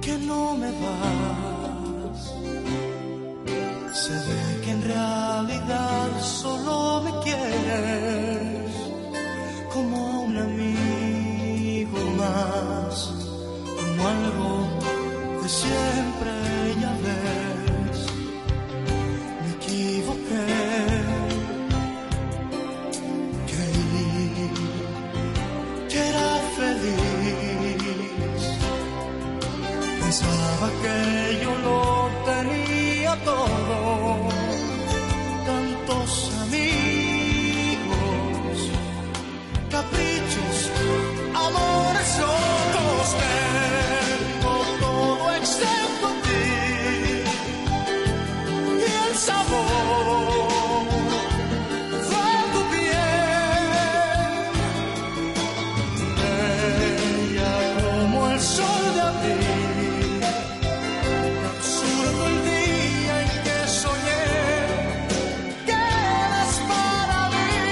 que no me vas. Se ve que en realidad solo me quieres como un amigo más, como algo de siempre ya ves. Me equivoqué, creí que era feliz. Pensaba que yo lo tenía todo, tantos amigos, caprichos, amores locos, tengo todo excepto a ti y el sabor de tu piel. Bella como el sol de abril, Qué absurdo el día en que soñé que eres para mí.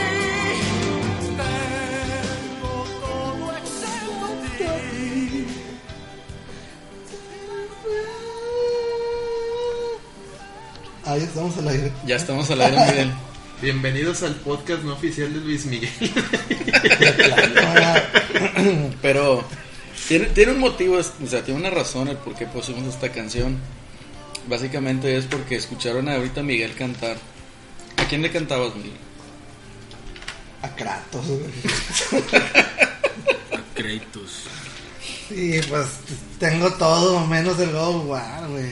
Tengo todo excepto a ti. Ahí estamos al aire. Ya estamos al aire, Miguel. Bienvenidos al podcast no oficial de Luis Miguel. Ahora, Pero tiene, tiene un motivo, es- o sea, tiene una razón el por qué pusimos esta canción. Básicamente es porque escucharon a ahorita a Miguel cantar. ¿A quién le cantabas, Miguel? a Kratos. güey. A Kratos. Sí, pues tengo todo, menos el God of War, güey.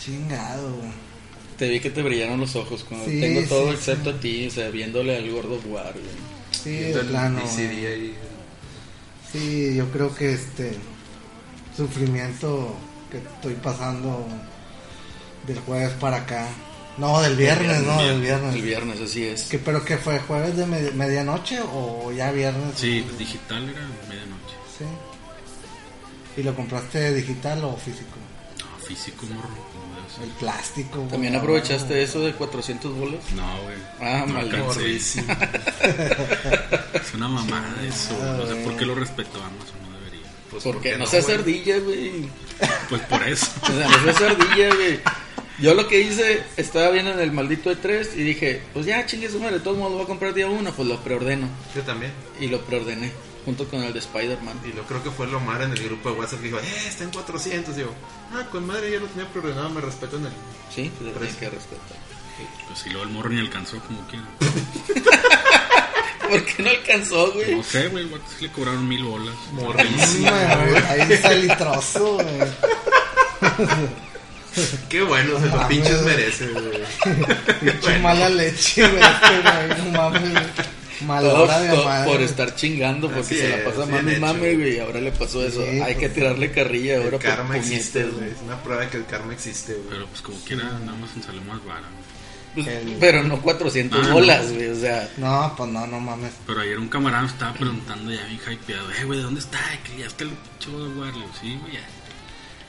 Chingado, güey. Te vi que te brillaron los ojos cuando Sí, tengo todo sí, excepto a ti, o sea, viéndole al gordo War. güey. Sí, de Entonces, plano. güey. decidí ahí. Sí, yo creo que este sufrimiento que estoy pasando del jueves para acá. No, del viernes, no, del viernes. El viernes, así es. Que, ¿Pero que fue? ¿Jueves de me- medianoche o ya viernes? Sí, pues digital era medianoche. Sí. ¿Y lo compraste digital o físico? No, físico, morro. ¿cómo debe ser? El plástico. güey. ¿También aprovechaste eso de 400 bolas? No, güey. Ah, no mal alcancé. gordísimo. Es una mamada eso. No sé güey. por qué lo Ah, respetó Amazon, no debería. Pues porque no seas ardilla, güey. Pues por eso. O sea, no seas ardilla, güey. Yo lo que hice, estaba viendo en el maldito E3 y dije, pues ya chingue su madre, de todos modos lo voy a comprar día uno, pues lo preordeno. Yo también. Y lo preordené, junto con el de Spider-Man. Y lo creo que fue Lomar en el grupo de WhatsApp que dijo, eh, está en 400. Digo, ah, con madre, yo lo tenía preordenado, me respeto en el. Sí, se tiene Precio. que respetar. Pues si luego el morro ni alcanzó como quiera. ¿Por qué no alcanzó, güey? No sé, güey, igual sí le cobraron mil bolas. Ah, Sí, güey, Ahí está el litroso, güey. Qué bueno, se Ah, lo mames, pinches güey. merece, güey. Pinche mala leche, güey. Este, güey, no mames, güey. Mala Todo- hora de todo madre. por estar chingando, porque Así se la es, pasa bien mame y hecho. mame, güey. Ahora le pasó eso. Sí, Hay que pues, tirarle carrilla ahora El por karma puñetas, existe, güey. Es una prueba de que el karma existe, güey. Pero pues como quiera, Amazon salió más barato. Pues, El- Pero no 400 Ah, no. bolas, güey. O sea, No, pues no, no mames. Pero ayer un camarada me estaba preguntando ya bien hypeado, eh, güey, ¿dónde está? Que ya está el pinche God of War, le digo, sí, güey, ya.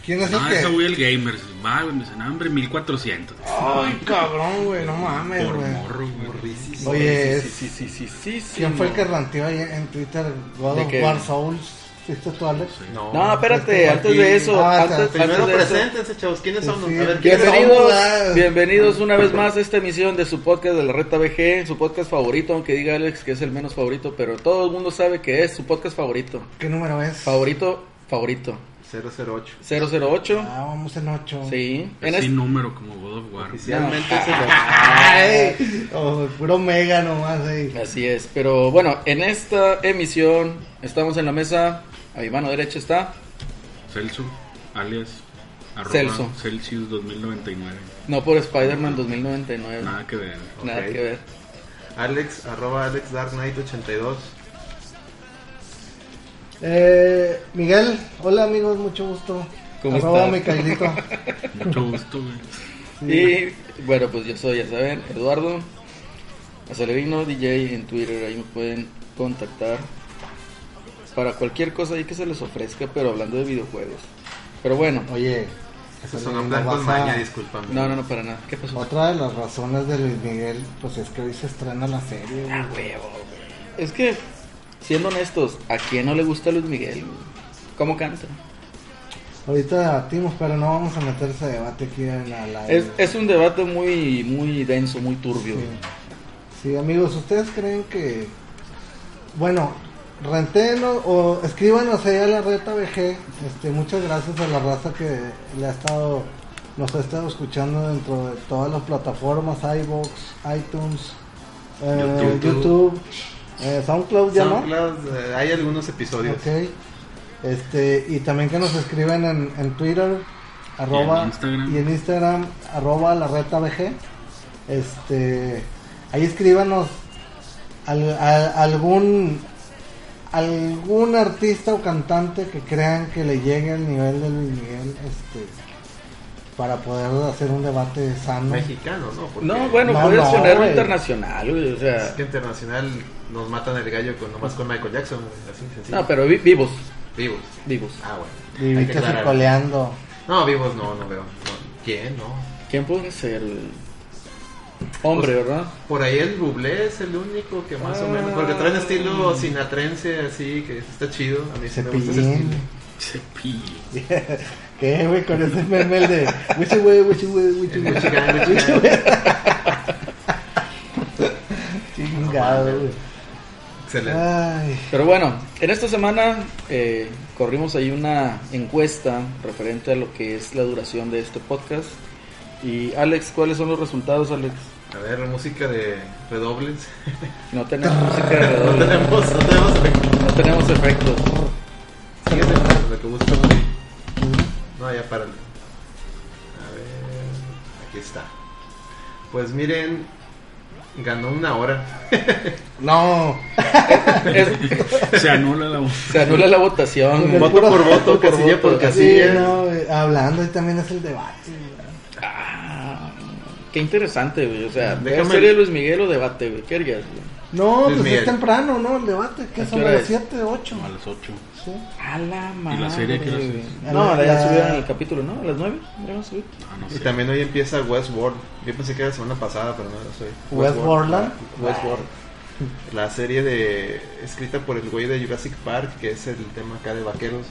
¿Quién es No, el que? deja, güey, el gamer. Va, güey, me dicen, hambre, 1400. Ay, cabrón, güey, no mames, Por güey. morro, güey. Oye, es- Eh, sí, sí, sí, sí, sí. ¿quién fue el no. que ranteó ahí en Twitter God ¿De of qué? War Souls? ¿Fuiste tú, Alex? No, No, espérate, Este, antes de Martín. eso, Ah, antes, está. antes Primero de eso. preséntense, chavos. ¿Quiénes son? Sí. A ver, ¿quiénes son? Bienvenidos, Hola. bienvenidos una vez más a esta emisión de su podcast de la Reta BG, su podcast favorito, aunque diga Alex que es el menos favorito, pero todo el mundo sabe que es su podcast favorito. ¿Qué número es? Favorito, favorito. 008. 008. Ah, vamos en 8. Sí. En Sin este- número como God of War. Oficialmente No. es el Ay, oh, puro mega nomás ahí. Así es, pero bueno, en esta emisión estamos en la mesa, a mi mano derecha está, Celso, alias, arroba, Celso. Celsius 2099. no por Spider-Man 2099, Nada que ver. nada Ah, ok. que ver. Alex, arroba Alex Dark Knight 82. Eh, Miguel, hola amigos, mucho gusto. ¿Cómo Arroba estás? Micaelito. Mucho gusto, güey. Y bueno, pues yo soy, ya saben, Eduardo Acelevino, DJ en Twitter, ahí me pueden contactar para cualquier cosa ahí que se les ofrezca, pero hablando de videojuegos. Pero bueno, Oye, Esos no son blancos vas a- maña, discúlpame. no, no, no, para nada. ¿Qué pasó? Otra de las razones de Luis Miguel, pues es que hoy se estrena la serie. güey. Es que, siendo honestos, ¿a quién no le gusta Luis Miguel? ¿Cómo canta? Ahorita debatimos, pero no vamos a meter ese debate aquí en la live. Es, es un debate muy, muy denso, muy turbio. Sí. Sí, amigos, ¿ustedes creen que... Bueno, rentenos o escríbanos ahí a la reta BG. Este, muchas gracias a la raza que le ha estado, nos ha estado escuchando dentro de todas las plataformas, iBox, iTunes, eh, YouTube. YouTube, eh, SoundCloud ya no. SoundCloud, eh, hay algunos episodios. Ok. Este, y también que nos escriben en, en Twitter, arroba, Instagram. y en Instagram, arroba la reta BG. Este, ahí escríbanos al- a- algún, algún artista o cantante que crean que le llegue al nivel de Luis Miguel, este, para poder hacer un debate sano. Mexicanos, ¿no? Porque No, bueno, No, podrías no, ponerlo güey. internacional, güey, o Es sea. que internacional nos matan el gallo con nomás con Michael Jackson, así sencillo. No, pero vi- vivos, Vivos. vivos. Ah, bueno. Y Hay que que se aclarar. coleando. No, vivos no, no veo. No. ¿Quién? No. ¿Quién puede ser? güey? Hombre, ¿verdad? Por ahí el Bublé es el único que más o Ah. menos. Porque trae un estilo sinatrense así, que está chido. A mí sí me gusta ese Cepillín. estilo. Cepillo. ¿Qué, güey? Con ese meme el de... Wichi, güey, wichi, güey, wichi, El güey". Michigan, el Michigan. Chingado, güey. Excelente. Ah. Ay, Pero bueno, en esta semana eh, corrimos ahí una encuesta referente a lo que es la duración de este podcast. Y Alex, ¿cuáles son los resultados, Alex? A ver, música de redobles. No tenemos música de No redoble, tenemos, no tenemos efecto. no tenemos efectos. Siguiente, pues, lo que buscamos. No, ya párale. A ver, aquí está. Pues miren, ganó una hora. no, Es- Se anula la voz. se anula la votación. güey. Voto por voto, casilla por güey. casilla. sí, es. no, güey, hablando y también es el debate. güey. Ah, Qué interesante, güey. O sea, ¿ver Déjame- serie de Luis Miguel o debate, güey? ¿Qué harías, güey? No, Luis pues Miguel. es temprano, ¿no? El debate, ¿A que qué son hora las es? 7, 8. A las 8. Sí. A la madre. Ah, serie qué hora es? güey. A No, la- ahora ya la- subieron el capítulo, ¿no? A las 9. Ya van a subir. Ah, no Y sé. también hoy empieza Westworld. Yo pensé que era la semana pasada, pero no lo soy. Westworldland. Westworld. La serie de escrita por el güey de Jurassic Park, que es el tema acá de vaqueros,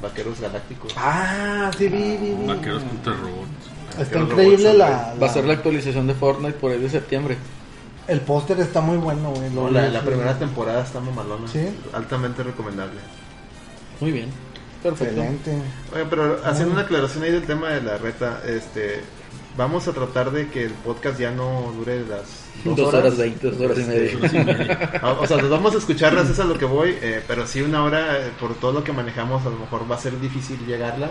vaqueros galácticos. Ah, sí, vi, vi, vi. Uh, Vaqueros contra robots. Está Vaqueros increíble robots, la, Va a ser la actualización de Fortnite por ahí de septiembre. El póster está muy bueno, güey. lo No, la, vi, la sí. primera temporada está mamalona. Sí. Altamente recomendable. Muy bien. Perfecto. Excelente. Oye, pero haciendo una aclaración ahí del tema de la reta, este, vamos a tratar de que el podcast ya no dure las dos, Dos horas veinte, dos horas y media. Dos horas y media. O o sea, nos vamos a escucharlas, es a lo que voy, eh, pero sí una hora, eh, por todo lo que manejamos, a lo mejor va a ser difícil llegarla.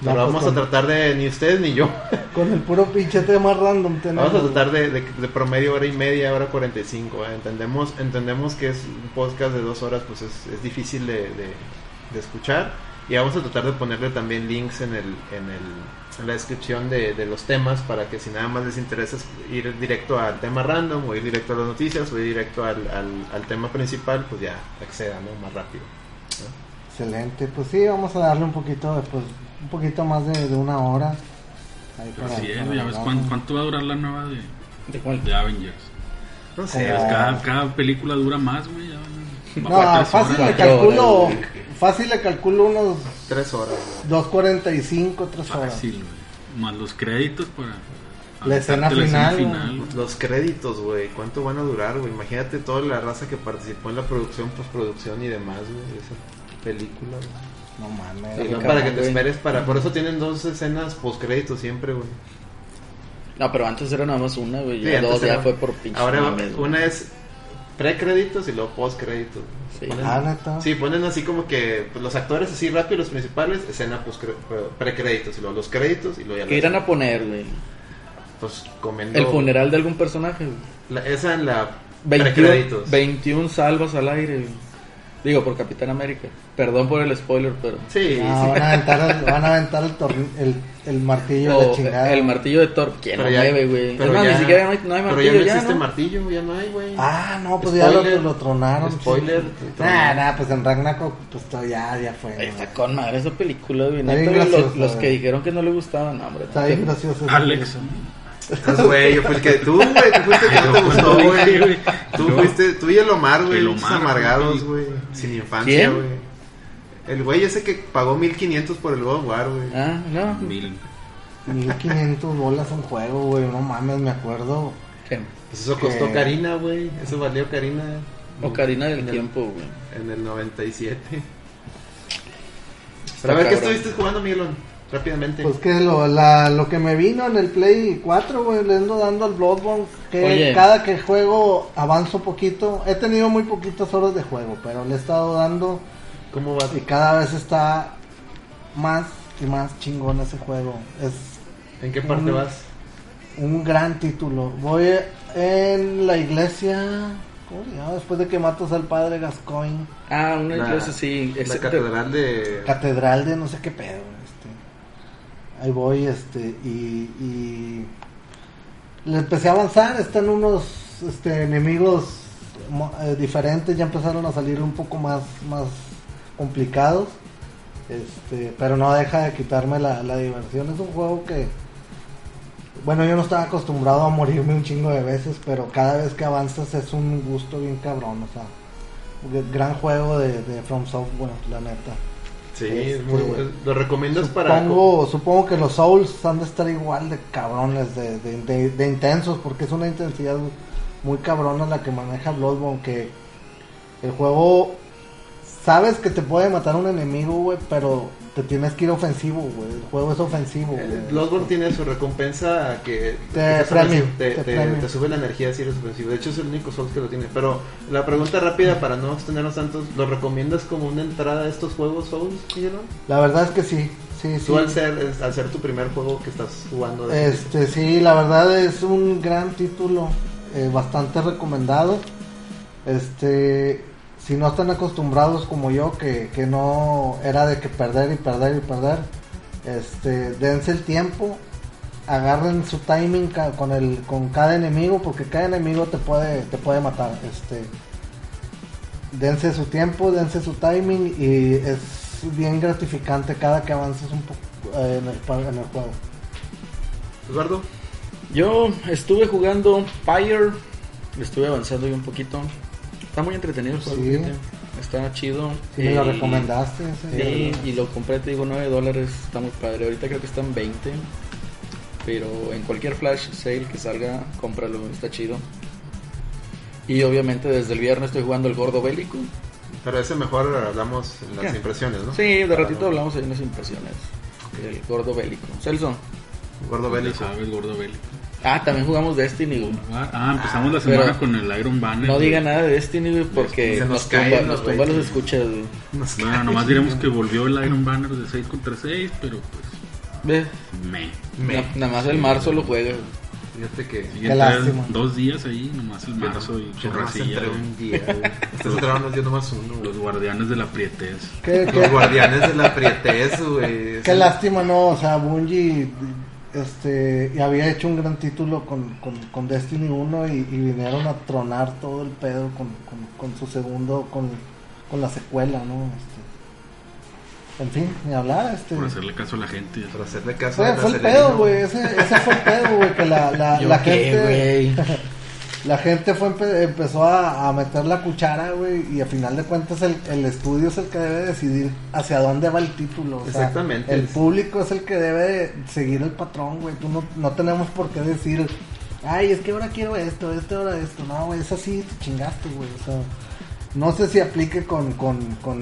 Ya, Pero pues, vamos a con- tratar de, ni ustedes ni yo, Con el puro pinche tema random tenemos. vamos a tratar de, de- de promedio hora y media, hora 45. eh. Entendemos, entendemos que es un podcast de dos horas, pues es, es difícil de, de- de escuchar. Y vamos a tratar de ponerle también links en, el, en, el, en la descripción de, de los temas para que si nada más les interesa es ir directo al tema random o ir directo a las noticias o ir directo al, al, al tema principal, pues ya accedan ¿no? más rápido. Excelente, pues sí, vamos a darle un poquito después, un poquito más de, de una hora. Ahí para- Así es, para ya ves hablar, cuán- ¿no? cuánto va a durar la nueva de, ¿De cuál? de Avengers. No sé, sé, Como- Pues cada, cada película dura más, güey. ya van- Ah. No, va a tres fácil horas. le cuatro calculo, horas, fácil le calculo unos tres horas. ¿no? 2.45, 3 horas. Fácil, güey. Más los créditos para. La escena aventarte la escena final, final, güey. Los créditos, güey, ¿cuánto van a durar, güey? Imagínate toda la raza que participó en la producción, postproducción y demás, güey, de esa película, güey. No mames. Sí, Y güey. no cabrón, para que te güey. esperes para... Por eso tienen dos escenas postcréditos siempre, güey. No, pero antes era nada más una, güey. Sí, Ya antes dos, ya era- fue por pinche. Ahora mames, güey. una es precréditos y luego postcréditos. Sí. Ponen- Ah, ¿neta? Sí, ponen así como que pues, los actores así rápido, los principales, escena postcre- precréditos y luego los créditos y luego ya ¿Qué la- irán a poner, güey? pues comiendo... El funeral de algún personaje, güey. la- esa en la 21, precréditos. 21 salvas al aire, güey. Digo, por Capitán América. Perdón por el spoiler, pero. Sí, Ah, sí. van a aventar el, van a aventar el, torni- el, el martillo de O la chingada. el martillo de Thor. ¿Quién Pero lo ya- mueve, güey? pero Es más, ya- ni siquiera no hay, no hay pero martillo. ya no ya, existe ¿no? martillo, ya no hay, güey. Ah, no, pues ya lo, Spoiler. lo tronaron. Spoiler, sí. te Nah, tronaron. nah, pues en Ragnarok, pues to- ya, ya fue. Ahí güey. Está con madre esa película, güey. Está Neta, bien güey, los- gracioso, los, güey. que dijeron que no le gustaban, no, hombre. Está bien gracioso. ese Alex. video. Pues, güey, yo fui el que tú, güey, tú fuiste el que no te gustó, güey. Tú fuiste, tú y el Omar, güey, El los Omar, amargados, güey. güey, sin infancia, ¿Quién? güey. El güey ese que pagó 1500 por el God of War, güey. Ah, no. Mil. 1500 bolas un juego, güey. No mames, me acuerdo. ¿Qué? Pues eso costó Que- Karina, güey. Eso valió Karina. Ocarina del En el- Tiempo, güey. En el 97. Está Pero a ver, ¿qué cabrón. estuviste jugando, Miguelón? Rápidamente. Pues que lo, la- lo que me vino en el Play 4, güey, le ando dando al Bloodborne. Que Oye. cada que juego avanzo poquito. He tenido muy poquitas horas de juego, pero le he estado dando. ¿Cómo vas? Y cada vez está más y más chingón ese juego. Es ¿En qué parte Mm. vas? un gran título. Voy en la iglesia. ¿cómo se llama? Después de que matas al padre Gascoigne. Ah, una La- iglesia, sí. La excepto- catedral de... catedral de no sé qué pedo. este. Ahí voy, este, y, y le empecé a avanzar. Están unos este, enemigos mo- eh, diferentes, ya empezaron a salir un poco más, más complicados. Este, pero no deja de quitarme la, la diversión. Es un juego que, bueno, yo no estaba acostumbrado a morirme un chingo de veces, pero cada vez que avanzas es un gusto bien cabrón. O sea, gr- gran juego de, de From Software, la neta. Sí, Este, muy bueno. ¿Lo recomiendas para...? Supongo, supongo que los Souls han de estar igual de cabrones, de, de- de- de intensos, porque es una intensidad muy cabrona la que maneja Bloodborne, que el juego, sabes que te puede matar un enemigo, güey, pero te tienes que ir ofensivo, güey, el juego es ofensivo, güey. El Bloodborne tiene su recompensa que Te que premia, te, te te- premia. te sube la energía si eres ofensivo. De hecho, es el único Souls que lo tiene. Pero la pregunta rápida para no extendernos tanto: ¿lo recomiendas como una entrada a estos juegos Souls, Miguelón? La verdad es que sí, sí, sí. Tú al ser, es- al ser tu primer juego que estás jugando de- Este, sí, la verdad es un gran título, eh, bastante recomendado. Este, si no están acostumbrados como yo, que, que no era de que perder y perder y perder, este, dense el tiempo, agarren su timing ca- con el, con cada enemigo, porque cada enemigo te puede, te puede matar, este. Dense su tiempo, dense su timing y es bien gratificante cada que avances un poco eh, en el pa- en el juego. Eduardo, Yo estuve jugando Pyre, le estuve avanzando yo un poquito. Está muy entretenido el juego, Sí. fíjate. está chido. Sí, me lo Y- recomendaste. Sí, ese. y lo compré, te digo, 9 dólares, está muy padre. Ahorita creo que están 20, pero en cualquier flash sale que salga, cómpralo, está chido. Y obviamente desde el viernes estoy jugando el gordo bélico. pero ese mejor hablamos en las ¿Qué? impresiones, ¿no? Sí, de Para ratito no- hablamos de unas impresiones. El gordo bélico. Celso. Gordo Ya Bélico. sabes, gordo bélico. Ah, también jugamos Destiny, güey. Ah, empezamos la semana pero- con el Iron Banner. No güey. diga nada de Destiny, güey, porque Se nos nos, caen tumba, los nos tumba ratings. los escuchas, güey. Nos Bueno, nomás diremos que volvió el Iron Banner de 6 contra 6, pero pues. Ve, Me. Me- na- nada más el marzo lo juega. güey. Fíjate que. que Y entraron lástima. Dos días ahí, nomás el no- marzo y yo su nomás racilla. entré güey. un día, güey. Ustedes entraron unos días nomás uno, güey. Los guardianes de la prietez. Qué, Los qué- guardianes de la prietez, güey. qué lástima, ¿no? O sea, Bungie este, y había hecho un gran título con, con, con Destiny 1 y, y vinieron a tronar todo el pedo con, con, con su segundo, con, con la secuela, ¿no? Este, en fin, ni hablar. Este, Por hacerle caso a la gente. Por hacerle caso fue, a la fue el Celerino, pedo, güey. Ese, ese fue el pedo, güey. Que la, la, Yo la qué, gente. güey. La gente fue empe- empezó a, a meter la cuchara, güey, y a final de cuentas el, el estudio es el que debe decidir hacia dónde va el título. o sea, Exactamente. el público es el que debe de seguir el patrón, güey. Tú no, no tenemos por qué decir, ay, es que ahora quiero esto, este ahora esto. No, güey, es así, te chingaste, güey. O sea, no sé si aplique con, con, con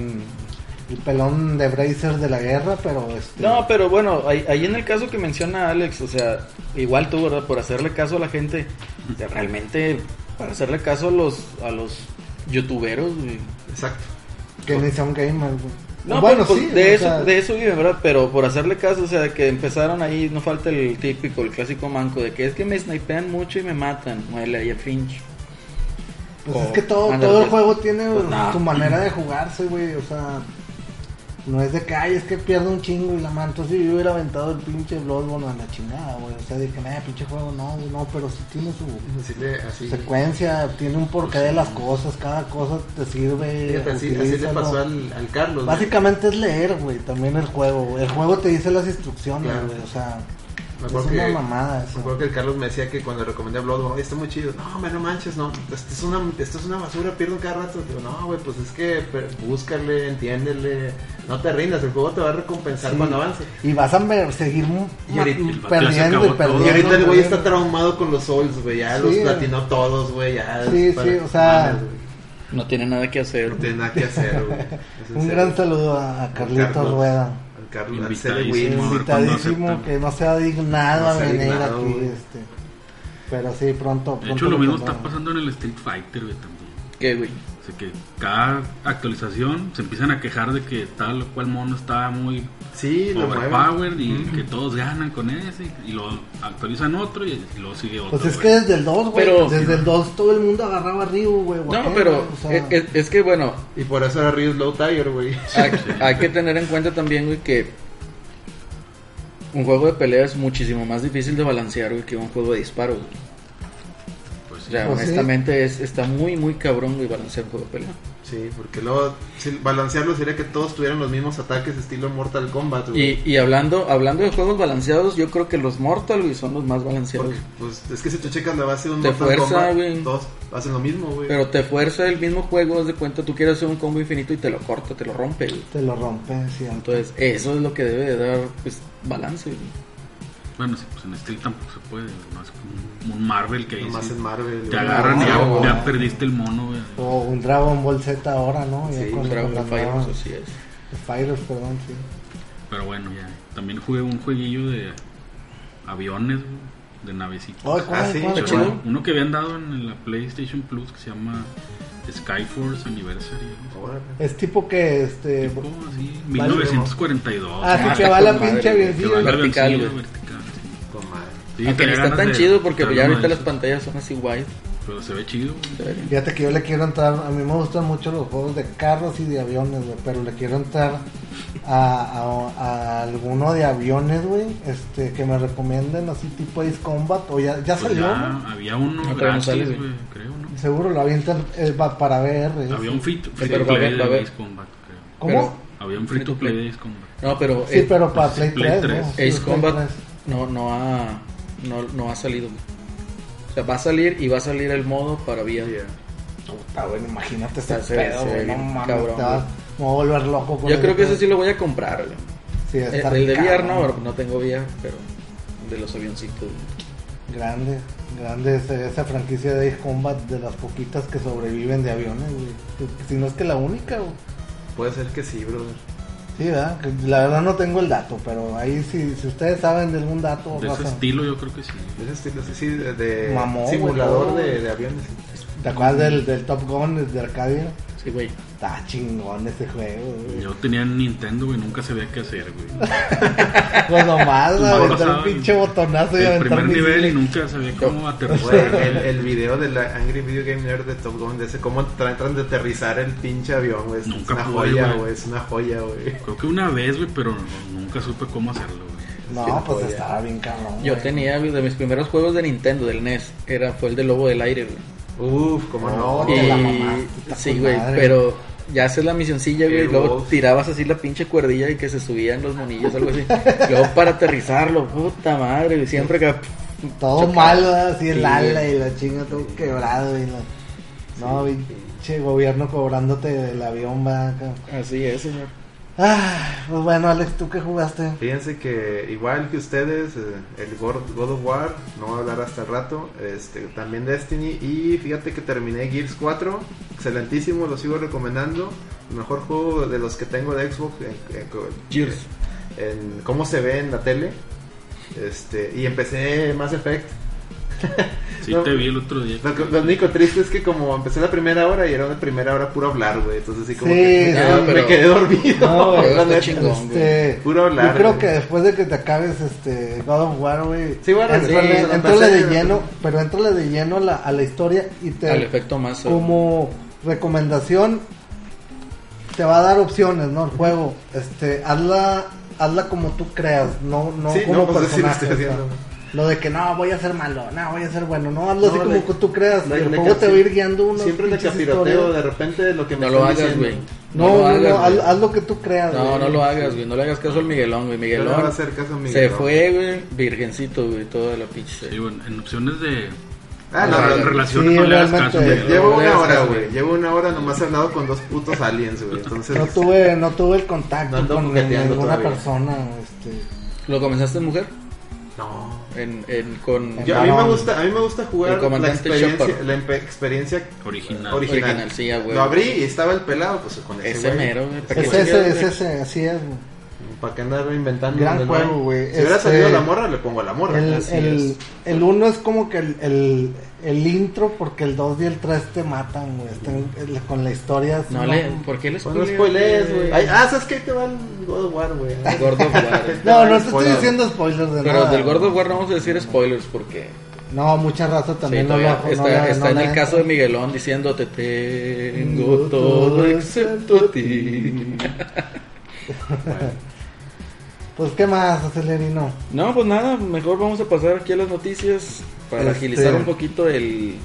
el pelón de Bracer de la guerra, pero este... No, pero bueno, ahí, ahí en el caso que menciona Alex, o sea, igual tú, ¿verdad? Por hacerle caso a la gente, o sea, realmente, para hacerle caso a los, a los youtuberos, güey. Exacto. Que ni sea un gamer, güey. No, bueno, pero, pues, sí. de, o eso, sea, de eso vive, ¿verdad? Pero por hacerle caso, o sea, que empezaron ahí, no falta el típico, el clásico manco, de que es que me snipean mucho y me matan, muele ahí a Finch. Pues O- es que todo, ándale, todo el pues, juego tiene pues, no. su manera de jugarse, güey. O sea, no es de que, ay, es que pierdo un chingo y la mano. Entonces yo hubiera aventado el pinche Bloodborne a la chingada, güey. O sea, de que, nah, pinche juego, no, güey, no, pero sí tiene su Así le, así, su secuencia, tiene un porqué de las cosas, cada cosa te sirve. fíjate, pues así, así le utilízalo. pasó al, al Carlos. güey. Básicamente es leer, güey, también el juego. güey. El juego te dice las instrucciones, Claro. güey, o sea. Me Es acuerdo una que- mamada eso. Me acuerdo que el Carlos me decía que cuando le recomendé Bloodborne, "Oye, está muy chido. No, hombre, no manches, no. Esto es una, esto es una basura, pierdo cada rato. Digo, no, güey, pues es que pe- búscale, entiéndele. No te rindas, el juego te va a recompensar Sí. cuando avance. Y vas a ver- seguir mu- Y ahorita- ma- el vato ya se perdiendo y acabó todo. perdiendo. Y ahorita el güey está perdiendo. traumado con los Souls, güey. Ya Sí, los güey. platinó todos, güey. Ya Sí, para- sí, o sea, mames, güey. No tiene nada que hacer. No tiene nada que hacer, güey. Es en Un serio. gran saludo a a Al Carlitos Carlos, Rueda. Al Carlos, al Cele Invitadísimo. Wills. A ver cuándo Invitadísimo aceptan. que no se ha dignado No a se ha venir dignado, aquí. güey. Este. Pero sí, pronto. De pronto hecho, lo mismo pronto. está pasando en el Street Fighter, güey, también. ¿Qué, güey? O sea que cada actualización se empiezan a quejar de que tal o cual mono está muy Sí, lo mueven. overpowered y que todos ganan con ese. Y lo actualizan otro y, y luego sigue otro. Pues es que güey. desde el 2, güey. Pero- desde el 2 todo el mundo agarraba a Ryu, güey. No, guajero, pero o sea, es- es- es que, bueno, Y por eso era Rio Slow Tiger, güey. hay, hay que tener en cuenta también, güey, que un juego de pelea es muchísimo más difícil de balancear, güey, que un juego de disparo, güey. Pues sí. O sea, Pues sí. honestamente es, está muy, muy cabrón, güey, balancear un juego de pelea. Sí, porque luego si- balancearlo sería que todos tuvieran los mismos ataques estilo Mortal Kombat, güey. Y, y hablando, hablando de juegos balanceados, yo creo que los Mortal, güey, son los más balanceados. Porque, pues, es que si tú checas la base de un Te Mortal fuerza, Kombat, güey. todos hacen lo mismo, güey. Pero te fuerza el mismo juego, haz de cuenta, tú quieres hacer un combo infinito y te lo corta, te lo rompe, güey. Te lo rompen, sí. Entonces, eso es lo que debe de dar, pues, balance, güey. Bueno, sí, pues en Street tampoco se puede. güey, No es como un- un Marvel que ahí Nomás sí en Marvel. Te güey. agarran y No, ya, güey. ya perdiste el mono, güey. O un Dragon Ball Z ahora, ¿no? Ya Sí, con- Un Dragon con las Fire, nuevas- así es. Fighters, perdón, sí. Pero bueno, ya. También jugué un jueguillo de aviones, güey, de navecitos. Ay, ¿cuál, Ah, sí, cuál, está cuál? chido. Uno que habían dado en la PlayStation Plus que se llama Skyforce Anniversary. ¿no? Órale. Es tipo que, este... Tipo así, 1942. Ah, ¿no? sí, está que va la con pinche madre, güey, Que avioncillo. va la vertical, velocidad güey. vertical, sí. Con madre. Sí, Aunque tenía no está ganas tan de- chido porque de ya uno ahorita de las esos, pantallas son así guay. Pero se ve chido. güey. se ve bien. Fíjate que yo le quiero entrar, a mí me gustan mucho los juegos de carros y de aviones, güey, pero le quiero entrar a, a- a alguno de aviones, güey, este, que me recomienden así tipo Ace Combat, o ya, ya Pues salió, ya había uno No, pero no gratis, sale, güey, güey. creo, ¿no? güey. seguro lo avientan eh, va- para ver. Había un free to Pero free va to a play haber- va a de haber- Ace Combat, creo. ¿Cómo? Pero- Había un free to play de Ace Combat. No, pero sí, eh, pero para Play pues, 3, Play ¿no? 3. Sí, Ace Play Combat 3. no, no, ha, no, no ha salido. güey. O sea, va a salir y va a salir el modo para vía. Puta, güey, imagínate ese Está- se- pedo, se ve güey, no bien mames, cabrón, te vas- güey. me voy a volver loco. con Yo el- creo que ese sí lo voy a comprar. güey. Sí, El, está el de bien VR no, cabrón. porque no tengo VR, pero de los avioncitos. güey. Grande, grande ese- esa franquicia de Ace Combat de las poquitas que sobreviven de aviones, güey. Que- Si no es que la única, güey. Puede ser que sí, brother. Sí, ¿verdad? Que La verdad no tengo el dato, pero ahí si, si ustedes saben de algún dato, De ese raza, estilo yo creo que sí. De ese estilo, sí, sí, este, de, de Mamó, güey, simulador todo. de, de aviones. ¿te acuerdas del, del Top Gun de Arcadia? Sí, güey. Está chingón ese juego, güey. Yo tenía Nintendo y nunca sabía qué hacer, güey. Pues nomás, Nomás aventar pasaba un pinche botonazo y El aventar primer un nivel y nunca sabía cómo aterrizar. Güey, el, el video de la Angry Video Game Nerd de Top Gun, de ese cómo tratan de aterrizar el pinche avión, güey. Es Nunca una pude, joya, güey. güey. Es una joya, güey. Creo que una vez, güey, pero nunca supe cómo hacerlo, güey. No, pues estaba bien cabrón. Yo güey. tenía güey, de mis primeros juegos de Nintendo, del NES, era, fue el de Lobo del Aire, güey. Uf, cómo no. Te Y- la mamaste, está sí, con güey, madre. pero ya haces la misioncilla, güey, El y luego boss. tirabas así la pinche cuerdilla y que se subían los monillos, algo así. luego para aterrizarlo, puta madre, güey, siempre que... Todo Chocado. malo, ¿verdad? así el Sí, ala güey. y la chinga, todo quebrado. Y la... No, pinche gobierno cobrándote del avión, va acá. Así es, señor. Ah, pues bueno, Alex, ¿tú qué jugaste? Fíjense que igual que ustedes, eh, el God God of War, no voy a hablar hasta el rato, este, también Destiny y fíjate que terminé Gears 4, excelentísimo, lo sigo recomendando, mejor juego de los que tengo de Xbox, eh, eh, co- Gears. eh, en cómo se ve en la tele, este, y empecé Mass Effect. Sí, No. te vi el otro día. Lo, que- lo único triste es que como empecé la primera hora y era una primera hora puro hablar, güey, entonces así como Sí, que me, sí. quedé- Ah, pero- me quedé dormido. No, güey, la está neta. chingón. Este, Puro hablar, Yo creo güey. que después de que te acabes este God of War, güey. Sí, bueno, entrale, sí, se lo entrale pasé, de lleno, pero- pero entrale de lleno a la, a la historia y te Al efecto más... eh, como recomendación te va a dar opciones, ¿no? El juego, este, hazla hazla como tú creas, no no Sí, como no, pues, sí lo personaje. estoy o sea, haciendo. Lo de que no, voy a ser malo, no, voy a ser bueno, no, hazlo así No, como le- que tú creas. le- y el le juego ca- te va a ir guiando unos Siempre le pinches capiroteo historias. de repente de lo que me No lo están hagas, diciendo. güey. No, lo no, hagas, no, haz, güey. haz lo que tú creas. No, güey. no lo hagas, güey. No le hagas caso al Miguelón, güey. Yo Miguelón. le voy a hacer caso a mi Se bro. fue, güey. Virgencito, güey. Toda la pinche. serie. Digo, en, en opciones de. Ah, o no, sea, no, en no. relaciones sí, no le hagas realmente, caso, güey. Llevo No, una no, hora, no, güey. no. Llevo una hora nomás hablado con dos putos aliens, güey. Entonces, No tuve, no tuve el contacto No ando con coqueteando ninguna todavía. persona. Este, ¿Lo comenzaste en mujer? no. En, en, con. Yo- a, mí me gusta, a mí me gusta El jugar la comandante experiencia, Shepard. la empe- experiencia Original. original. Original, sí, a huevo. Lo abrí y estaba el pelado, pues con ese, Ese güey. mero, güey. ¿Para qué es chingados, ese, es güey? ese, así es. güey. ¿Para qué andar inventando? Gran donde no hay? juego, güey. Si hubiera Este- salido la morra, le pongo la morra. El, Así el, es. el uno es como que el, el, el intro, porque el 2 y el 3 te matan, güey. Están- el- con la historia. es No una- le. ¿Por qué le Pues no spoileas, spoilees, güey. Ay, Ah, ¿sabes qué? Te va el God of War, güey. God of War. No, no te estoy Spoiler. diciendo spoilers de Pero nada. del Gordo War no vamos a decir spoilers porque No, mucha raza sí, también no todavía lo- no está, la- está no en la- el caso de Miguelón diciendo te tengo todo excepto a ti. Pues, ¿qué más, Acelerino? No, pues nada, mejor vamos a pasar aquí a las noticias para Este- agilizar un poquito el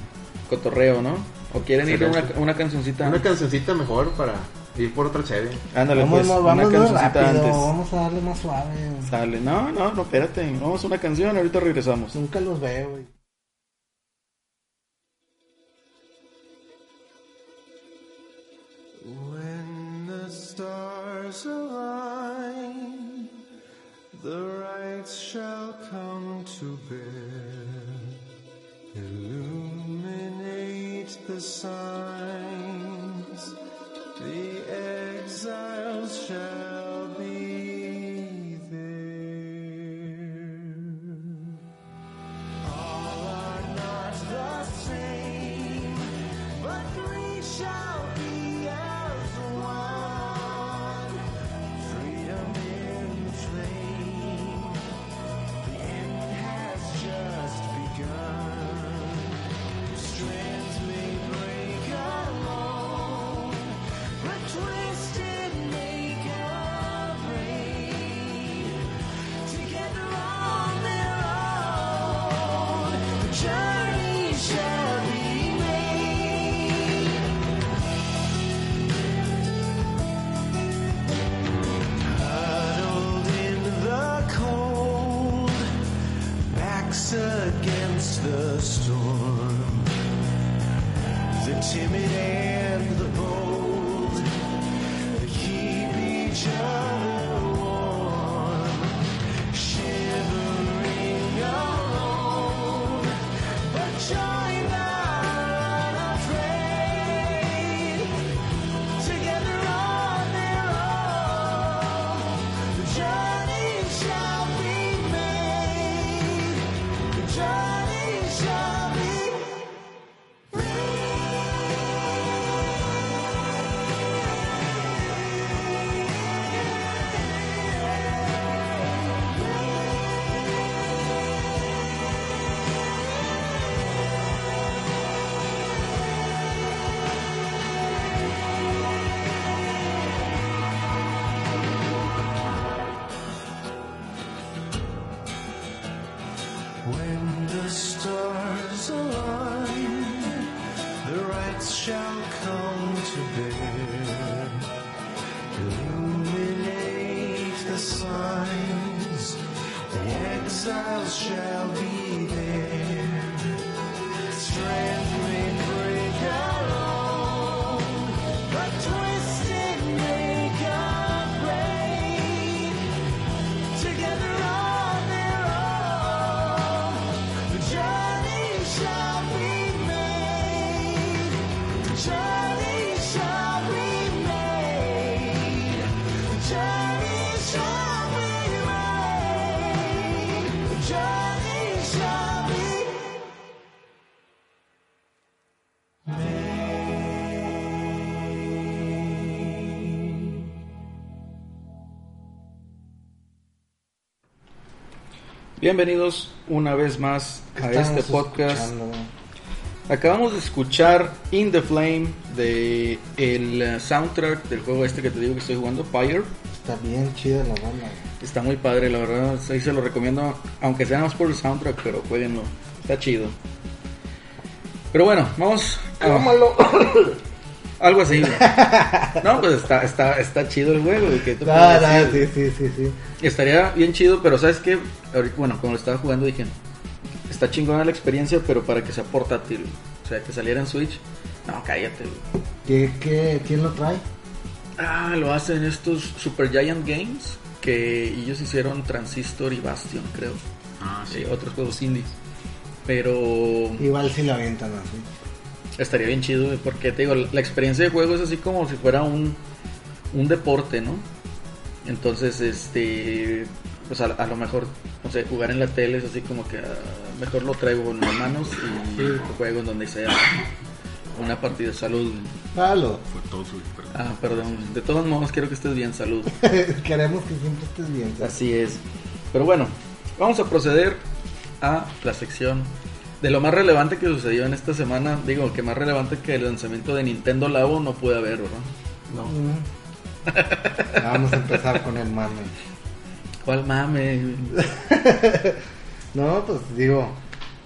cotorreo, ¿no? ¿O quieren ir a una, Excelente. una cancioncita? Una cancioncita mejor para ir por otra chévere. Ándale, Vamos, pues, vamos, una muy cancioncita rápido, antes. vamos a darle más suave. güey. Sale. No, no, no, espérate. Vamos a una canción, ahorita regresamos. Nunca los veo, güey. When the stars align, the rights shall come to bear. Illuminate the signs, the exiles shall be there. All are not the same. But we shall be as one. Freedom in flame. The end has just begun. Strands may break alone, but twisted make our brain. Together on their own, the journey shall be made. Huddled in the cold, backs against the storm. The timid and the bold, they keep each other warm. Shivering alone, but joined and unafraid. Together on their own, the journey shall be made. The journey shall be When the stars align, the rights shall come to bear. Illuminate the signs, the exiles shall be there. Strength may break alone, but twisted make our brain. Together on their own, the journey shall be made. The journey shall be made. The journey shall be made. The journey shall be Bienvenidos una vez más ¿Qué a estamos este podcast. escuchando, güey? Acabamos de escuchar In the Flame de el eh, soundtrack del juego este que te digo que estoy jugando, Pyre. Está bien chida la banda. güey. Está muy padre, la verdad. Sí se lo recomiendo, aunque sea nada más por el soundtrack, pero jueguenlo. Está chido. Pero bueno, vamos a, Algo así, güey. No, pues está, está, está chido el juego, güey. ¿qué te puedo Ah, decir? ah, sí, sí, sí, sí. Estaría bien chido, pero ¿sabes qué? Ahorita, bueno, cuando lo estaba jugando dije, está chingona la experiencia, pero para que sea portátil, o sea, que saliera en Switch. No, cállate. güey. ¿Qué, qué, ¿Quién lo trae? Ah, lo hacen estos Super Giant Games, que ellos hicieron Transistor y Bastion, creo. Ah, Sí, sí. otros juegos indies. Pero Igual si lo avientan así. estaría bien chido, güey, porque te digo, la experiencia de juego es así como si fuera un, un deporte, ¿no? Entonces, este, pues a, a lo mejor, no sé, jugar en la tele es así como que ah, mejor lo traigo con mis manos y juego en donde sea una partida. Salud. Palo. Fue todo su perdón. Ah, perdón. De todos modos, quiero que estés bien. Salud. Queremos que siempre estés bien. ¿sabes? Así es. Pero bueno, vamos a proceder a la sección de lo más relevante que sucedió en esta semana. Digo, que más relevante que el lanzamiento de Nintendo Labo no puede haber, ¿verdad? Mm. Vamos a empezar con el mame. ¿Cuál mame? No, pues digo,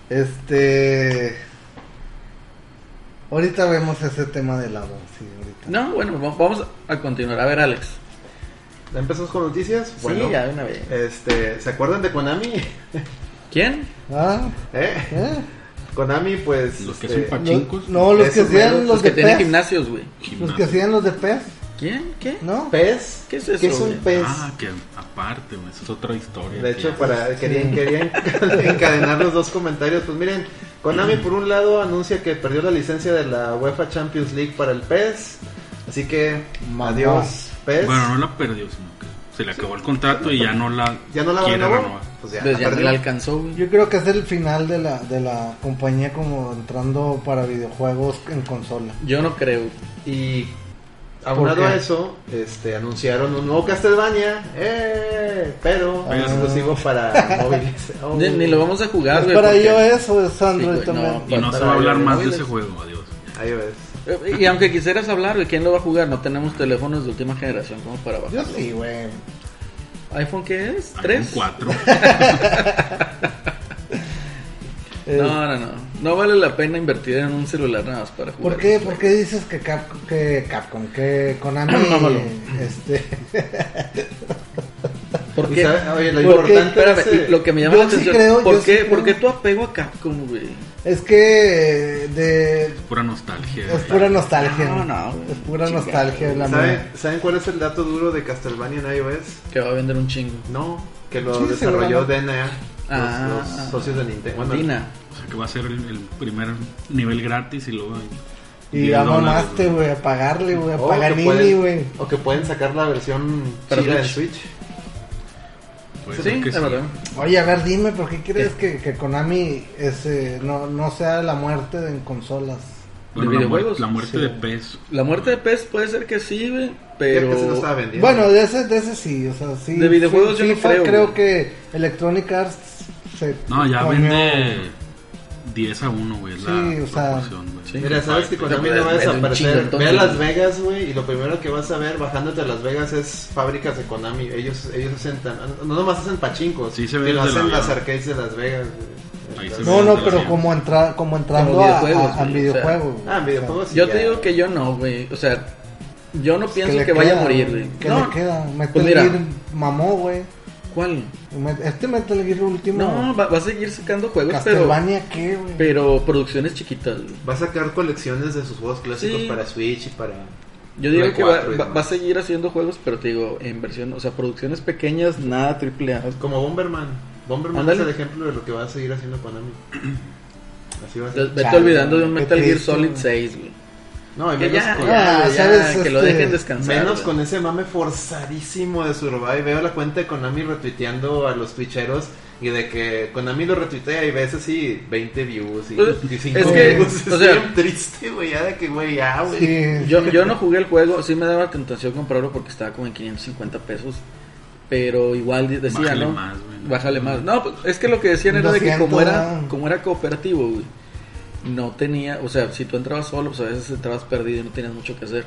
este... Ahorita vemos ese tema de la voz, sí, ahorita. No, bueno, va- vamos a continuar. A ver, Alex. ¿Ya empezamos con noticias? Bueno, sí, ya de una vez. Este, ¿se acuerdan de Konami? ¿Quién? ¿Ah? ¿Eh? ¿Eh? Konami, pues. Los que este, son Los- pachincos. no, los que Esos hacían meros, los, Los que de tienen pez. gimnasios, güey. Los Pues que hacían los de pez, ¿Quién? ¿Qué? ¿no? pez. ¿Qué es eso, ¿Qué es güey? un pez? Ah, que aparte, güey, eso es otra historia. De que hecho, ya- para, querían, querían encadenar los dos comentarios. Pues miren, Konami por un lado anuncia que perdió la licencia de la UEFA Champions League para el PES. Así que, Mamá. adiós, PES. Bueno, no la perdió, sino que se le acabó el contrato y ya no la, ya no la van quiere a renovar. renovar. Pues ya, Pues ya no perdió. la alcanzó, güey. Yo creo que es el final de la, de la compañía como entrando para videojuegos en consola. Yo no creo. Y aunado ¿Por qué? a eso, este, anunciaron un nuevo Castlevania, ¡eh! pero Ah. exclusivo para móviles. Oh. Ni, ni lo vamos a jugar, ¿Es güey. para porque- iOS o es Android güey, no, también? Y no se va a hablar más de ese juego, adiós. Ahí ves. Eh, Y aunque quisieras hablar, güey, ¿quién lo va a jugar? No tenemos teléfonos de última generación como para bajar. Yo sí, güey. ¿iPhone qué es? iPhone ¿Tres? 4. Eh, No, no, no. No vale la pena invertir en un celular nada más para jugar. ¿Por qué, ¿Por qué dices que Capcom, que, Capcom, que Konami No, malo. este, ¿Por Y qué? sabe- oye, lo Porque, importante Espérame, es, eh, lo que me llama yo la sí atención. creo, yo ¿por, sí qué, creo. ¿Por qué tu apego a Capcom, güey? es que de, Pura nostalgia. es pura nostalgia. No, no, güey. Es pura Chingado, nostalgia güey. la mía. ¿saben, ¿saben cuál es el dato duro de Castlevania en iOS? Que va a vender un chingo. No, que lo Sí, desarrolló seguramente. DNA, los, Ah. los socios de Nintendo. Bueno, Dina. O sea, que va a ser el, el primer nivel gratis y luego. hay Y 10 ya dólares, mamaste, güey, a pagarle, güey, a Oh, o, que Paganini, güey. pueden, o que pueden sacar la versión Para chida de Switch. Switch. pues, Puede sí, ser que la verdad. Oye, a ver, dime, ¿por qué crees Eh. que, que Konami ese, no, no sea la muerte de, en consolas? Bueno, ¿De la, muer- videojuegos? la muerte Sí. de PES. La muerte de PES puede ser que sí, güey. Ya Pero. que se lo estaba vendiendo. Bueno, de ese, de ese sí, o sea, sí. De videojuegos yo no FIFA, creo, creo güey. que Electronic Arts se No, ya comió- vende 10 a 1, güey. La Sí, o sea, proporción, güey. sí. Mira, sabes que Ay, Konami pero no va a es- es un desaparecer. chingo, Ve a entonces. Las Vegas, güey, y lo primero que vas a ver bajándote a Las Vegas es fábricas de Konami. Ellos, ellos hacen, tan- no nomás hacen pachincos, Sí, se ve sino desde hacen la- las arcades de Las Vegas. güey. Ahí se Entonces- No, no, pero Relación. como, entra, como entrando Como a- videojuegos, a, a güey, videojuegos. güey, Ah, en o sea, videojuegos. sí, Yo ya. te digo que yo no, güey. O sea, yo no pienso le que, vaya queda, a morir, güey, güey. ¿Qué no. le queda? Metal Pues mira. Gear mamó, güey. ¿Cuál? Met- Este Metal Gear último. No, va, va a seguir sacando juegos, pero. Castlevania, ¿qué, güey? Pero producciones chiquitas, güey. Va a sacar colecciones de sus juegos clásicos Sí. para Switch y para. Yo digo Play que va, 4 y va- demás. va a seguir haciendo juegos, pero te digo, en versión, o sea, producciones pequeñas, nada triple A. Como Bomberman. Bomberman Ándale. es el ejemplo de lo que va a seguir haciendo Konami. Así va a ser. Vete Chale, olvidando de un qué Metal Gear triste, Solid güey. 6, güey. No, y Que menos ya, con- ya, Ah, ya, ¿sabes? que Este, lo dejen descansar. Menos güey. con ese mame forzadísimo de Survive. Veo la cuenta de Konami retuiteando a los twitcheros y de que Konami lo retuitea y ves así 20 views y, Pues, y 5 es que, views. o Es sea- bien triste, güey. Ya de que, güey, ya, güey. Sí. Yo, yo no jugué el juego, sí me daba tentación comprarlo porque estaba como en 550 pesos. Pero igual de- decía, Bájale ¿no? más, güey, ¿no? Bájale más. No, pues, es que lo que decían era de que 200, como era, ¿no? como era cooperativo, güey, no tenía, o sea, si tú entrabas solo, pues a veces entrabas perdido y no tenías mucho que hacer.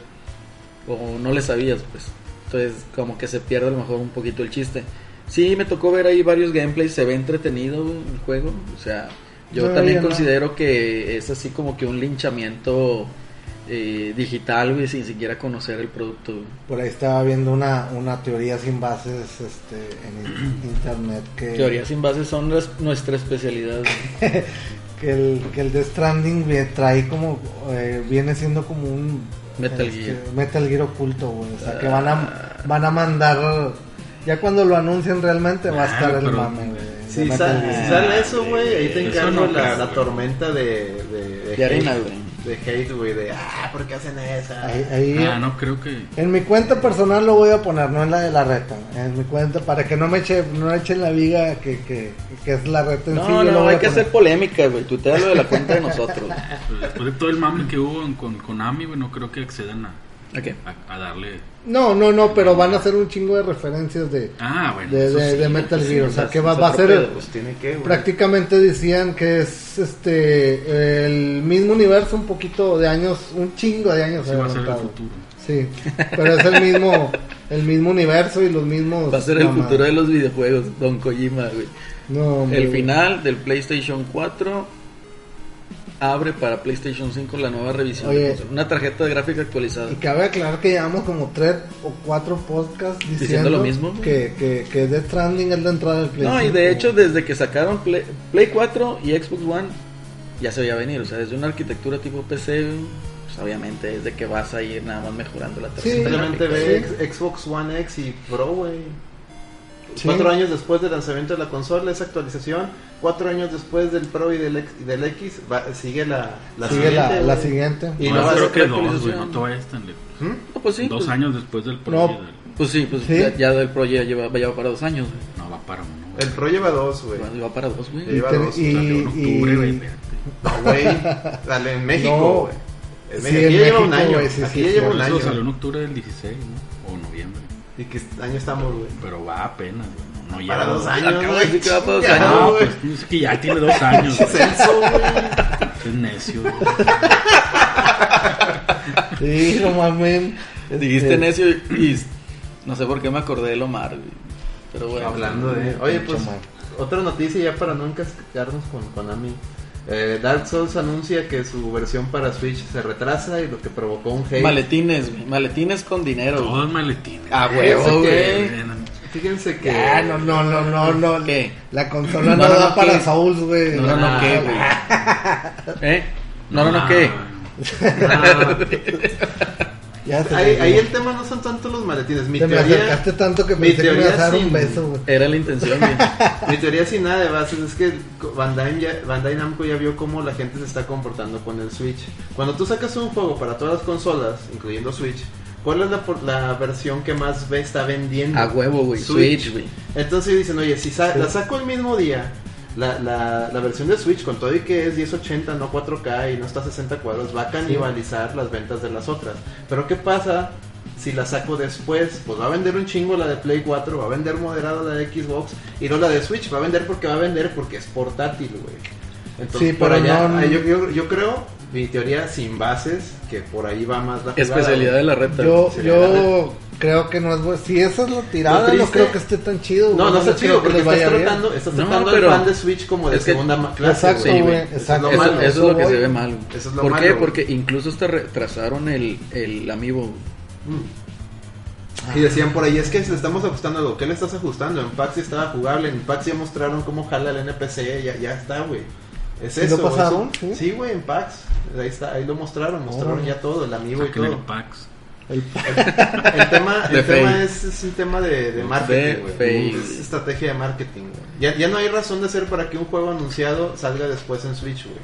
O no le sabías, pues. Entonces, como que se pierde a lo mejor un poquito el chiste. Sí, me tocó ver ahí varios gameplays, se ve entretenido güey, el juego. O sea, yo No, también ya no. considero que es así como que un linchamiento eh, digital, güey, sin siquiera conocer el producto. güey. Por ahí estaba viendo una, una teoría sin bases este, en in- internet que, Teorías sin bases son nues- nuestra especialidad. güey. que el que el de Stranding vie- trae como eh, viene siendo como un este, Metal Gear. Ah. Metal Gear oculto, güey. O sea que van a van a mandar ya cuando lo anuncien realmente Ah, va a estar Claro, el pero- mame, güey. de Si, Metal sal- Gear. si sale eso, güey, ahí te Eso encargo no la, creo, la güey. tormenta de, de, De arena, hate, güey. De hate, güey, de, ah, ¿por qué hacen esa? Ahí- ahí- Ah, no creo que. En mi cuenta personal lo voy a poner, no en la de la reta. En mi cuenta, para que no me eche, no echen la viga que, que, que es la reta en sí. No, yo lo no, voy hay a que poner. hacer polémica, güey. Tú te das lo de la cuenta de nosotros. güey. pues, Después de todo el mame que hubo en- con Konami, güey, no creo que accedan a, ¿A qué? a- a darle. No, no, no, pero van a hacer un chingo de referencias de, Ah, bueno. de, eso de- sí. de Metal Gear. O sea, que va, Es va a ser. otro pedo, güey. Pues tiene que, güey. Prácticamente decían que es este el mismo universo, un poquito de años, un chingo de años Sí, va a ser el adelantado. futuro. Sí, pero es el mismo, el mismo universo y los mismos. Va a ser el mamadas. futuro de los videojuegos, Don Kojima, güey. No, hombre, El güey. final del PlayStation 4 abre para PlayStation 5 la nueva revisión. Oye. de consola. Una tarjeta gráfica actualizada. Y cabe aclarar que llevamos como tres o cuatro podcasts diciendo, Diciendo lo mismo. Que, que, que Death Stranding es la entrada del Play. No, y 5. de hecho desde que sacaron Play, Play 4 y Xbox One ya se veía venir. O sea, desde una arquitectura tipo PC, pues obviamente es de que vas a ir nada más mejorando la Sí. tarjeta Simplemente gráfica. ve ex- Xbox One X y Pro, güey. Sí. Cuatro años después del lanzamiento de la consola, esa actualización. Cuatro años después del Pro y del X, y del X va- sigue la, la sigue la, siguiente, la güey. siguiente. Y no, no va a creo ser que dos, güey, actualización. no te vayas tan lejos. ¿Mm? No, pues sí. dos pues, años después del Pro. No. y del- Pues sí, pues Sí. Ya, ya el Pro ya lleva, ya va para dos años. No, va para uno. güey. El Pro lleva dos, güey. güey. Va para dos, güey. Sí. lleva te- dos, O sea, y- en octubre, y- güey, espérate. No, Ah, güey. Dale, en No. México, güey. En Sí, México. en Aquí ya lleva un México, año. güey, sí, Aquí sí, ya sí, lleva Por un eso salió año. en octubre del 16, ¿no? O noviembre. ¿Y qué año estamos, güey? Pero va apenas, güey. No, no Para lleva dos años, acabo de güey. decir que va para dos Chingado, No, güey. pues es que ya tiene dos años. güey. Censo, güey. Es necio. güey. Sí, no mames. Dijiste Este, necio y y no sé por qué me acordé del Omar, güey. Pero Pues, bueno. Hablando de. Oye, Pinche pues. madre. Otra noticia ya para nunca quedarnos con Konami. Eh, Dark Souls anuncia que su versión para Switch se retrasa y lo que provocó un hate. Maletines, güey. Maletines con dinero. güey. Todos maletines. Ah, güey. huevo, Eso güey. Bien, bien. Fíjense que. Ya, Ah, no, no, no, no, no. ¿Qué? La consola No, no, no, da no, para ¿qué? Souls, güey. No, no, no, Ah, ¿qué, güey? ¿Eh? No, no, no, ¿qué? Ah, Ya se ahí, me- ahí el tema no son tanto los maletines. Mi Te me teoría. acercaste tanto que mi pensé que me ibas teoría a dar un sin- beso, güey. Era la intención, güey. Mi teoría sin nada de bases es que Bandai, ya- Bandai Namco ya vio cómo la gente se está comportando con el Switch. Cuando tú sacas un juego para todas las consolas, incluyendo Switch, ¿cuál es la, por- la versión que más ve está vendiendo? A Ah, huevo, güey. Switch. Switch, güey. Entonces dicen, oye, si sa- la saco el mismo día, la, la- la versión de Switch con todo y que es 1080, no 4K y no está a 60 cuadros, va a canibalizar las ventas de las otras. Pero ¿qué pasa si la saco después? Pues va a vender un chingo la de Play 4, va a vender moderado la de Xbox y no la de Switch, va a vender porque va a vender porque es portátil, güey. Entonces Sí, por pero allá, no- ahí yo, yo- yo creo, mi teoría sin bases, que por ahí va más la jugada, Especialidad de güey. la reta. Yo, Sí, yo creo que no es bueno. Si esa es la Lo tirada, no triste- creo que esté tan chido. No, güey. no está creo chido que porque les estás vaya bien. tratando, estás No, tratando pero- al fan de Switch como de es que- segunda ma- clase, Exacto, güey. güey, Eso es exacto. lo Eso, malo. eso es lo que voy. se ve mal. güey. Eso es lo ¿Por malo, qué? güey. Porque incluso hasta retrasaron el, el amigo. güey. Mm. Y decían por ahí, es que si le estamos ajustando algo, ¿qué le estás ajustando? En Paxi estaba jugable, en Paxi ya mostraron cómo jala el NPC, ya, ya está, güey. Es ¿Y lo eso. güey, pasaron? eso- ¿Sí? Sí, güey, en Pax. Ahí, está, ahí lo mostraron, mostraron Oh. ya todo, el amigo y Sáquenle todo. el Pax. El tema, De el tema fe. es, es un tema de, de marketing, güey. fe. Es estrategia de marketing, güey. Ya, ya no hay razón de ser para que un juego anunciado salga después en Switch, güey.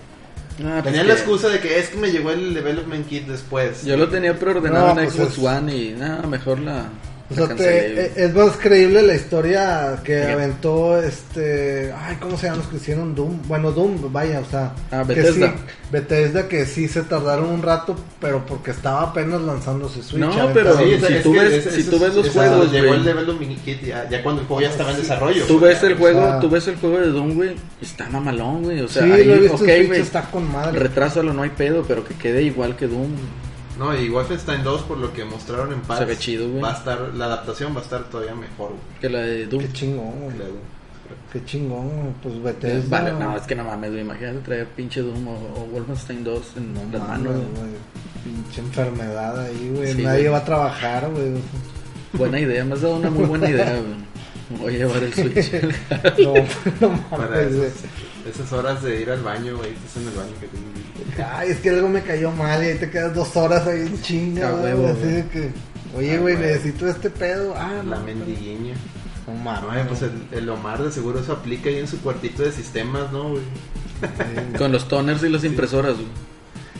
Ah, pues Tenían la que- excusa de que es que me llegó el development kit después. Yo lo tenía preordenado No, en pues Xbox es- One y nada, mejor la. O la sea, cancelé, te- güey. e- es más creíble la historia que Ya. aventó este. Ay, ¿cómo se llaman los que hicieron Doom? Bueno, Doom, vaya, o sea. Ah, que Bethesda. sí, Bethesda que sí se tardaron un rato, pero porque estaba apenas lanzando su Switch. No, aventaron- pero- Sí, si es- es tú que ves- es- si es- tú ves los es- juegos, llegó güey. el development kit ya, ya cuando el juego ya estaba en desarrollo. Tú güey. ves el eh, o juego, sea- tú ves el juego de Doom, güey, y está mamalón, güey. O sea, sí, ahí, lo he visto ok, en Switch, güey, está con madre. retrásalo, no hay pedo, pero que quede igual que Doom. No, y Wolfenstein 2 por lo que mostraron en PAX. Se ve chido, güey. Va a estar la adaptación va a estar todavía mejor, güey. Que la de Doom. Qué chingón, güey. Creo. Qué chingón, güey. pues Bethesda. Vale, no, es que no mames, güey. Imagínate traer pinche Doom o, o Wolfenstein 2 en No mames, las manos. güey. güey. pinche enfermedad ahí, güey. Sí, Nadie güey. va a trabajar, güey. o Buena idea, me has dado una muy buena idea, güey. Me Voy a llevar el Switch. sea, No, no Para mames, güey. esas, esas horas de ir al baño, güey, estás en el baño que tienes. Ay, es que algo me cayó mal y ahí te quedas dos horas ahí en A chinga, güey. huevo, así güey. de que, oye, A güey, huevo. necesito este pedo. Ah, La no, mendiguiña. No Ah, güey, mames. pues el, el Omar de seguro eso aplica ahí en su cuartito de sistemas, ¿no, güey? Sí. Con los toners y las impresoras, güey.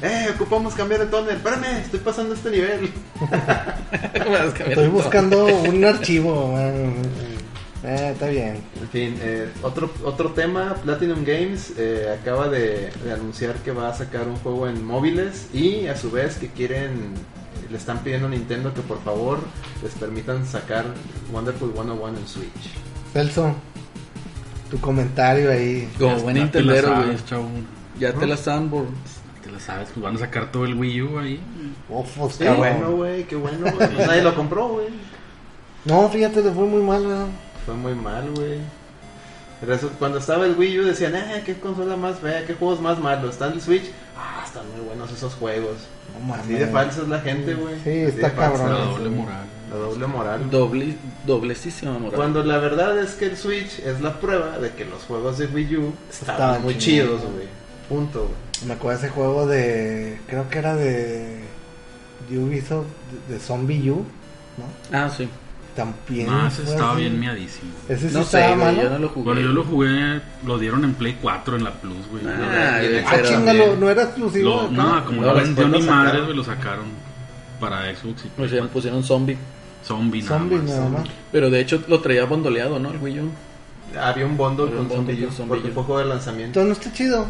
¡Eh! Ocupamos cambiar de tóner. Espérame, estoy pasando este nivel. Me vas a cambiar Estoy el toner. buscando un archivo, güey. Eh, está bien. En fin, eh, otro, otro tema, Platinum Games eh, acaba de, de anunciar que va a sacar un juego en móviles y a su vez que quieren, le están pidiendo a Nintendo que por favor les permitan sacar Wonderful 101 en Switch. Celso, tu comentario ahí. Como Ya- buen ya te la intendero, güey. sabes, chavo. Ya te la están por. Te la sabes, pues van a sacar todo el Wii U ahí. Ah, Ofos, Qué cabrón. bueno, güey, qué bueno, güey. Pues Nadie lo compró, güey. No, fíjate, le fue muy mal, güey. Fue muy mal, güey. Pero eso- Cuando estaba el Wii U decían, eh, qué consola más fea, qué juegos más malos. Están el Switch, ah, están muy buenos esos juegos. No mames. Así de falsa es la gente, güey. Sí, Así está de falsa La cabrón. es doble moral. La doble moral. Doble, doblecísima moral. Cuando la verdad es que el Switch es la prueba de que los juegos de Wii U estaban, Estaban muy chidos. chidos, güey. Punto, güey. Me acuerdo de ese juego de. Creo que era de. de Ubisoft, de, de Zombie U, ¿no? Ah, sí. También. No, Ah, ese fue estaba así. bien miadísimo. Ese sí No sé, estaba güey, malo. yo no lo jugué. Bueno, yo lo jugué, lo dieron en Play 4 en la Plus, güey. Ah, Lo- güey, Ah, pero- chingalo, no era exclusivo. lo- de acá? no, como No, no, después vendió lo ni sacaron. madres, güey, lo sacaron para Xbox y O Play sea, me 4. pusieron zombie. Zombie, nada Zombie más. nada más. Pero de hecho lo traía bondoleado, ¿no? El Wii U. Había un bundle Había un con bundle Zombie con U Zombie porque U. fue juego de lanzamiento. Entonces no está chido.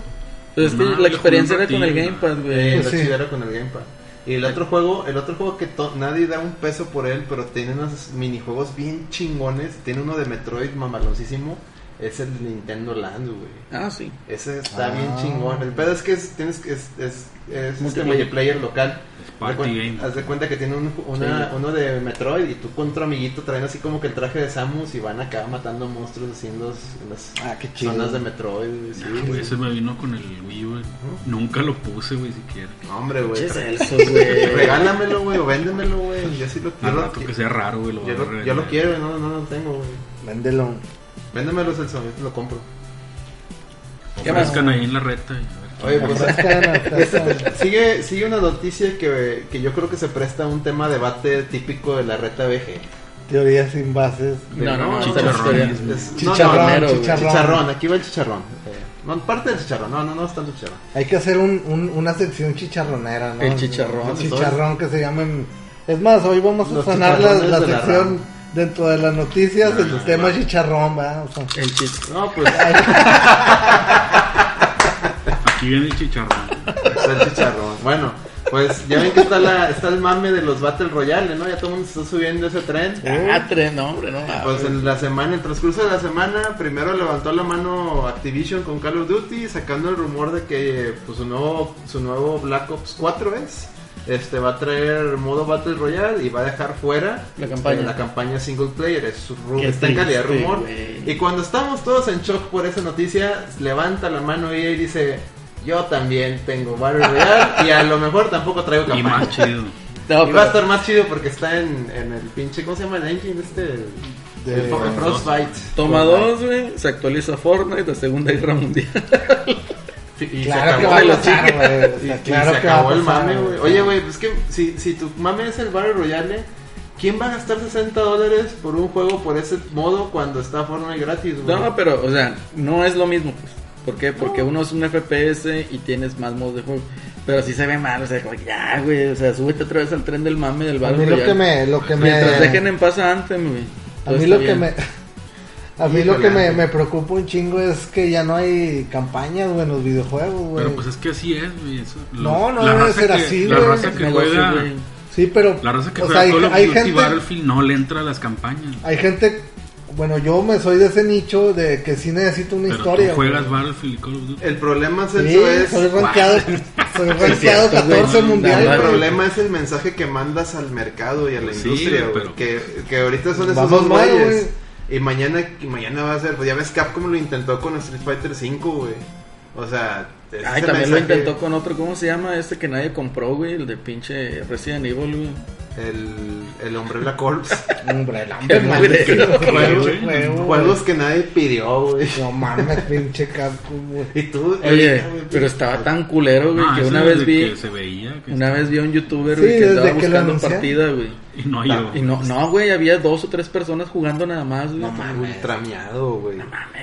Pues es que No, yo la jugué experiencia un era con el ratillo, Game Pass, Eh, güey. pues lo sí. chido era con el Gamepad. Y el otro juego, el otro juego que to- nadie da un peso por él, pero tiene unos minijuegos bien chingones. Tiene uno de Metroid mamaloncísimo. Es el Nintendo Land, güey. Ah, sí. Ese está Ah. bien chingón. El pedo es que es, tienes que es, es, es este Multiplayer. multiplayer local. Haz Es de Party cuen- game. Haz de cuenta que tiene un- una- Sí. uno de Metroid y tú con tu amiguito traen así como que el traje de Samus y van acá matando monstruos así en, los- en las Ah, qué chido. zonas de Metroid. güey, sí, Ah, güey, ese me vino con el Wii, güey. Nunca lo puse, güey, siquiera. No, Hombre, güey. Che, trae- Celso, güey. Regálamelo, güey, o véndemelo, güey. Yo sí lo Al quiero. rato que sea raro, güey, lo voy Yo a lo, yo regalar. lo quiero, no, no lo tengo, güey. Véndelo. Véndemelo, Celso, yo te lo compro. ¿Qué más? Ofrezcan ahí en la reta. y a ver. Oye, pues Ofrezcan, ofrezcan. sigue, sigue una noticia que, que yo creo que se presta a un tema debate típico de la reta BG. Teorías sin bases. De- No, no, no, esta chicharrón. historia. Es- es- no, Chicharrón, no, no, güey. chicharrón. Chicharrón, aquí va el chicharrón. No, parte del chicharrón, no, no, no es tanto chicharrón. Hay que hacer un, un- una sección chicharronera, ¿no? El chicharrón. Un chicharrón que se llamen. Es más, hoy vamos a Los sanar la, chicharrones la de la sección rama. dentro de las noticias, No, el no, no, tema no. chicharrón, ¿verdad? O sea, El chiste. No, pues Aquí viene el chicharrón. está el chicharrón. Bueno, pues ya ven que está, la, está el mame de los Battle Royale, ¿no? Ya todo el mundo se está subiendo ese tren. Ah, tres, no, hombre, no. Pues en la semana, en el transcurso de la semana, primero levantó la mano Activision con Call of Duty, sacando el rumor de que pues, su, nuevo, su nuevo Black Ops 4 es. Este va a traer modo Battle Royale y va a dejar fuera eh, La campaña. la campaña single player. Es un ru- Qué está en calidad de triste, rumor. güey. Y cuando estamos todos en shock por esa noticia, levanta la mano EA y dice: Yo también tengo Battle Royale y a lo mejor tampoco traigo Y campaña. más chido. No, Y va a pero- estar más chido porque está en, en el pinche, ¿cómo se llama el engine este? De- el, Fro- el Frostbite. Toma dos, güey. Se actualiza Fortnite la Segunda Guerra Mundial. Y se Claro que acabó va a la pasar, chica. güey. O Y- sea, y claro se que va a acabó el pasar, mame, güey. Oye, güey, pues que si, si tu mame es el Battle Royale, ¿quién va a gastar 60 dólares por un juego por ese modo cuando está Fortnite gratis, güey? No, pero, o sea, no es lo mismo, pues. ¿Por qué? Porque uno es un FPS y tienes más modos de juego. Pero sí se ve mal, o sea, como que ya, güey. O sea, súbete otra vez al tren del mame del A barrio. mí lo que me. Lo que me pues, Mientras dejen en paz a Anthem, güey. A Todo mí está lo que bien. me a mí Híjole, lo que me, Ángel. me preocupa un chingo es que ya no hay campañas güey, en los videojuegos, güey. Pero pues es que así es, güey. eso- No, no la debe raza ser que- así, La güey. raza Es que negocio, juega. güey. sí, pero La raza que o juega sea, hay, Call of hay Duty gente Battlefield no le entra a las campañas. hay gente bueno, yo me soy de ese nicho de que sí necesito una Pero historia. tú güey. juegas Battlefield y Call of Duty. El problema, Celso, Sí, es... soy rankeado, soy rankeado cierto, güey. 14 mundial. No, El güey. problema es el mensaje que mandas al mercado y a la Sí, industria, güey. pero- Que, que ahorita son esos Vamos dos mal, güeyes. Y mañana, y mañana va a ser, pues ya ves Capcom lo intentó con Street Fighter 5, güey. O sea, ese es Ay, el también lo mensaje- intentó con otro. ¿Cómo se llama este que nadie compró, güey? El de pinche Resident Evil, güey. el, el Umbrella Corps. Hombre, la El Umbrella Corps, Juegos- güey. Juegos que nadie pidió, güey. No mames, pinche Capcom, güey. Y tú, Oye, ahorita, güey, pues, pero estaba tan culero, güey, No, que eso una desde vez vi. que se veía que- Una vez vi a un youtuber, Sí, güey, que desde estaba que lo buscando anunciaron. partida, güey. y no yo. Ah, Y no, no, güey, había dos o tres personas jugando nada más, güey. No mames, ultrameado, güey.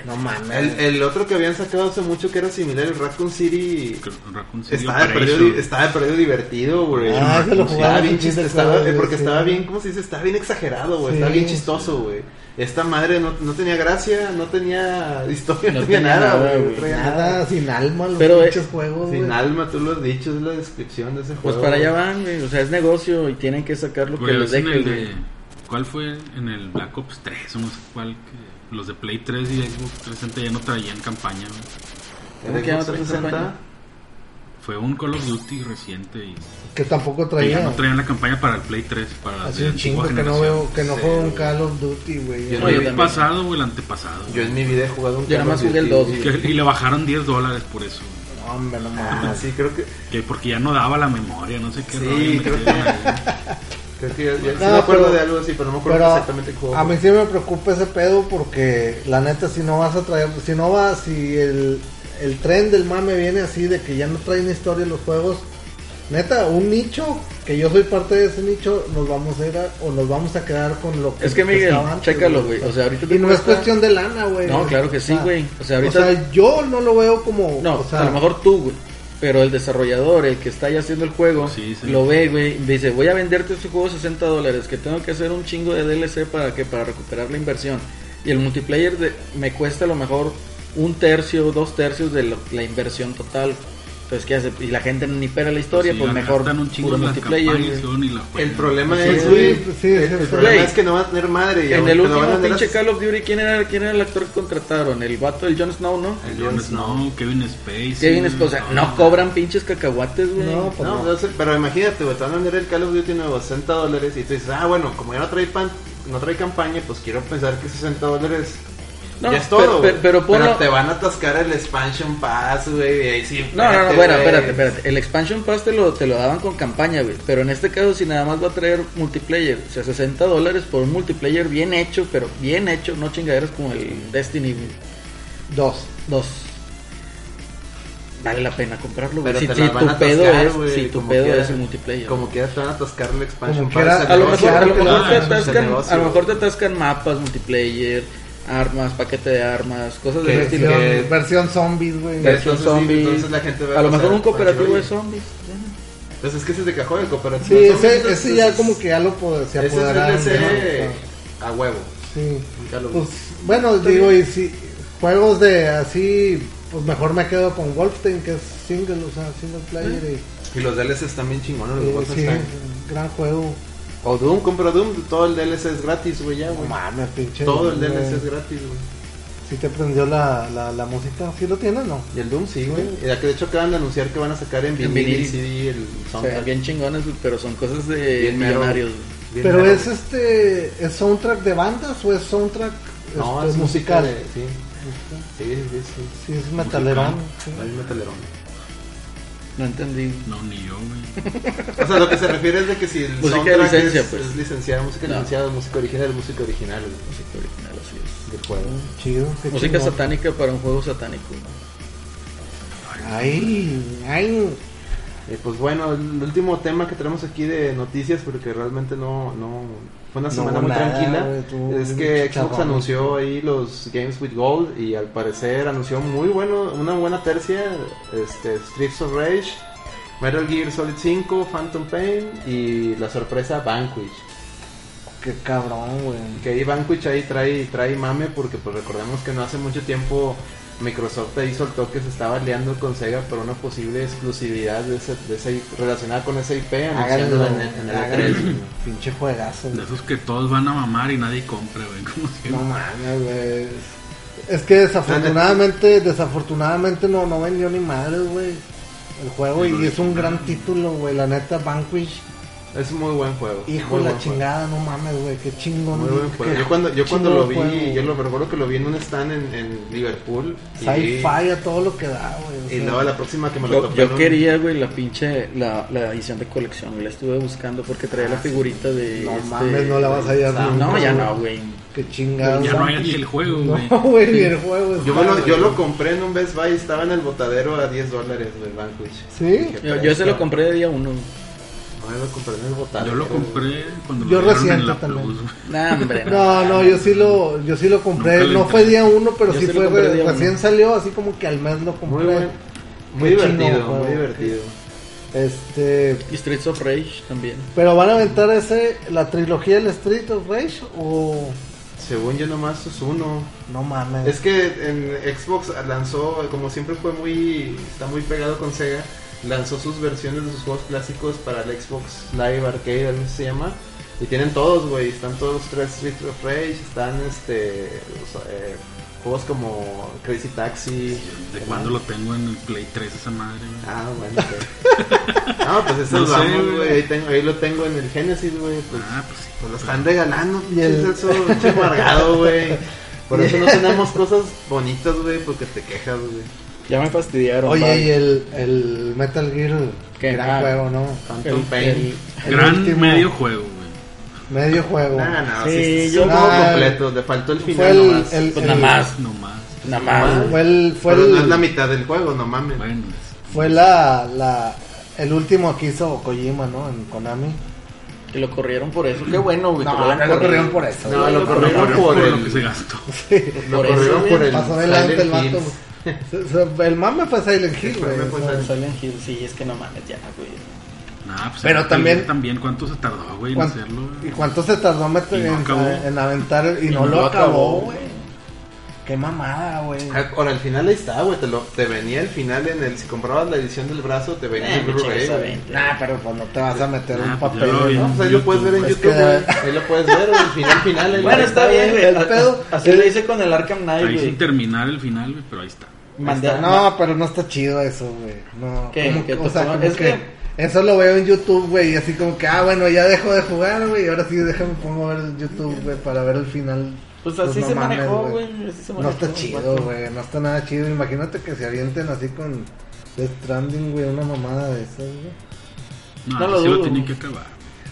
No mames. El, el otro que habían sacado hace mucho que era similar, el Raccoon City. Raccoon City Estaba de, perdido, Operation. di- estaba de perdido divertido, güey. Ah, se lo jugaba Estaba bien pinche chiste, de estaba- juego, eh, porque sí. estaba bien, ¿cómo se dice? Estaba bien exagerado, güey. Sí. estaba bien chistoso, güey. Esta madre no, no tenía gracia, no tenía historia, no, No tenía tenía nada, nada, güey. güey. no traía Nada, sin alma, los Pero, pinches eh, juegos, güey. Sin alma, tú lo has dicho, es la descripción de ese Pues juego. para allá van, güey. O sea, es negocio y tienen que sacar lo que Porque les ves en dejen, el güey. de- ¿Cuál fue en el Black Ops 3? o No sé cuál. que- Los de Play 3 y Xbox 360 ya no traían campaña. güey. En ¿Cómo que Xbox ya no te 360, Fue un Call of Duty reciente y Que tampoco que traía. ya no traían la campaña para el Play 3. Para Hace la un chingo antigua que no generación. veo, que no Sí, juego un güey. Call of Duty, güey. Yo No, Yo el también. pasado o el antepasado. Yo en mi vida he jugado un Yo nada Call of más jugué el Duty. Que- y le bajaron 10 dólares por eso. No, hombre, no Ah, mames. sí, creo que. Que porque ya no daba la memoria, no sé qué. Sí, rollo creo metieron que- ahí. Creo que ya- ya- sí No, me acuerdo pero- de algo así, pero no me acuerdo Pero exactamente cómo. a mí sí me preocupa ese pedo porque la neta si no vas a traer, si no va, si el, el tren del mame viene así de que ya no traen historia los juegos, neta, un nicho, que yo soy parte de ese nicho, nos vamos a ir a- o nos vamos a quedar con lo que Es que, Miguel, estaba antes, chécalo, güey. O sea, ahorita te Y no es cuesta- cuestión de lana, güey. No, claro que sí, O sea, güey. O sea, ahorita- o sea, yo no lo veo como... No, pues, o sea, a lo mejor tú, güey. Pero el desarrollador, el que está ahí haciendo el juego, Sí, sí. lo ve, güey, y dice, voy a venderte este juego 60 dólares, que tengo que hacer un chingo de DLC para que para recuperar la inversión. Y el multiplayer de- me cuesta a lo mejor un tercio, dos tercios de lo- la inversión total. Entonces, ¿qué hace? Y la gente ni pela la historia, Sí, pues la mejor gastan un chingo puro en las multiplayer. campañas, güey. luego ni la El juegan. problema Sí, es, sí, güey. eh, sí, sí, el, el sí. problema Güey. es que no va a tener madre. y En ahorita el lo van a último tener pinche así. Call of Duty, ¿quién era, ¿quién era el actor que contrataron? El vato del Jon Snow, ¿no? El Jon Jon Snow, Kevin Spacey. Kevin Spacey. O sea, no cobran pinches cacahuates, güey. No, pues No, no. no sé, pero imagínate, güey, te van a vender el Call of Duty nuevo, 60 dólares, y tú dices, ah, bueno, como ya no trae, pan, no trae campaña, pues quiero pensar que 60 dólares No, ya es todo, pero- güey. pero- pero ponlo- te van a atascar el Expansion Pass, güey, y ahí sí. No, no, no, espérate, bueno, güey. espérate, espérate. El expansion pass te lo, te lo daban con campaña, güey. Pero en este caso, si nada más va a traer multiplayer, o sea, 60 dólares por un multiplayer bien hecho, pero bien hecho, no chingaderas como el Destiny Dos. 2. Vale la pena comprarlo, güey. Pero Si, te si la tu van a pedo atascar, es, güey, si tu como pedo quiera. es el multiplayer. Como que te van a atascar el Expansion Como quiera, Pass. el a lo negocio, mejor, a lo güey, mejor te claro, "Ah, es el atascan, negocio. a lo mejor te atascan mapas, multiplayer, armas, paquete de armas, cosas de Que- ese estilo. Versión, que- versión zombies, güey. Que- Versión entonces sí, zombies. entonces la gente va a a lo pasar mejor un cooperativo mayoría. de zombies. Entonces Pues es que ese es de cajón el cooperativo. Sí, Entonces, ese, ese entonces, ya como que ya lo pod- se Ese es apoderaron. DLC ¿no? E Ah, a huevo. Sí. Ya lo- Pues, bueno, Está digo, bien. y si juegos de así, pues mejor me quedo con Wolfenstein, que es single, o sea, single player. Y los DLCs también chingones, Y, los y sí, Wolfenstein. gran juego. O Doom, compra Doom, todo el DLC es gratis, güey, ya, No güey. mames, pinche. Todo el güey. DLC es gratis, güey. Sí te prendió la, la, la música, ¿sí lo tienes no? Y el Doom sí, güey. Y ya que de hecho acaban de anunciar que van a sacar en En vinil y vinil. CD el O sea, soundtrack. bien chingones, güey, pero son cosas de Bien mero. millonarios. güey. Bien Pero mero. es este, ¿es soundtrack de bandas o es soundtrack No, este, es musical. musical? Sí. Sí, sí, sí. Sí, es metalerón. sí. Está bien metalerón. No entendí. No, ni yo, güey. O sea, lo que se refiere es de que si el Música de soundtrack licencia, es, pues. es licenciada, música No. licenciada, música original, música original güey, Música original, así es. del juego. Chido. qué Música chingón. satánica para un juego satánico. ¿no? Ay, ay. Eh, pues bueno, el último tema que tenemos aquí de noticias, porque realmente no, no fue una No semana hubo muy nada, tranquila, güey, estuvo es muy que Xbox chicharrón. anunció ahí los Games with Gold y al parecer anunció muy bueno, una buena tercia, este, Streets of Rage, Metal Gear Solid 5, Phantom Pain y la sorpresa Vanquish. Qué cabrón, güey. Que ahí Vanquish ahí trae, trae mame porque pues recordemos que no hace mucho tiempo Microsoft ahí soltó que se estaba liando con Sega por una posible exclusividad de ese, de ese- relacionada con ese IP anunciándola en, el- E en el háganlo, E3. Pinche juegazo. De güey. esos que todos van a mamar y nadie compra, güey. Como No siempre. mames, güey. Es que desafortunadamente, desafortunadamente no, no vendió ni madre, güey. El juego y es un gran título, güey. La neta, Vanquish Es muy buen juego. Hijo muy de buen la juego. chingada, no mames, güey, qué chingón. Muy buen qué juego. Yo cuando, yo cuando lo vi, chingón juego, yo lo güey. recuerdo que lo vi en un stand en, en Liverpool. y- Sci-fi a todo lo que da, güey. o Y sea, luego la próxima que me lo Yo, topé. yo en un- quería, güey, la pinche, la, la edición de colección, güey, la estuve buscando porque traía Ah, la figurita de... No este- mames, no la vas a hallar No, nunca, ya güey. no, güey. Qué chingada. Ya no hay aquí el juego, güey. No, güey, ni el juego. Yo, está, me lo, yo güey. lo compré en un Best Buy, estaba en el botadero a 10 dólares del Vanquish. ¿Sí? Yo, yo se lo compré de día uno. No, yo lo compré en el botadero. Yo lo compré cuando Yo lo dieron reciente en la también. Plus, güey. Nah, hombre. No, no, yo sí lo, yo sí lo compré. Nunca le No entré. fue día uno, pero Yo sí sí lo fue compré re- día uno. recién salió, así como que al mes lo Muy compré. bueno. Muy Qué chingón divertido, juego. muy divertido. Este, Y Streets of Rage también. pero van a aventar ese, la trilogía del Street of Rage o Según yo nomás es uno. no mames. Es que en Xbox lanzó, como siempre fue muy, está muy pegado con Sega, lanzó sus versiones de sus juegos clásicos para el Xbox Live Arcade, algo así se llama. Y tienen todos, güey, están todos los tres Street of Rage, están este, los, eh, juegos como Crazy Taxi. ¿De ¿verdad? cuándo lo tengo en el Play 3 esa madre, güey? Ah, bueno. ok. no, pues eso No lo sé, vamos, güey. güey, ahí, tengo- ahí lo tengo en el Genesis, güey. Pues, Ah, pues sí. pues lo están regalando, Y el- pinche eso, pinche amargado, güey. Por eso no tenemos cosas bonitas, güey, porque te quejas, güey. Ya me fastidiaron. Oye, bye. y el, el Metal Gear, ¿Qué? gran Ah. juego, ¿no? Tanto El- pain. El Gran último. medio juego, güey. Medio juego. Nah, no, Sí, sí, sí, es yo- un juego Ah, completo, le faltó el fue final el, nomás. el- Pues el- nada más, No más. nada más. Fue el, fue Pero el- no es la mitad del juego, no mames. Bueno, es- fue la, la, el último que hizo Kojima, ¿no? En Konami. Que lo corrieron por eso. Qué bueno, güey. No, que lo hayan no lo corrieron por eso. No, Sí, lo lo corrieron por por lo que se el... gastó. Lo Por eso, corrieron güey, por el... Pasó adelante el Silent vato. Hills. Se- se- El mame fue Silent Hill, güey. mame fue o sea, Silent Silent Hill, sí, es que no mames, ya, güey. Nah, pues, Pero el- también- también cuánto se tardó, güey, en ¿cuán- hacerlo. ¿Y güey? cuánto se tardó en, Y en- no acabó. en aventar? el- Y, no, lo acabó, güey. Qué mamada, güey. Ah, Ahora, al final ahí está, güey, te, lo- te venía el final en el... Si comprabas la edición del brazo, te venía Eh, el me Blu-ray, chingas a güey. 20. Nah, pero pues no te vas a meter Ah, un pues ya lo papel, vi. No, ¿no? pues ahí lo puedes ver en Es YouTube, que- güey. Ahí lo puedes ver, güey, el final, final. ahí Bueno, lo- está bien, güey. El A- pedo- Así lo hice con el Arkham Knight, Ahí sin güey. terminar el final, güey, pero ahí está. Mandé a- No, pero no está chido eso, güey. No. ¿Qué? como ¿Qué que- o sea, tocó? como Es que que- eso lo veo en YouTube, güey. Y así como que, ah, bueno, ya dejo de jugar, güey. y Ahora sí, déjame pongo a ver el YouTube, güey, para ver el final. Pues así no se mames, manejó, güey. así se No manejó, está chido, güey. No está nada chido. Imagínate que se avienten así con Death Stranding, güey. Una mamada de esas, güey. No, No lo así lo dudo. tienen que acabar.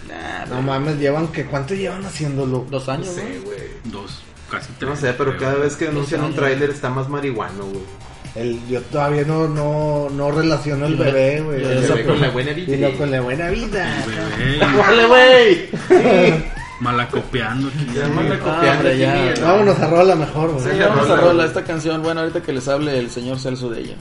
Nah, No güey, mames, llevan que cuánto llevan haciéndolo. Dos No años, sé, güey. güey. Dos, casi tres. No sé, pero creo. cada vez que anuncian un años. tráiler está más marihuano, güey. El, yo todavía no, no, no relaciono el Yo- bebé, güey. yo El El Esa bebé bebé con la buena vida. Y lo con la buena vida. Bebé, ¡Órale, güey! malacopeando aquí. Ya güey. Ah, manda hombre, copiando. ya. aquí, Vámonos a rola mejor, güey. Sí, Ya Vamos a rola, rola güey. esta canción. Bueno, ahorita que les hable el señor Celso de ella.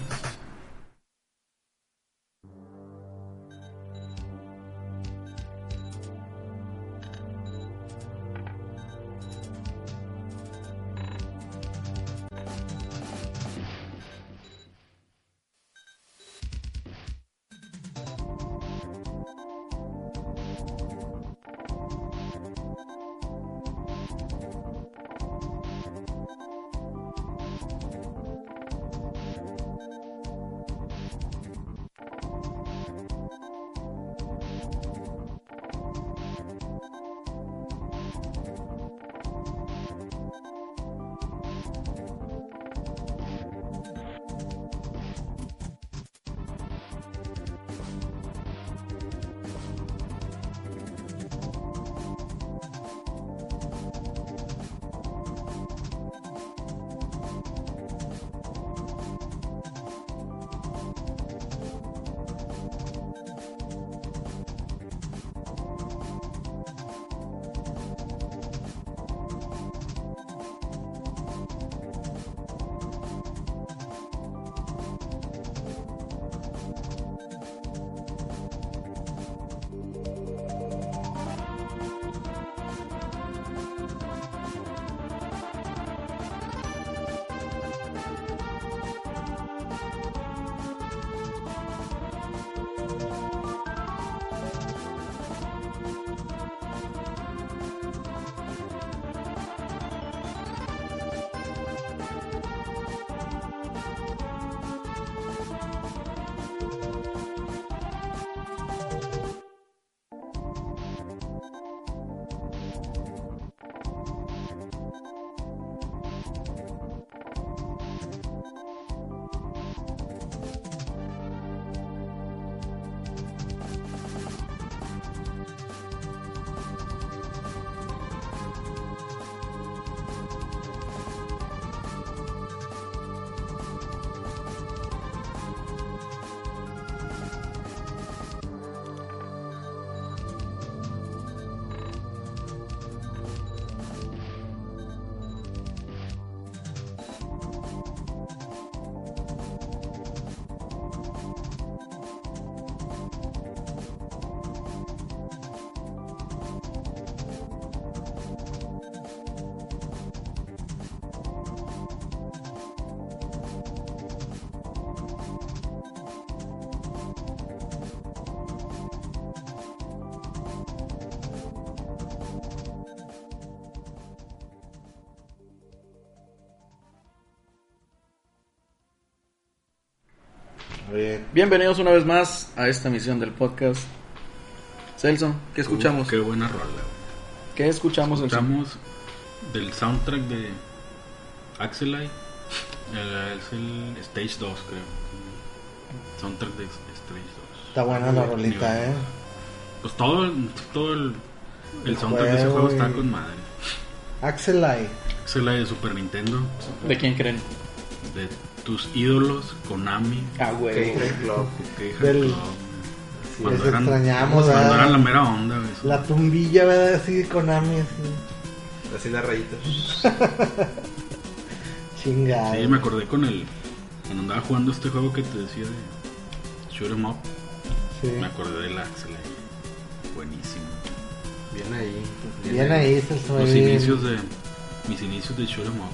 Bien. Bienvenidos una vez más a esta misión del podcast. Celso, ¿qué escuchamos? Uh, qué buena rola. güey. ¿Qué escuchamos, Celso? Escuchamos del soundtrack de Axelite. El- Es el Stage 2, creo. Soundtrack de Stage 2. Está buena la rolita, eh. Pues todo, el- todo el, el El soundtrack de ese juego juego está y- con madre. Axel Light. Axelite de Super Nintendo. ¿De quién creen? De tus ídolos, Konami. Ah, güey. K-Tech Club. que Del- les Cuando eran, extrañamos, cuando ¿verdad? era la mera onda. güey. La tumbilla, ¿verdad? Así, Konami, así. Así las rayitas. Chingada. Sí, me acordé con el. Cuando andaba jugando este juego que te decía de Shoot 'em Up, Sí. me acordé del Axel. Buenísimo. Bien ahí. Bien ahí, Celso. Los bien. inicios de. Mis inicios de Shoot 'em Up.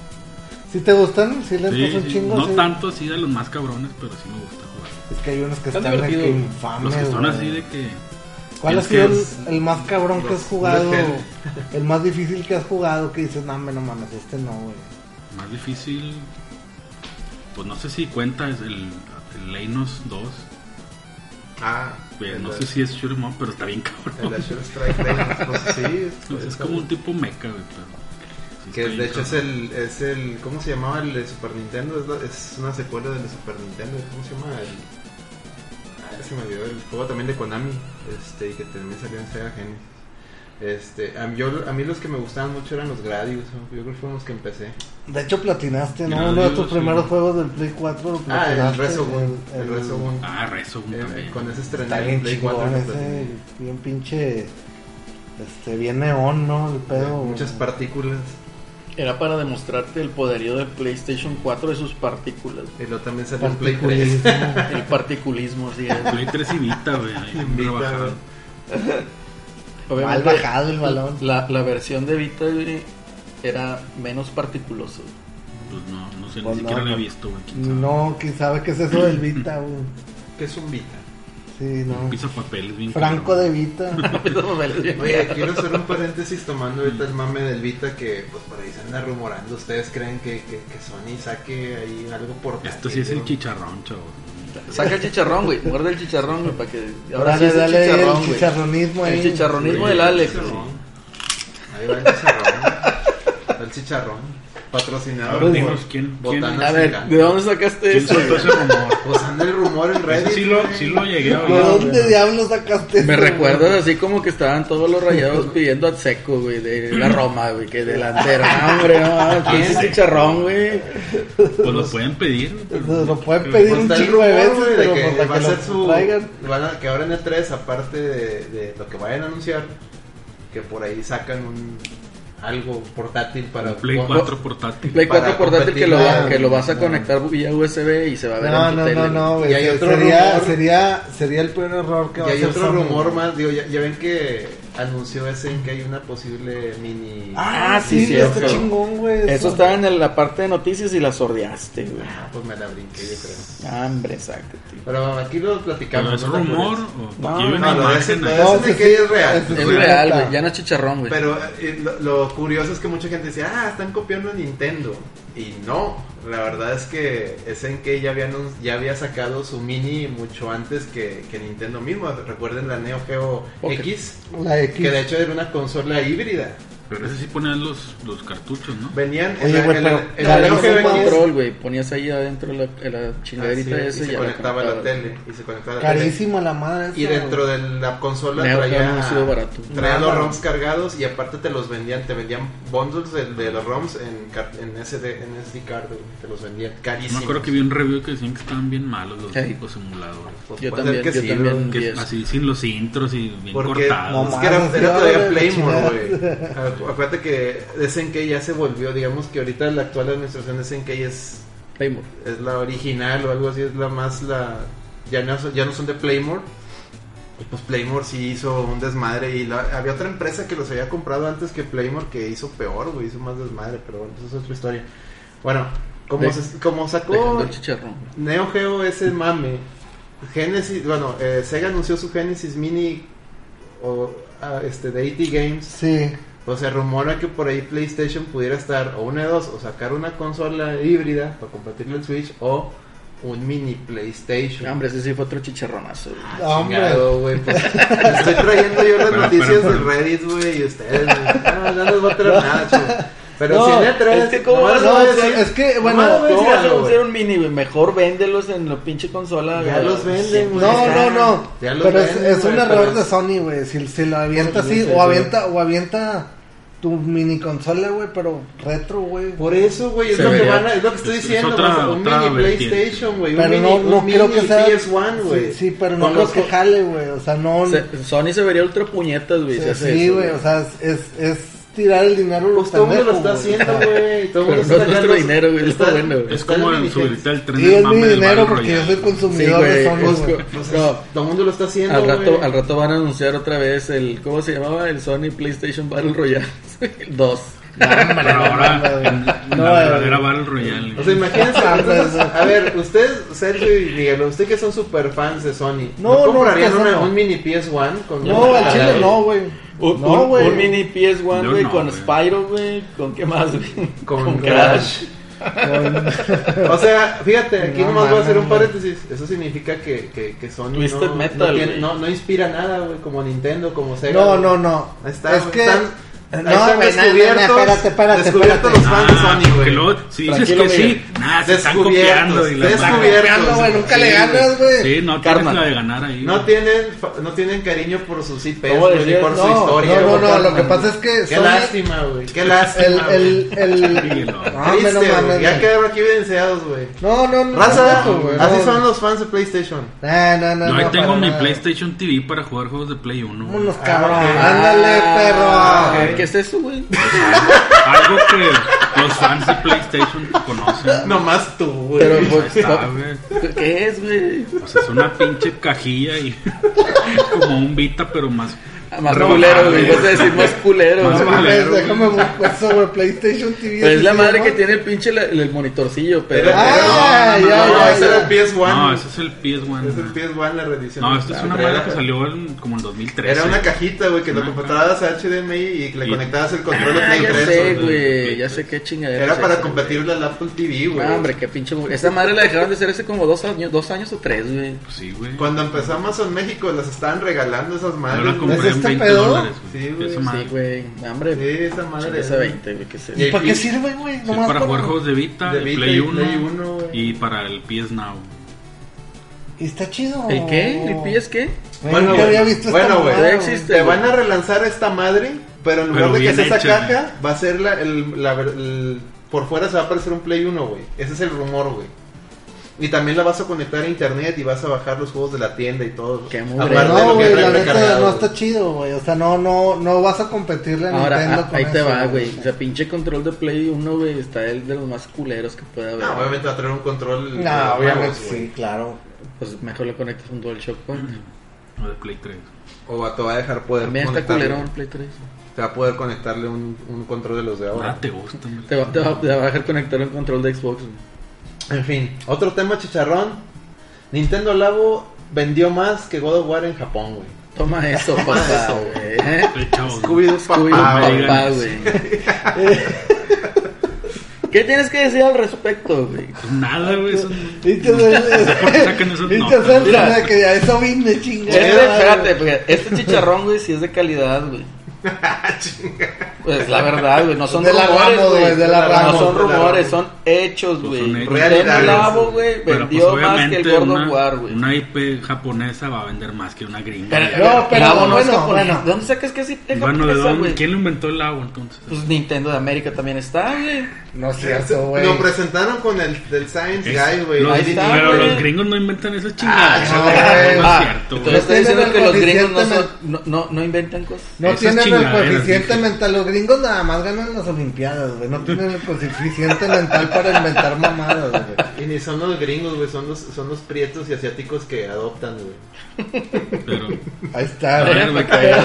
¿Sí te gustan? ¿Sí les Sí, gustan un sí, chingo? No Sí. tanto así de los más cabrones, pero sí me gusta jugar. Es que hay unos que Están están de que divertidos. infames. Los que son güey. así de que. ¿Cuál ha los sido que el, es- el más cabrón que los- has jugado? los que- El más difícil que has jugado que dices, no, hombre, no mames, este no, güey. Más difícil. Pues no sé si cuenta es el, el Leinos 2. Ah, pero el no de- sé si es Shoot 'em Up, pero está bien El de cabrón. Shoot Strike Legends, pues sí. es- O sea, es como un tipo mecha, güey, pero. sí Que está bien de hecho es cabrón. el, es el. ¿Cómo se llamaba el de Super Nintendo? Es, la- es una secuela del de Super Nintendo. ¿Cómo se llama? El, ah, se me olvidó. El juego también de Konami. Este, y que también salió en Sega Genesis. Este, a, mí- yo, a mí los que me gustaban mucho eran los Gradius. ¿no? Yo creo que fueron los que empecé. De hecho, platinaste, ¿no? No, Uno de yo tus sí. primeros juegos del Play 4 lo Ah, platinaste. el Resogun. El, Resogun. Ah, Rezo, Eh, también. con ese Está estrenar en bien Play pues, 4. chingón lo ese, platiné. bien pinche, este, bien neón, ¿no? El pedo. güey. Muchas partículas. Era para demostrarte el poderío de PlayStation 4 de sus partículas. Y luego eh, también salió en Play 3. Particulismo. El particulismo, así es. Play 3 y Vita, güey. ahí Y Vita, rebajado. güey. Mal Obviamente, bajado el balón. La, la versión de Vita güey, era menos particuloso. Pues no, no sé, Pues ni no, siquiera lo he no. visto, güey. quién sabe. No, quién sabe qué es eso del Vita, güey. Que es un Vita. Sí, no. Pisa papeles bien. Franco de cabrón. Vita. Oye, quiero hacer un paréntesis tomando ahorita el mame del Vita que pues por ahí se anda rumorando. ¿Ustedes creen que, que, que Sony saque ahí algo por Esto sí es el chicharrón, chavo. Saca el chicharrón, güey. Muerde el chicharrón, güey, para que. Ahora sí dale, es el dale chicharrón, el güey. chicharronismo ahí. El chicharronismo Sí, del Alex. chicharrón. Ahí va el chicharrón. Va el chicharrón. Patrocinado. Ahora por dinos quién- quién- Botana A ver, Cigana. ¿de dónde sacaste ¿Quién eso? soltó ese rumor? Pues anda el rumor en Reddit. Ese sí lo, güey. sí lo llegué a ¿De oír. dónde diablos sacaste Me eso, güey? recuerdas así como que estaban todos los rayados pidiendo a Seco, güey, de la Roma, güey, que delantero. No, hombre, no, Ah, ¿quién es chicharrón, güey? Pues lo pueden pedir. pero- Nos lo pueden pedir Pues un está el chingo de veces, rumor, güey, de pero que por la va a que ser lo su- traigan. van a- que ahora en E3, aparte de, de lo que vayan a anunciar, que por ahí sacan un algo portátil para Un Play con- 4 portátil. Play Para 4 portátil que lo, va- competir, que lo vas a no. conectar vía USB y se va a ver No, en tu no, tele. no, no, güey. Y hay otro Sería, rumor. sería, sería el peor error que va Y a hay hacer otro Sony. rumor más, digo, ya, ya ven que anunció ese en que hay una posible mini... Ah, Ah, sí, sí, ya está cierto. chingón, güey. Eso estaba en el- la parte de noticias y la sordeaste, güey. Ah, Ah, pues me la brinqué, yo creo. Hambre, sácate. Pero aquí lo ¿Pero platicamos. es no te rumor apures. o.? No, porque yo vi no, una no, imagen ese- ahí. no. Ese que es real. ese Es Es sí real, está. güey, ya no es chicharrón, güey. Pues, Pero eh, lo, lo curioso es que mucha gente dice, ah, están copiando a Nintendo. Y no, la verdad es que SNK ya había, anun- ya había sacado su mini mucho antes que, que Nintendo mismo. Recuerden la Neo Geo Pocket. X, La X. que de hecho era una consola híbrida. Pero ese sí ponían los, los cartuchos, ¿no? Venían Oye, güey, pero en la la Dale Neo Neo Geo Geo un X. control, güey. Ponías ahí adentro la, la chingaderita Así es, esa Ah, y y se ya conectaba a la conectabas. tele y se conectaba a la tele. Carísima la madre. Y esa, dentro güey. de la consola Neo Geo traía, no ha sido barato. traía los Nada. ROMs cargados y aparte te los vendían, te vendían bundles de, de los ROMs en, car- en, SD, en SD card, güey, te los vendían Yo me carísimos. acuerdo que vi un review que decían que estaban bien malos los, Sí. los simuladores. Pues Yo puede también, ser yo sí, también. Que Yes. así sin los intros y bien Porque cortados. es que era, No era mames, todavía no, Playmore, la güey. Acu- Acuérdate que SNK ya se volvió, digamos que ahorita la actual administración de SNK es, Playmore. es la original o algo así, es la más la... Ya no, son- ya no son de Playmore. Y pues Playmore sí hizo un desmadre y la- había otra empresa que los había comprado antes que Playmore que hizo peor, güey, hizo más desmadre, pero bueno, eso es otra historia. Bueno, como, De- se- como sacó Dejando el chicharrón. Neo Geo ese mame. Genesis, bueno, eh, Sega anunció su Genesis Mini o ah, este de 80 Games. Sí. O se rumora que por ahí PlayStation pudiera estar o una de dos, o sacar una consola híbrida para compartirle el Switch o un mini PlayStation. Ah, Hombre, ese sí fue otro chicharronazo. güey. Ah, hombre. Chingado, güey. pues, estoy trayendo yo las Pero, noticias pero, pero. de Reddit, güey, y ustedes, güey. Ah, No, no nos va a traer nada, chico. Pero No, si le traes. es que cómo nomás vas a voy decir- es que, bueno, nomás voy a ¿Cómo decir vas a algo, güey. hacer un mini, güey? Mejor véndelos en la pinche consola. Ya güey. los venden, güey. No, no, no. Ya los Pero es, venden, es un güey, error pero de es- Sony, güey. Si, si lo avienta Sí, así, sí, o sí. avienta, o avienta tu mini consola, güey, pero retro, güey. Por eso, güey, es Se lo que vería. van a, es lo que estoy Es- es diciendo, otra- vas a- un otra mini vertiente. PlayStation, güey, un Pero mini, no, no un creo mini que sea. PS1, güey. Sí, sí, pero no Con creo los que co- jale, güey. O sea, no. Se- Sony se vería ultra puñetas, güey. si hace sí, eso, güey. O sea, es, es, es tirar el dinero a los Pues todo el mundo lo pendejos, está güey. haciendo, güey. Todo Pero el mundo no está es nuestro ganando- dinero, güey, es lo está- bueno, güey. Es está como el el mini- subirte al tren Sí, del es mi mame del dinero Battle porque yo soy Royale. Sí, consumidor de güey. Sony, es- güey. Pues, no, Todo el mundo lo está haciendo, Al rato, güey. al rato van a anunciar otra vez el. ¿Cómo se llamaba? El Sony PlayStation Battle Royale 2. Pero ahora, en la No, verdadera eh, Battle Royale. O sea, güey. imagínense. Ah, entonces, pues, a ver, ustedes, Sergio y Miguel, ustedes que son super fans de Sony, No, ¿no, no, comprarían pues, una- no. un mini PS1 con No, al chile no, güey. Un, No, un- güey. un mini PS1, Yo güey, no, con güey. Spyro, güey. ¿Con qué más, güey? Con Crash. Con- O sea, fíjate, aquí No, nomás voy a hacer un mames. paréntesis. Eso significa que, que, que Sony Twisted no, Metal, no, tiene- güey. no, no inspira nada, güey, como Nintendo, como Sega. No, güey. no, no. Ahí está, es güey, que. están- no, ahí están güey, no, no, no, descubiertos- espérate, espérate. espérate. descubiertos los fans de Sony, Ah, porque güey. luego, si dices Tranquilo, que sí, Miguel. nada, se están Descubiertos, copiando. Y la están descubiertos. Descubierto, güey, nunca le ganas, güey. Sí, no Karma. tienes la de ganar ahí. No güey. tienen, fa- no tienen cariño por sus IPs, ¿Cómo güey, ni decías? por su No, historia. no, no, güey, no, Carmen. lo que pasa es que Qué Sony- lástima, güey. Qué lástima. El, El, el, el. Síguelo. Ah, hombre, no mames, ya güey. quedaron aquí evidenciados, güey. No, no, no. Raza, tampoco, güey, así no. son los fans de PlayStation. No, no, no. Yo ahí no, tengo para mi nada. PlayStation TV para jugar juegos de Play 1. güey. Vámonos, cabrón. Ah, ok. Ándale, Ah, perro. ¿Qué es eso, güey? Algo que los fans de PlayStation conocen. Nomás tú, güey. Pero, pues, Está, güey. ¿Qué es, güey? O sea, es una pinche cajilla y como un Vita, pero más. Ah, Más Rebajado, culero, güey. güey. Vas a decir más culero, Más No mames, güey. culero. Valero, güey. déjame buscar eso, güey. PlayStation TV. Pues Pero es la ¿sí, madre no? que tiene el pinche la- el monitorcillo, pero. Era- Ah, no, no, ya, no, ya, ese ya. era el PS1. No, ese es el PS1. Ese es el güey. PS1, la reedición. No, esta es una Era- madre que salió en, como en 2013. Era una cajita, güey, que lo Ajá. conectabas a HDMI y le Y- conectabas el control de Ah, Play ya 3. sé, güey. güey. Ya sé qué chingadera. Era es para esa, güey. competirle al Apple TV, güey. Ah, hombre, qué pinche. bu- Esa madre la dejaron de hacer hace como dos años, dos años o tres, güey. Pues sí, güey. Cuando empezó Amazon México, las estaban regalando esas Yo madres. la güey. compré ¿Es en este 20 pedo? dólares. Sí, güey. Esa Sí, madre. güey. No, Hombre, Sí, esa madre. esa 20, güey. ¿Qué es eso? Y- ¿Y para qué sirve, güey? Sí, Nomás para jugar juegos de Vita, de de Vita Play y 1, Play 1, güey. y para el PS Now. Y está chido. ¿El qué? ¿El pies qué? Güey, Bueno, nunca güey. había visto Bueno, esta güey. mamada, Ya existe. Te van a relanzar esta madre, pero en lugar Pero de que bien sea esa hecha, caja, va a ser la, el, la ver- el- por fuera se va a aparecer un Play 1, güey. Ese es el rumor, güey. Y también la vas a conectar a internet y vas a bajar los juegos de la tienda y todo. Qué mugre. Aparte de No, lo que güey, trae la neta recargado, no güey. está chido, güey. O sea, no, no, no vas a competirle a Nintendo Ahora, ah, con ahí te eso, va, güey. O sea, pinche control de Play 1, güey, está el de los más culeros que puede haber. No, obviamente va a traer un control. Ah, No, obviamente güey. sí, claro. Pues mejor le conectas un DualShock 4. Mm. O de Play 3. O va, te va a dejar poder. También está conectarle- culero el Play 3. Te va a poder conectarle un, un control de los de ahora. Ahora Ah, te gusta, güey. Te va, te, va, te va a dejar conectar un control de Xbox. güey. En fin, otro tema chicharrón. Nintendo Labo vendió más que God of War en Japón, güey. Toma eso, papá, güey. ¿eh? Play, chavos. Scooby-Doo Uy, papá, me güey. digas. papá, güey. ¿Qué tienes que decir al respecto, güey? Pues nada, güey. Eso no- Y te sacan esas y te notas? hacen Mira. pensar que ya eso vine chingada. Este, espérate, porque este chicharrón, güey, sí es de calidad, güey. Pues la verdad, güey, no son De la rumores, Ramos, güey, güey. de la No Ramos, son de la rumores, Ramos. son hechos, Pues güey. son hechos. Realidades. Realidad. Lavo, güey, Pero, pues, vendió más que el obviamente, Gordo una- War, güey. Una IP japonesa va a vender más que una gringa. Pero, No, no, pero Lavo no es bueno, japonés. bueno. ¿De dónde sacas que así es bueno, ¿de japonesa, dónde? güey? ¿Quién lo inventó el agua entonces? Pues Nintendo de América también está, güey. No es cierto, güey. Lo presentaron con el del Science Es- Guy, güey. los- Ahí está, pero güey. los gringos no inventan esas chingadas. Ah, no, no, güey. no Ah, es cierto, entonces güey. está diciendo que los gringos no, son- Suficientemente. no, no, no inventan cosas. No Esas tienen el chingaderas, coeficiente dije. mental. Los gringos nada más ganan las Olimpiadas, güey. No tienen el coeficiente mental para inventar mamadas, güey. Y ni son los gringos, güey. Son los, son los prietos y asiáticos que adoptan, güey. Pero Ahí está, A ver, güey. güey, que-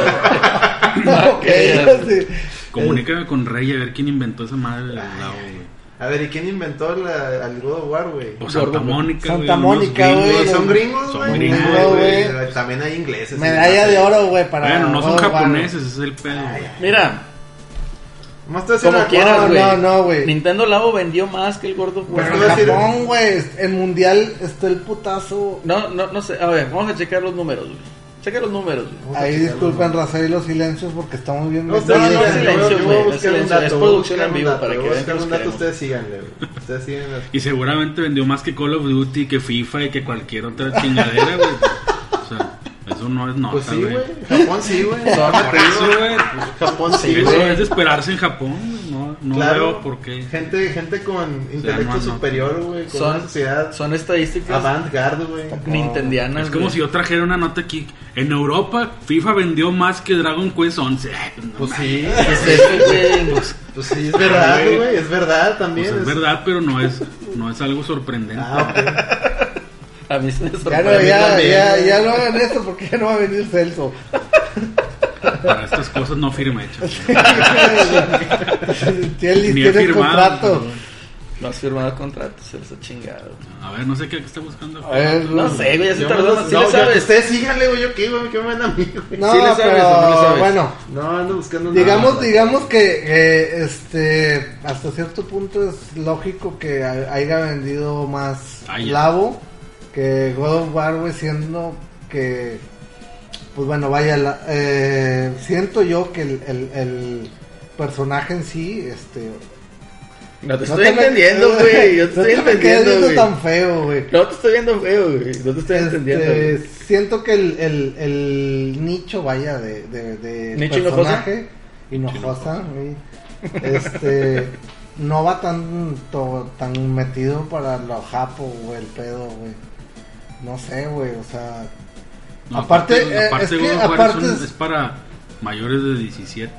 No, ok, ya sé. comunícame con Rey a ver quién inventó esa madre del agua, güey. A ver, ¿y quién inventó la, al God of War, güey? O Santa Gordo, Mónica, güey. Santa unos Mónica, gringos. güey. son gringos, Son güey. gringos, Ah, güey. güey. También hay ingleses. Medalla de oro, güey, para. Bueno, no son World War, japoneses, ese es el pedo, güey. Mira, Más te voy a decir Como una quieras, no, güey. no, no, güey. Nintendo Labo vendió más que el gordo. Pues Pero te voy a en decir- Japón, güey, el mundial está el putazo. No, no, no sé. A ver, vamos a checar los números, güey. Checa los números, güey. Ahí disculpen, Rafael, los silencios porque estamos bien. No, No, no, ustedes no, sigan, silencio, yo- yo voy a güey, buscar silencio. un dato, Es voy a producción buscar en un vivo dato, para voy a que vean que buscar los un dato, queremos. ustedes síganle, güey. Ustedes síganle. Y seguramente vendió más que Call of Duty, que FIFA y que cualquier otra chingadera, güey. O sea, eso no es nota, Pues sí, güey. güey. Japón sí, güey. Por eso, güey. Japón sí, Eso güey. es de esperarse en Japón, güey. no, no veo por qué. Gente, gente con intelecto no, no. superior, güey. Con una Son, sociedad son Ah, estadísticas avant-garde, güey. nintendianas. Es como güey. si yo trajera una nota aquí. En Europa, FIFA vendió más que Dragon Quest 11. No Pues mames. sí, ¿Qué es eso, güey? pues sí, es verdad, güey. Es verdad Pues también. es verdad, pero no es, no es algo sorprendente. Ah, ok. A mí se me Ya sorprende. no, ya, también, ya, güey. ya no hagan esto porque ya no va a venir Celso. Para estas cosas no firme, hecho. tiene Ni tiene he firmado. contrato. No has firmado contratos, se los ha chingado. A ver, no sé qué qué está buscando. A ver, No sé, güey, ya se Yo tardó. no- ¿Sí no, le yo- sabes? Ustedes síganle, güey. Yo qué, güey. ¿Qué me van a mí, güey? No, ¿Sí le sabes pero o no le sabes? bueno, No, ando buscando una- digamos, digamos que eh, este hasta cierto punto es lógico que ha- haya vendido más Ah, ya. Labo que God of War, güey, siendo que pues bueno, vaya, la- eh, siento yo que el, el- el personaje en sí, este, No te no estoy me- entendiendo, güey. Yo te no estoy me quedes entendiendo, viendo güey. tan feo, güey. No te estoy viendo feo, güey. No te estoy entendiendo. Este, güey. siento que el, el, el nicho, vaya, de, de, de ¿Nicho personaje Hinojosa, güey, este, no va tanto, tan metido para lo japo, güey, el pedo, güey. No sé, güey, o sea, No, aparte, eh, es que God of War aparte es, un- es- es para mayores de 17.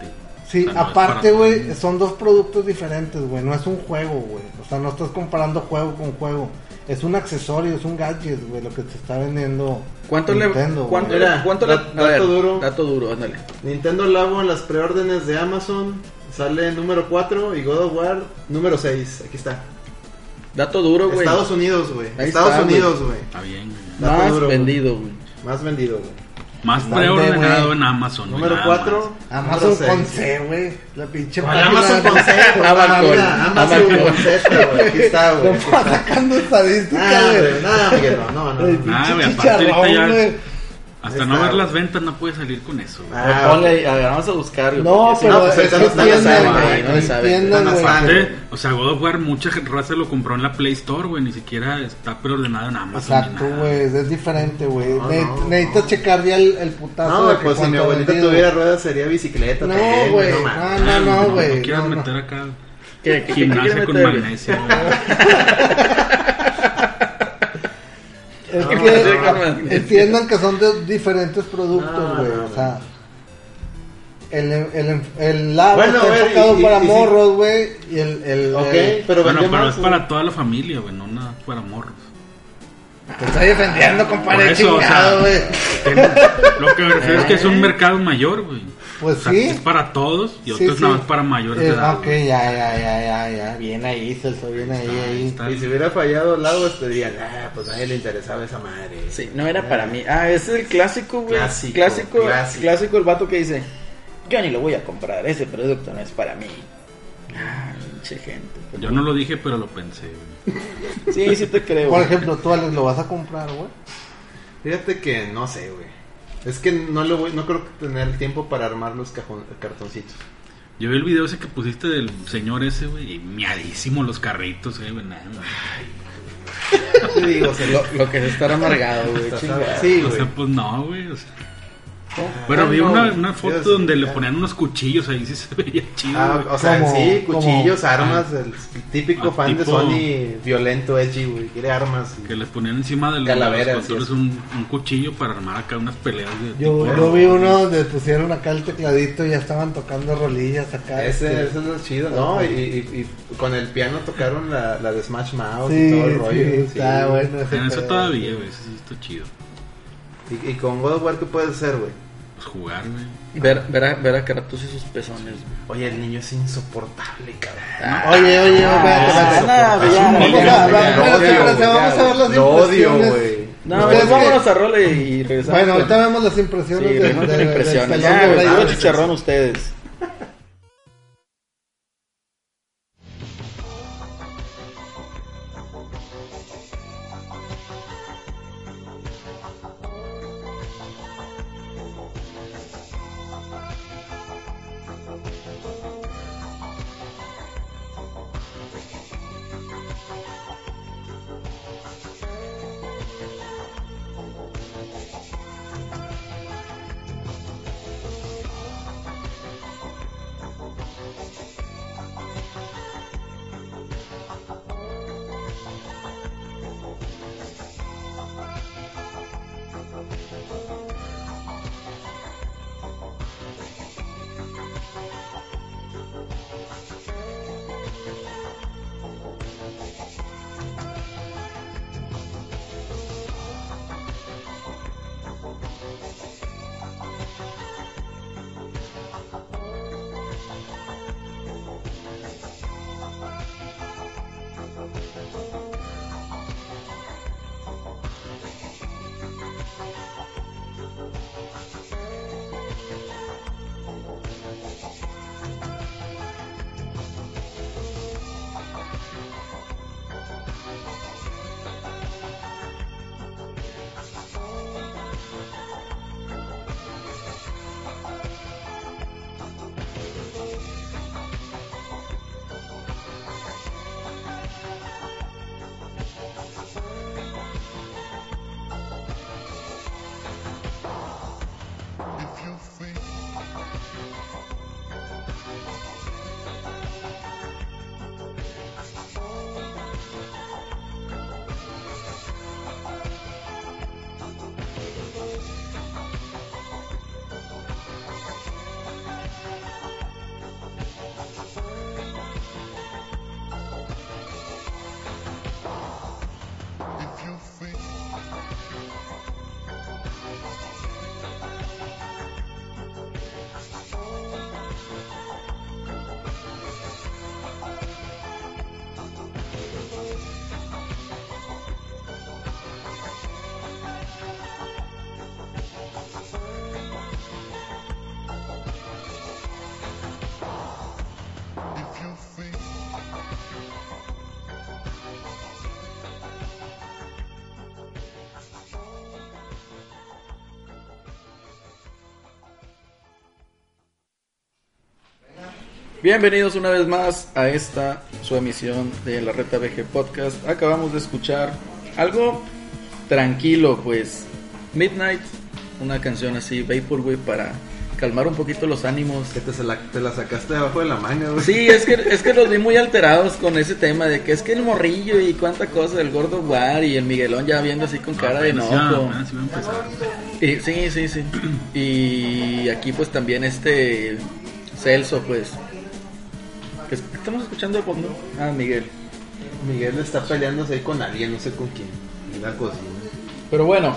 sí, Ah, O sea, no es aparte, para- güey, son dos productos diferentes, güey, no es un juego, güey. O sea, no estás comparando juego con juego. Es un accesorio, es un gadget, güey, lo que te está vendiendo ¿Cuánto Nintendo, le.? güey. ¿Cuánto, Mira, cuánto le.? da- dato duro. Dato duro, ándale. Nintendo Labo en las preórdenes de Amazon sale número 4 y God of War número 6. Aquí está. Dato duro, güey. Estados Unidos, güey. Ahí Estados está, güey. Unidos, güey. Está bien, güey. dato Más duro, güey. vendido, güey. Más vendido, güey. Más Mande, preordenado güey. en Amazon. güey, Número nada 4. Amazon con C. C, güey. La pinche Oye, Amazon con C. por favor, Amazon. mira, Amazon Amazon. con Z, güey. Aquí está, güey. Estamos sacando estadísticas, Nada, güey. Ah, güey. Nada, Miguel. No, no, no. El no. Nah, güey, pinche aparte ahorita ya- chicharrón, güey. más. Hasta no Está- ver las ventas no puede salir con eso. güey. Ah, Ponle, a ver, vamos a buscar, güey. No, porque si pero pues, es ahorita que no está la entiendan, saga, güey, güey, no le saben. entiendan, No la güey. saben. Aparte, o sea, God of War, mucha gen- raza lo compró en la Play Store, güey. Ni siquiera está preordenado en Amazon. ni Exacto, nada. güey, es diferente, güey. No, Ne- no, Necesitas no. checar ya el, el putazo. No, de güey, que pues si mi cuánto abuelita vendido. tuviera ruedas sería bicicleta No, también, güey, No, mames. no, no, no, No, güey. quieras no, no. meter acá ¿Qué, qué, qué, gimnasia qué con quiere meter, magnesio. güey. Es No, que no, no. entiendan que son de diferentes productos, No, güey. no, o no. sea, el, el, el lado Bueno, está a ver, enfocado y- y- para y si- morros, güey. Y el. el Ok, el- pero bueno, vendió pero más, es güey. para toda la familia, güey, no nada para morros. Te estoy defendiendo, compadre, Por eso, o chingado, sea, güey. Eh. Lo que me refiero es que es un mercado mayor, güey. Pues O sea, sí. es para todos y Sí, otros sí. nada más para mayores Eh, de edad. ok, güey. ya, ya, ya, ya, ya. Bien ahí, Celso, bien ahí, ahí. Está- Y si hubiera fallado Labo, te dirían, ah, pues a nadie le interesaba esa madre. Sí, no era para mí. Ah, ese es el clásico, güey. Clásico, Clásico, clásico, clásico. el vato que dice, yo ni lo voy a comprar, ese producto no es para mí. Ah, pinche gente. Yo no lo dije, pero lo pensé, güey. Sí, sí te creo. Por güey. ejemplo, tú, Alex, lo vas a comprar, güey. Fíjate que no sé, güey. Es que no le voy, no creo que tener el tiempo para armar los cajón- cartoncitos. Yo vi el video ese que pusiste del señor ese, güey, y miadísimo los carritos, eh, güey, nada, güey. Sí, digo, se lo- Lo, lo que es estar amargado, güey. chingada. Sí, O güey. sea, pues no, güey. o sea. ¿No? Bueno, Ah, vi no, una, güey. una foto Dios, donde le ya. ponían unos cuchillos ahí, sí se veía chido. Ah, güey. o sea, ¿Cómo? sí, ¿Cómo? cuchillos, armas, el típico Ah, fan de tipo- Sony violento, edgy, güey. Quiere armas. Que les ponían encima de los, Calaveras, de los controles sí. un, un cuchillo para armar acá unas peleas de Yo, tipo- yo vi uno donde pusieron acá el tecladito y ya estaban tocando rolillas acá. Ese, este. ese es lo chido, ¿no? Y, y- y con el piano tocaron la, la de Smash Mouth y Sí, todo el rollo. sí, sí. está bueno. ese En eso pedo. todavía, güey, eso sí está chido. Y, y con God of War, ¿qué puedes hacer, güey? Pues jugar, güey. Ver, ver, a, ver a Kratos y sus pezones, güey. Oye, el niño es insoportable, cabrón. Oye, oye, oye, espérate, espérate. Ah, es un ya, niño, ya, güey, ya, no, ya, güey, ya, güey, vamos a ver las Lo odio, impresiones. güey. No, No, pues es que- vámonos a role y regresamos. Bueno, ahorita con- vemos las impresiones Sí, de, vemos de- las Ah, del impresiones. salón de Ya, güey, Reyes. puro chicharrón ustedes. Bienvenidos una vez más a esta su emisión de la Reta BG Podcast. Acabamos de escuchar algo tranquilo, pues Midnight, una canción así Vaporwave para calmar un poquito los ánimos. Que te, se la, te la sacaste debajo de la manga, güey. Sí, es que es que los vi muy alterados con ese tema de que es que el morrillo y cuánta cosa el gordo War y el Miguelón ya viendo así con cara de Apenas ya, enojo. ¿eh? apenas iba a empezar. Y- sí, sí, sí. Y aquí pues también este Celso, pues. que es- estamos escuchando de fondo? Ah, Miguel. Miguel está peleándose ahí con alguien, no sé con quién. En la cocina. Pero bueno,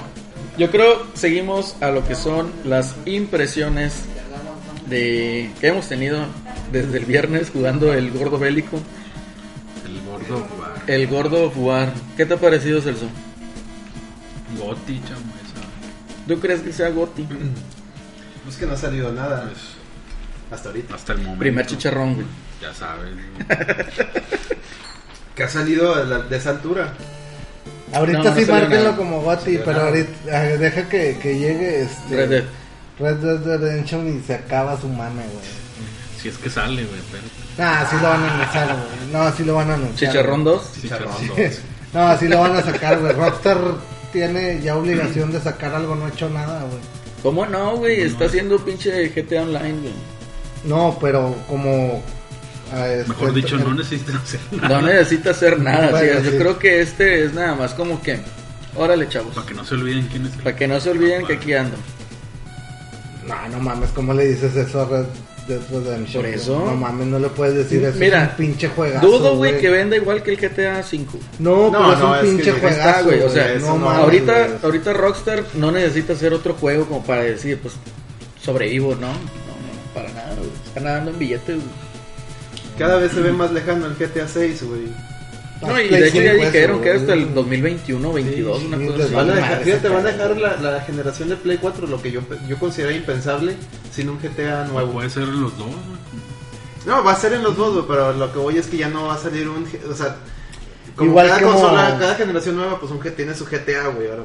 yo creo seguimos a lo que son las impresiones de que hemos tenido desde el viernes jugando el gordo bélico, El gordo bar. el gordo jugar. ¿Qué te ha parecido Celso? Goti, chamo, esa. ¿Tú crees que sea Gotti? Pues que no ha salido nada Pues, hasta ahorita. hasta el momento. Primer chicharrón, güey. Ya sabes. Que ha salido de, la- de esa altura. Ahorita No, no sí salió márquenlo nada. como Gotti, salió pero nada. ahorita ah, deja que, que llegue este Red Dead. Red Dead Redemption y se acaba su mame, güey. si es que sale, güey, espérate. Nah, sí lo van a anunciar, güey. No, sí lo van a anunciar. Chicharrón 2. Chicharrón. No, así lo van a sacar, güey. Rockstar tiene ya obligación de sacar algo, no ha hecho nada, güey. ¿Cómo no, güey? Está haciendo pinche GTA Online, güey. No, pero como... ah, este, Mejor dicho, el- no necesitan hacer nada. No necesita hacer nada. o sea, Bueno, yo sí. creo que este es nada más como que. Órale, chavos. Para que no se olviden quién es el. Para que no se olviden que aquí ando. No, no mames, ¿cómo le dices eso a Red Dead Redemption? Por güey? eso. No mames, no le puedes decir eso. Mira, es un pinche juegazo, Dudo, güey, que venda igual que el GTA V. No, No, pero es no, un es que pinche ya está, juegazo, Está, Ah, güey. O sea, eso no mames, ahorita, güey. ahorita Rockstar no necesita hacer otro juego como para decir, pues, sobrevivo, ¿no? No, no, para nada, güey. Están dando en billetes, güey. Cada vez se ve más lejano el GTA 6, güey. No, y Play de hecho ya cinco, eso, dijeron que pues, güey. hasta el 2021, 22, Sí, una sí, cosa te así. Van a madre, dejar, se fíjate, van a acabó. dejar la, la generación de Play 4, lo que yo, yo consideré impensable, sin un GTA O nuevo. Ah, puede ser los dos, güey. No, va a ser en los dos, güey, pero lo que voy es que ya no va a salir un... G- O sea, como Igual cada como- consola, cada generación nueva, pues un G tiene su GTA, güey. ahora.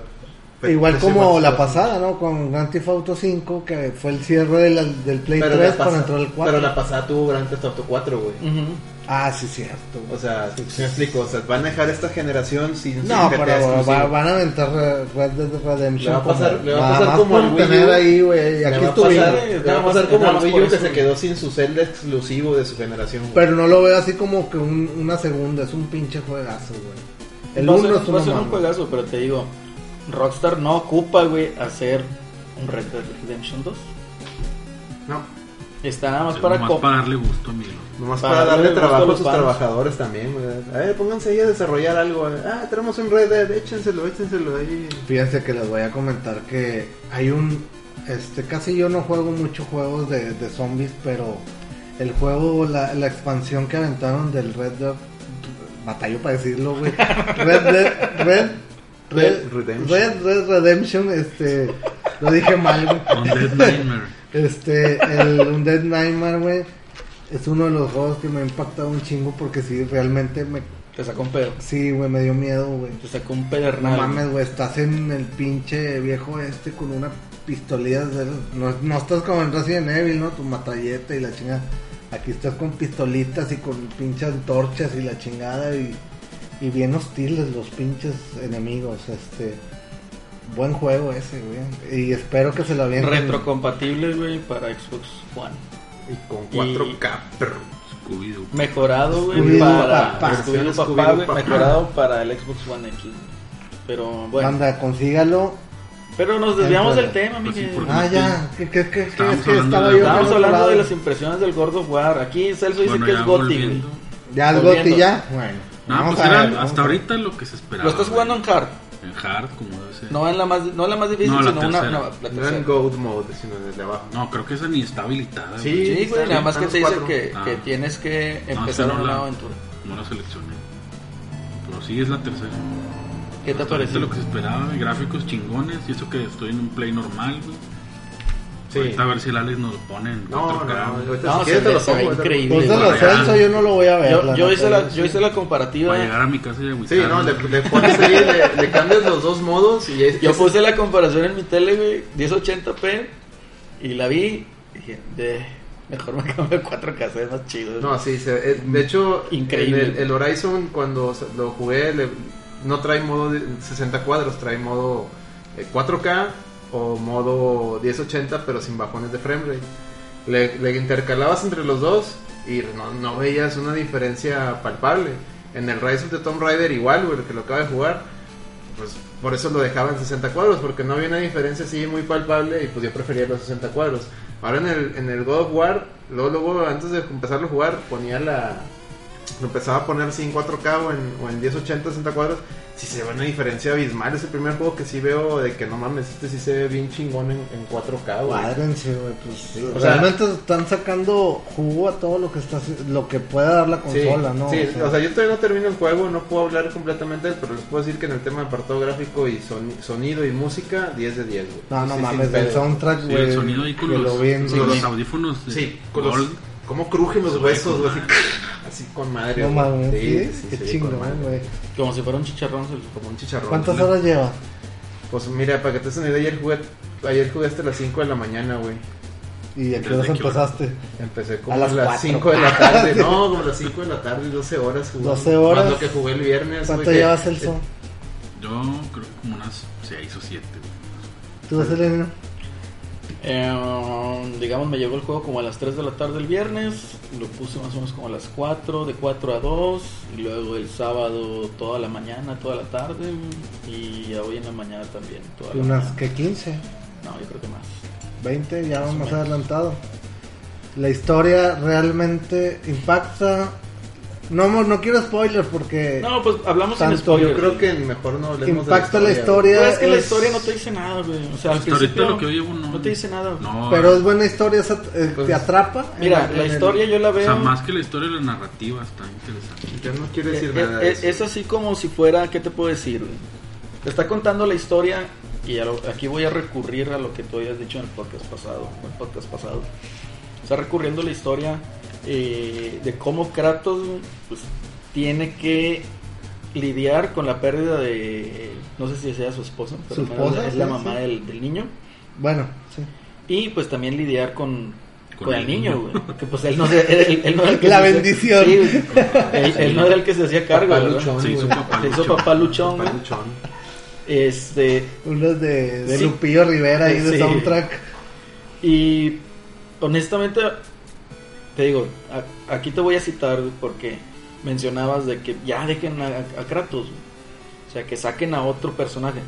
Pero- Igual pues, como igual- la pasada, ¿no? Con Grand Theft Auto 5, que fue el cierre de la- del Play Pero 3 la para pasa- entrar al 4. Pero la pasada tuvo Grand Theft Auto 4, güey. Ujú. Ah, sí, cierto. O güey. sea, si me explico, o sea, van a dejar esta generación sin, sin no, pero exclusivo. va- van a aventar eh, Red Dead Redemption. Le va a pasar- como- le va a nada pasar más como por el Wii U. tener ahí, güey. y Le Aquí va a pasar, estuvimos. le va a pasar Nada como más el por Wii U que eso, se güey. quedó sin su celda exclusivo de su generación, güey. Pero no lo veo así como que un- una segunda, es un pinche juegazo, güey. El va a 1 ser- es va a una ser un mamá. juegazo, pero te digo, Rockstar no ocupa, güey, hacer un Red Dead Redemption 2. No, Está nada más Nomás para Para, co- darle gusto a Milo. nomás Para para, darle darle gusto a trabajo a los sus fans. trabajadores también, güey. A ver, pónganse ahí a desarrollar algo. güey. Ah, tenemos un Red Dead, échenselo, échenselo ahí. Fíjense que les voy a comentar que hay un. Este, casi yo no juego muchos juegos de, de zombies, pero el juego, la, la expansión que aventaron del Red Dead. Batallo para decirlo, güey. Red Dead. Red, Red Redemption. Red Dead Redemption, este. Lo dije mal, Con Dead güey. Nightmare. Este, el Undead Nightmare, güey. Es uno de los juegos que me ha impactado un chingo porque sí, realmente me. Te sacó un pedo. Sí, güey, me dio miedo, güey. Te sacó un No pedernal. mames, güey, estás en el pinche viejo este con una pistolilla de esas. no, no estás como en Resident Evil, ¿no? Tu matalleta y la chingada. Aquí estás con pistolitas y con pinches antorchas y la chingada y, y bien hostiles los pinches enemigos, este. Buen juego ese, güey. Y espero que se lo avienten. Retrocompatible, güey, para Xbox One. Y con 4K, perro. Scooby-Doo. Mejorado, güey, Scooby-Doo para papá. Scooby-Doo Versión papá, güey, Scooby-Doo papá. mejorado para el Xbox One X. Pero bueno, Banda, consígalo. pero nos desviamos Entra. del tema, Pues sí, Miguel. porque- Ah, ya. ¿Qué, qué, qué, qué? Estábamos es que hablando estaba de- yo Estábamos por otro hablando lado. de las impresiones del Gordo War. Aquí Celso dice Bueno, que ya es Gotti, güey. volviendo. Ya, el Gotti, Volviendo. ya. Bueno. No, vamos pues a era ver, vamos hasta a ver. ahorita lo que se esperaba. Lo estás jugando en güey. hard. en hard, como debe ser. No en la más, no en la más difícil, No, la sino una, tercera. no, la No tercera. en Gold Mode, sino desde abajo. No, creo que esa ni está habilitada. Sí. Sí, güey, nada más que te dice Están los que, cuatro. que Ah. tienes que No, empezar esa no una la- nueva aventura. No la seleccioné. Pero sí es la tercera. ¿Qué te Hasta ahorita parece? lo que se esperaba, güey, gráficos chingones. Y eso que estoy en un play normal, güey. Sí. Ahorita a ver si el Alex nos lo pone en No, no, 4K, no. güey. ahorita No, si se quieres te ve- lo se ve pongo, te lo- increíble. Pues de los Para allá. Celso yo no lo voy a ver. Yo, la yo neta, hice la, güey. yo hice la Para comparativa. llegar a mi casa y agüitar. Sí, no, le, le pones ahí, le, le cambias los dos modos y es, Yo es- puse la comparación en mi tele, güey, 1080p, y la vi, y dije, de, Mejor me cambio cuatro cassettes más chidos. No, sí, se- eh, de hecho, Increíble. en el, el Horizon cuando se- lo jugué le- no trae modo de 60 cuadros, trae modo eh, 4K o modo 1080 pero sin bajones de frame rate. Le, le intercalabas entre los dos y no, no veías una diferencia palpable. En el Rise of the Tomb Raider igual, güey, que lo acaba de jugar, pues por eso lo dejaba en 60 cuadros, porque no había una diferencia así muy palpable y pues yo prefería los 60 cuadros. Ahora en el, en el God of War, luego, luego antes de empezarlo a jugar, ponía la... Lo empezaba a poner así en 4K o en, o en 1080, 60 cuadros. Si se ve una diferencia abismal, es el primer juego que sí veo de que no mames, este sí se ve bien chingón en, en 4K, güey. Cuádrense, güey, pues, O sea- realmente están sacando jugo a todo lo que está, lo que pueda dar la Sí, consola, ¿no? sí, O sea, o sea, yo todavía no termino el juego, no puedo hablar completamente, de él, pero les puedo decir que en el tema de apartado gráfico y soni- sonido y música, 10 de 10, güey. no, no Sí, sin mames, el pedo. soundtrack, Sí, güey. el sonido ahí con que los, lo vi en- con los audífonos. de Sí, con los, Gold. cómo crujen los Sí, huesos, con güey. Así, así con madre. No güey. mames, Sí, sí, sí, qué sí, con madre. chingón, güey. Como si fuera un chicharrón. se lo- Como un chicharrón. ¿Cuántas güey. horas lleva? Pues mira, para que te des una idea, ayer jugué, ayer jugué hasta las 5 de la mañana, güey. ¿Y a qué ¿Desde horas qué hora? empezaste? Empecé como A a las las, cuatro. 5 de la tarde. No, como a las 5 de la tarde, 12 horas jugué. 12 horas. Más lo que jugué el viernes. ¿Cuánto güey, que- llevas, Celso? eh, Yo creo que como unas 6 o 7. ¿Tú, Celso? Eh, digamos, me llegó el juego como a las 3 de la tarde el viernes. Lo puse más o menos como a las 4, de 4 a 2. Y luego el sábado toda la mañana, toda la tarde. Y hoy en la mañana también. Toda la Unas eh, mañana. que 15, No, yo creo que más. 20, ya Más o más menos. adelantado. La historia realmente impacta. No, mo- no quiero spoilers porque No, pues hablamos Tanto, sin spoilers. Yo creo que mejor no hablemos impacta la de historia. Pero es que la es- historia no te dice nada, güey. O sea, al Hasta ahorita principio lo que yo llevo no. no te dice nada. güey. No, Pero es buena historia, esa- eh, Pues- te atrapa. en Mira, en la el- historia yo la O veo. sea, más que la historia, la narrativa está interesante. güey. Yo no quiero Eh, decir eh, nada. eh, de es, eso. así como si fuera, ¿qué te puedo decir? güey? Te está contando la historia y a lo- aquí voy a recurrir a lo que tú habías dicho en el podcast pasado. en el podcast pasado. Está recurriendo la historia eh, de cómo Kratos güey, pues, tiene que lidiar con la pérdida de, no sé si sea su esposa, pero Su al menos esposa, es la sí, mamá sí. Del, del niño. Bueno, sí. Y pues también lidiar con, Con con, el el niño, güey. Que pues él no, se- él- él no era el que La se hacía- bendición. Sí, güey. él, él no era el que se hacía cargo, Papá ¿verdad? luchón, Se hizo güey. papá Se hizo luchón. papá luchón. Papá güey. luchón. Este, Unos de, de Sí. Lupillo Rivera ahí de Sí. soundtrack. y honestamente, te digo, a- aquí te voy a citar güey, porque mencionabas de que ya dejen a, a Kratos, güey. o sea, que saquen a otro personaje.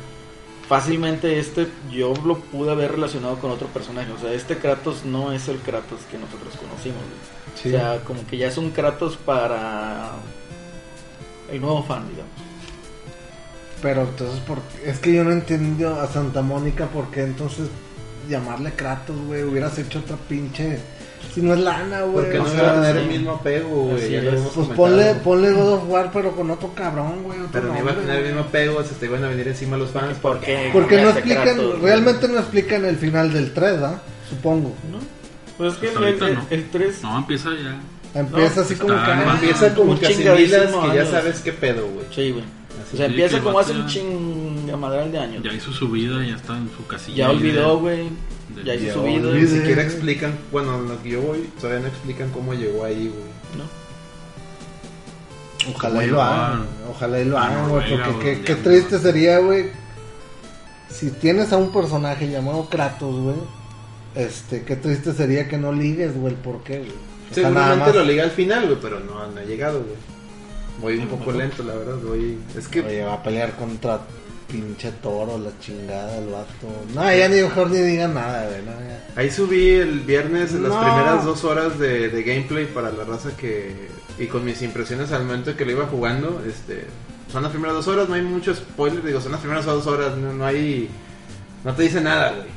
Fácilmente este yo lo pude haber relacionado con otro personaje, o sea, este Kratos no es el Kratos que nosotros conocimos. güey. Sí. O sea, como que ya es un Kratos para el nuevo fan, digamos. Pero entonces, ¿por qué? es que yo no entiendo a Santa Mónica por qué entonces llamarle Kratos, güey. Hubieras hecho otra pinche. Si no es lana, güey. Porque o no sea, le va a dar sí. el mismo apego, güey. Así ya lo es. hemos Pues comentado. ponle, ponle God of War, pero con otro cabrón, güey. otro Pero no iba a nombre, tener el güey. mismo apego, se te iban a venir encima los fans. ¿Por qué? Porque no Cambiaste a explican, Kratos, güey. realmente no explican el final del 3, ¿verdad? Supongo. No. Pues es que Hasta el, ahorita el, no. el 3 No, empieza ya. Empieza pues así como está que. mal. ah, Empieza como Un que asimilas chingadísimo que ya años. sabes qué pedo, güey. Sí, güey. Así O sea, Sí, empieza que como bate hace un a- chingamadral de años. Ya hizo su vida, ya está en su casilla. Ya ahí olvidó, de- güey. del Ya hizo su Ni vida. olvidó. Sí. siquiera explican, bueno, en lo que yo voy, todavía no explican cómo llegó ahí, güey. ¿no? Ojalá y lo hagan. Noruega, Ojalá y lo hagan, güey. Noruega, Porque Ah, güey, qué, qué ya, triste no. sería, güey. Si tienes a un personaje llamado Kratos, güey. Este, qué triste sería que no ligues, güey. El por qué, güey. O sea, nada más. Seguramente lo liga al final, güey, pero no, no ha llegado, güey. Voy un Sí, poco ¿no? lento, la verdad, voy... Es que... Oye, va a pelear contra pinche toro, la chingada, el vato. No, ya ni mejor ni digan nada, güey. no, ya. Ahí subí el viernes las No. primeras dos horas de, de gameplay para la raza que... Y con mis impresiones al momento que lo iba jugando, este... Son las primeras dos horas, no hay mucho spoiler, digo, son las primeras dos horas, no, no hay... No te dice nada, güey.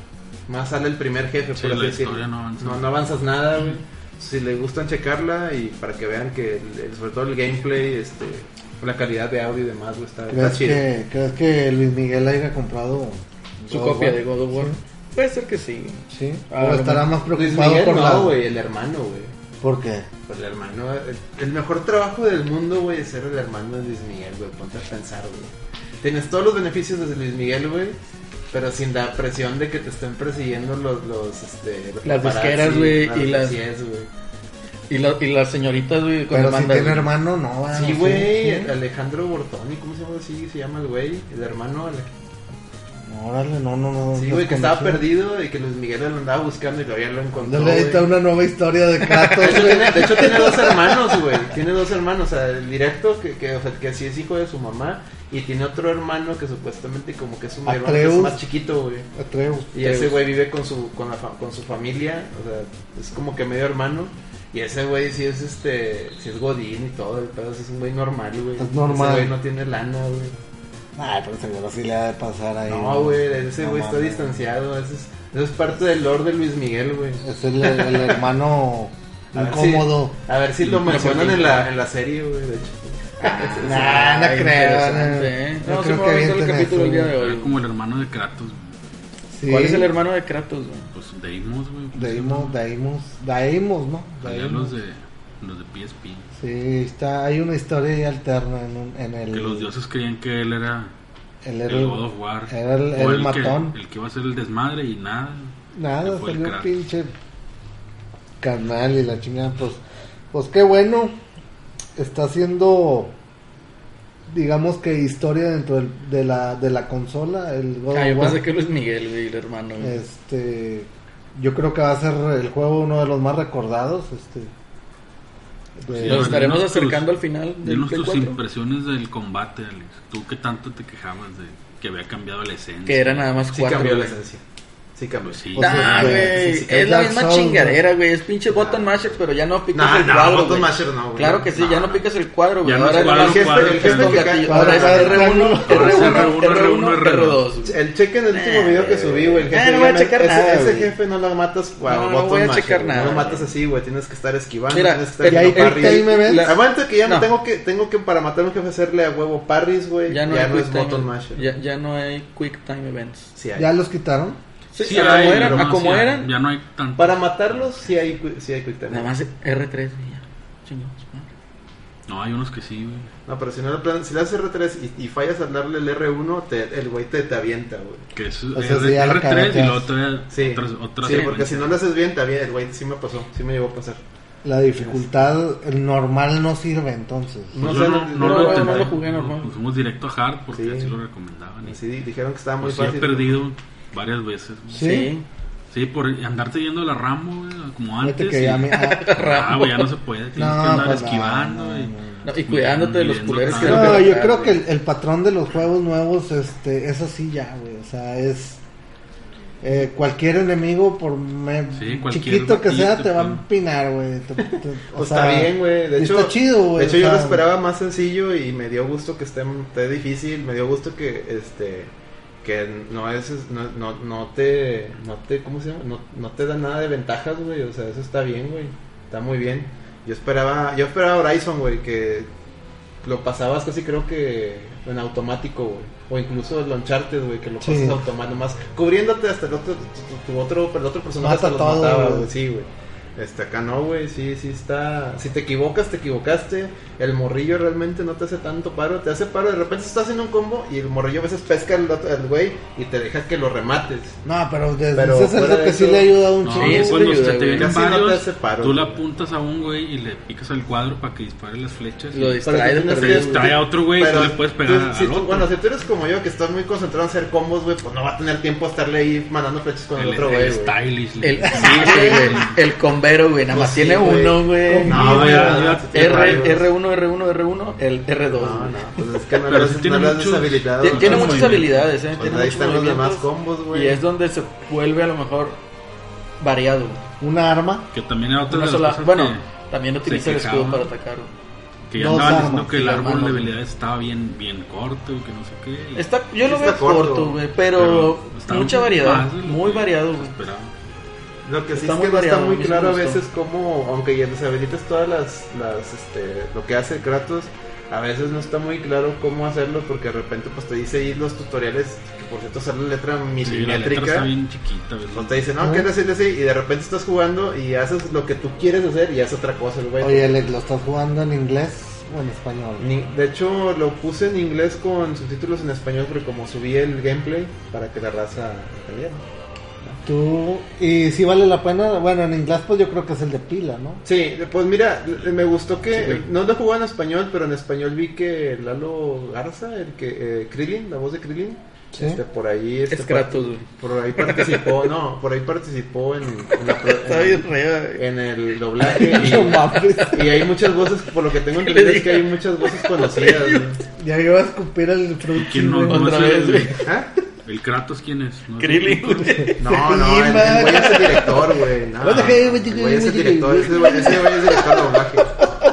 Más sale el primer jefe, Sí, por así la decirlo. historia no avanza. no, no avanzas nada, güey. Si les gustan checarla y para que vean que el- sobre todo el gameplay, este... La calidad de audio y demás, güey, está, está ¿Crees chido. que, ¿Crees que Luis Miguel haya comprado Su God of copia War? de God of War. Puede ser que sí. Sí. Ah, o lo estará mismo. más Luis preocupado Miguel por la. no, güey, el hermano, güey. ¿Por qué? Pues el hermano, el, el mejor trabajo del mundo, güey, es ser el hermano de Luis Miguel, güey. Ponte a pensar, güey. Tienes todos los beneficios de Luis Miguel, güey. Pero sin la presión de que te estén persiguiendo los, los, este, los Las paparazzi, disqueras, güey, y las- policías, güey. Y, la- y las señoritas, güey, con Pero si demandas, tiene güey. hermano, no. Ah, va, Sí, no sé, güey, sí. Alejandro Bortoni, ¿cómo se llama así? Se llama el güey, el hermano. Ale- Órale, no, no, no. Sí, güey, que estaba desconocido. perdido y que Luis Miguel lo andaba buscando y todavía lo encontró. Ándale, ahí está güey. una nueva historia de De gatos, hecho, güey. tiene, Pues, de hecho, tiene dos hermanos, güey. Tiene dos hermanos. O sea, el directo, que, que, o sea, que sí es hijo de su mamá. Y tiene otro hermano que supuestamente como que es un hermano que es Atreus. más chiquito, güey. Atreus. Y ese güey vive con su, con, la fa- con su familia. O sea, es como que medio hermano. Y ese güey sí es este. Sí es Godín y todo. El pedo sí es un güey normal, güey. Es normal. Ese güey no tiene lana, güey. Ay, pero seguro sí le ha de pasar ahí. No, güey. Ese No güey está mames. distanciado. Eso es, eso es parte del lore de Luis Miguel, güey. Es el, el hermano A ver si- incómodo. a ver si lo Lo mencionan ponen. pues, en la, en la serie, güey. De hecho. Nah, no Ah, creo. interesante, ¿eh? No, No, sí creo me que voy a aventar el avienten capítulo eso, el día de güey. Era hoy. como el hermano de Kratos, güey. Sí. ¿Cuál es el hermano de Kratos, güey? pues Deimos, güey. ¿cómo se Deimos, llama? Deimos, Daimos, ¿no? Allá Daimos. los de, los de PSP. Sí, está, hay una historia ahí alterna en, un- en el... Que los dioses creían que él era El el, héroe. God of War. Era el- O era el que- matón. el que iba a ser el desmadre y nada. Nada, Fue el salió un crack. pinche canal y la chingada, pues, pues qué bueno, está haciendo, digamos que historia dentro del- de la, de la consola, el God Ah, of yo War. pensé que Luis Miguel, güey, el hermano, güey. Este, yo creo que va a ser el juego uno de los más recordados, este, de- Lo Sí, estaremos dinos tus- acercando al final del Dinos Play tus 4. impresiones del combate, Alex. Tú que tanto te quejabas de que había cambiado la esencia. Que era nada más Sí cuatro. cambió la güey. esencia. Sí cambió. Pues sí. Pues, Nah, este, güey. sí, sí, es la Dark misma Souls, chingadera, güey. Es pinche button masher, pero ya no picas No, el no, cuadro. button güey. masher no, güey. Claro que sí, No, ya no no. picas el cuadro, güey. Ya no es Ahora cuadro, el cuadro, el jefe cuadro, que gatillo. cuadro, Ahora es cuadro, R1, cuadro, R1, cuadro, R1, R2. R2. güey. El chequen el último Nah, video que subí, güey. El güey. jefe, Ah, no voy a obviamente, checar ese, nada, ese güey. jefe no lo matas a No, no botón voy a mash, checar güey. nada, No lo güey. matas así, güey. Tienes que estar esquivando. Mira, tienes que estar y ahí haciendo el time event- La- Aguanta que ya no. No. tengo que tengo que para matar a un jefe hacerle a huevo parries, güey. Ya no, hay es quick time- button masher. ya- ya no hay quick time events. Sí hay. ya los quitaron, Sí, Sí a como hay, eran, pero a no, como sí hay. eran. Ya no hay tanto. Para matarlos sí hay qui- sí hay quick time. Nada más R3, güey. ya. Chingados, madre. No, hay unos que sí, güey. No, pero si no le plan, si le haces R3 y, y fallas al darle el R1, te- el güey te, te avienta, güey. Que es eh, O sea, R- sí, ya la R3 y cagateas. la otra. Sí. Otras, otras sí, porque secuencias. si no lo haces bien, te avienta. El güey sí me pasó, sí me llegó a pasar. la dificultad, el normal no sirve entonces. Pues No yo sé, no, no- no no, lo no, intenté. no lo jugué Nos- normal. Nos fuimos directo a hard porque Sí. así lo recomendaban. Y, Sí, dijeron que estaba muy pues sí, he fácil. perdido varias veces. güey. Sí. Sí. Sí, por andarte yendo a la ramo, güey, como Fíjate antes. que y- ya me- ah, Ah, güey, ya no se puede. Tienes que andar pues, esquivando. no, y- no, no. No, y cuidándote de los culeros que Creo No, eran de yo atrás, creo que güey. el, el patrón de los juegos nuevos, este, es así ya, güey. O sea, es eh, cualquier enemigo, por me- Sí, cualquier chiquito que sea, batito, te va a pues. empinar, güey. Te- te- o Pues sea, está bien, güey. De hecho, está chido, güey. de hecho o yo lo sea, esperaba más sencillo y me dio gusto que esté, esté difícil. Me dio gusto que este que no es no, no, no te no te cómo se llama no, no te da nada de ventajas, güey. O sea, eso está bien, güey. Está muy bien. Yo esperaba yo esperaba Horizon, güey, que lo pasabas casi creo que en automático, güey. O incluso el Uncharted, güey, que lo Sí. pasas automático, más cubriéndote hasta el otro, tu, tu otro, el otro personaje Mata hasta los todo, mataba, güey. güey. Sí, güey. Este, acá no, güey, sí, sí está... Si te equivocas, te equivocaste. El morrillo realmente no te hace tanto paro. Te hace paro, de repente estás haciendo un combo y el morrillo a veces pesca al otro- al güey y te deja que lo remates. No, pero desde Pero ese fuera sentido de que sí eso- le ha ayudado un No, Sí, chingo. es eso cuando ayuda, se te güey. vienen Casi no te varios, hace paro, tú le güey. apuntas a un güey y le picas al cuadro para que dispare las flechas. Lo y- dice. Distrae tú de tienes perder, que- güey. Distrae a otro güey, pero tú le puedes pegar tú- al si tú- otro. Bueno, si tú eres como yo, que estás muy concentrado en hacer combos, güey, pues no va a tener tiempo a estarle ahí mandando flechas con el, el, otro el güey, güey. stylish. le- El, sí, güey, güey. El combero, güey. Nada Pues más sí, tiene güey. uno, güey. No, güey, Ah, ya- sí, R, varios. R1, R1, R1, el R2. No, güey. no, pues es que no Pero lo sí has- tiene no lo has muchos- deshabilitado. Tie- Tiene no, muchas muy bien. habilidades, ¿eh? Pues Tiene ahí muchos están los demás movimientos. combos, güey. Y es donde se vuelve a lo mejor variado. güey. Una arma. Que también era otra Una de las sola- cosas bueno, que- también utiliza el escudo quejaban. para atacar. güey. que, ya dos andaban armas, diciendo que sí, el las árbol de manos. habilidades estaba bien, bien corto, que no sé qué. y- Está, yo lo Está veo corto, corto, güey, pero, pero está mucha un- variedad. más de lo Muy que variado, güey. esperaba. Lo que sí Está es muy que no está variado, muy a mí sí claro a me gustó. veces como, aunque ya deshabilitas todas las, las este, lo que hace Kratos, a veces no está muy claro cómo hacerlo porque de repente pues te dice ahí los tutoriales, que por cierto sale la letra Sí, la letra milimétrica, está bien chiquita, güey. o te dice, no, ¿qué decirle así? Y de repente estás jugando y haces lo que tú quieres hacer y haces otra cosa el güey. Oye, Alex, ¿lo estás jugando en inglés? o en español. Ni- De hecho, lo puse en inglés con subtítulos en español, pero como subí el gameplay para que la raza entendiera. Tú, y si vale la pena, bueno, en inglés pues yo creo que es el de pila, ¿no? Sí, pues mira, me gustó que. Sí, güey. no lo jugaba en español, pero en español vi que Lalo Garza, el que. eh, Krillin, la voz de Krillin. Sí. Este, por ahí. Este, Es Kratos, güey. par- Por ahí participó, no, por ahí participó en, en la pro- Está en- bien eh, rayada, güey. en el doblaje. No mames. Y, y hay muchas voces, por lo que tengo entendido es que hay muchas voces conocidas. güey. Ya iba a escupir el fruit. ¿Quién no güey. conoce vez, el- güey. ¿Ah? ¿El Kratos quién es? ¿No es Krillin, el- güey. No, no, el, el güey es el director, güey. No, What the hell, what the el güey es el hell, director, what the ese güey ese güey es director de doblaje.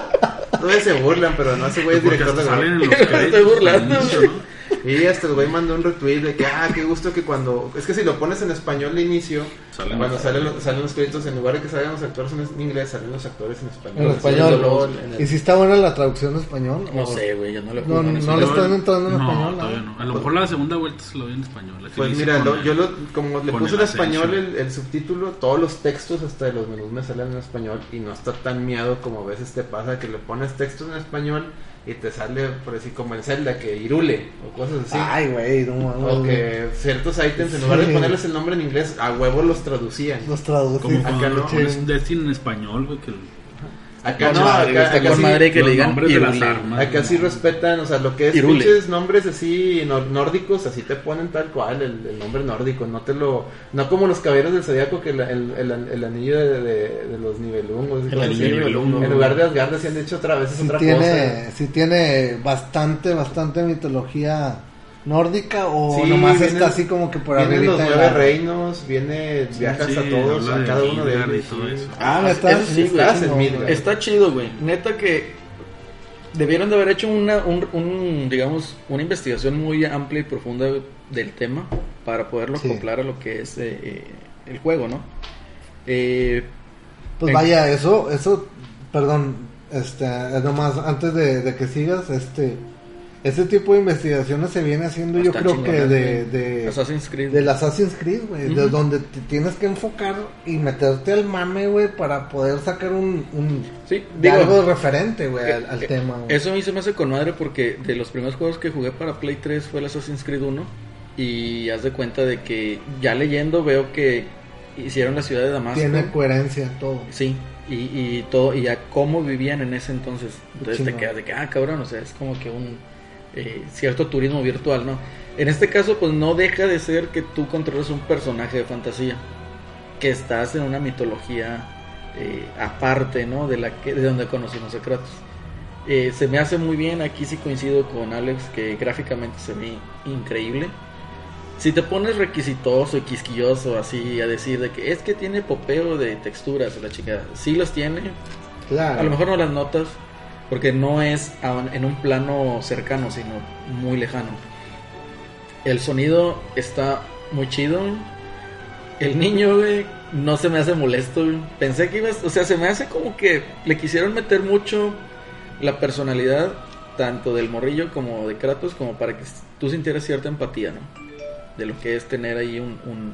Todavía se burlan, pero no, ese güey es Porque director hasta de salen en doblaje. los Me estoy créditos al burlando, inicio, güey. ¿no? Y hasta el güey mandó un retweet de que, ah, qué gusto que cuando. Es que si lo pones en español de inicio, Salen cuando los- salen los, salen los créditos, en lugar de que salgan los actores en inglés, salen los actores en español. En español. LOL, en el- ¿Y si está buena la traducción en español? No ¿O- sé, güey, yo no lo No, juego. no, sé. no le están entrando en no, español, todavía ¿no? no. A lo mejor la segunda vuelta se lo vi en español. la que Pues le hice mira, con lo- el- yo lo, como le con puse el en español Ascension. el, el subtítulo, todos los textos hasta de los menús me salen en español y no está tan miado como a veces te pasa que le pones textos en español y te sale, por decir, como en Zelda, que irule o cosas así. Ay, güey, no mames. o que ciertos ítems, en lugar Sí. de ponerles el nombre en inglés, a huevo los traducían. Los traducen. Como cuando acá lo no. pones Destiny en español, güey. Que el- Acá No, no, madre, acá, está acá con sí, madre que los le digan nombres de las Irule. armas. acá sí respetan, o sea, lo que es Irule. pinches nombres así nor- nórdicos, así te ponen tal cual el, el nombre nórdico, no te lo, no como los caballeros del zodiaco que la- el, el, el anillo de, de- de los nivelungos, El anillo nivelungo. en lugar de Asgard se han hecho otra vez es Sí otra cosa. tiene, sí tiene bastante, bastante mitología nórdica o Sí, nomás vienen- está así como que por Vienen los arribita. de nueve la- reinos, viene viajas sí, a todos, habla a de cada uno de Midgard y ellos. todo sí. eso. Ah, me Eso estás, sí, güey. estás en chingón, Midgard. güey. Es- Está chido, güey. Neta que debieron de haber hecho una, un, un, digamos, una investigación muy amplia y profunda del tema para poderlo Sí. acoplar a lo que es eh, eh, el juego, ¿no? Eh, Pues Eh. vaya, eso, eso, perdón, este, es nomás antes de, de que sigas, este, este tipo de investigaciones se viene haciendo, yo está creo chingón, que de, güey. de, Assassin's Creed. del Assassin's Creed, güey, de Ujú. donde te tienes que enfocar y meterte al mame, güey, para poder sacar un, un Sí, de digo, algo referente, güey, que- al, al que- tema, güey. Eso a mí se me hace con madre porque de los primeros juegos que jugué para Play 3 fue el Assassin's Creed 1 y haz de cuenta de que ya leyendo veo que hicieron la ciudad de Damasco. Tiene coherencia todo. Sí, y, y todo, y ya cómo vivían en ese entonces. Entonces te Chingón. quedas de que, ah, cabrón, o sea, es como que un eh, cierto turismo virtual, ¿no? En este caso, pues no deja de ser que tú controles un personaje de fantasía, que estás en una mitología eh, aparte, ¿no? De, la que, de donde conocimos a Kratos. Eh, se me hace muy bien, aquí sí coincido con Alex, que gráficamente se ve increíble. Si te pones requisitoso y quisquilloso así a decir de que es que tiene popeo de texturas, la chica sí los tiene, Claro. a lo mejor no las notas porque no es a un- en un plano cercano, sino muy lejano. El sonido está muy chido. El niño, güey, no se me hace molesto. güey. Pensé que ibas, o sea, se me hace como que le quisieron meter mucho la personalidad tanto del morrillo como de Kratos como para que tú sintieras cierta empatía, ¿no? De lo que es tener ahí un, un,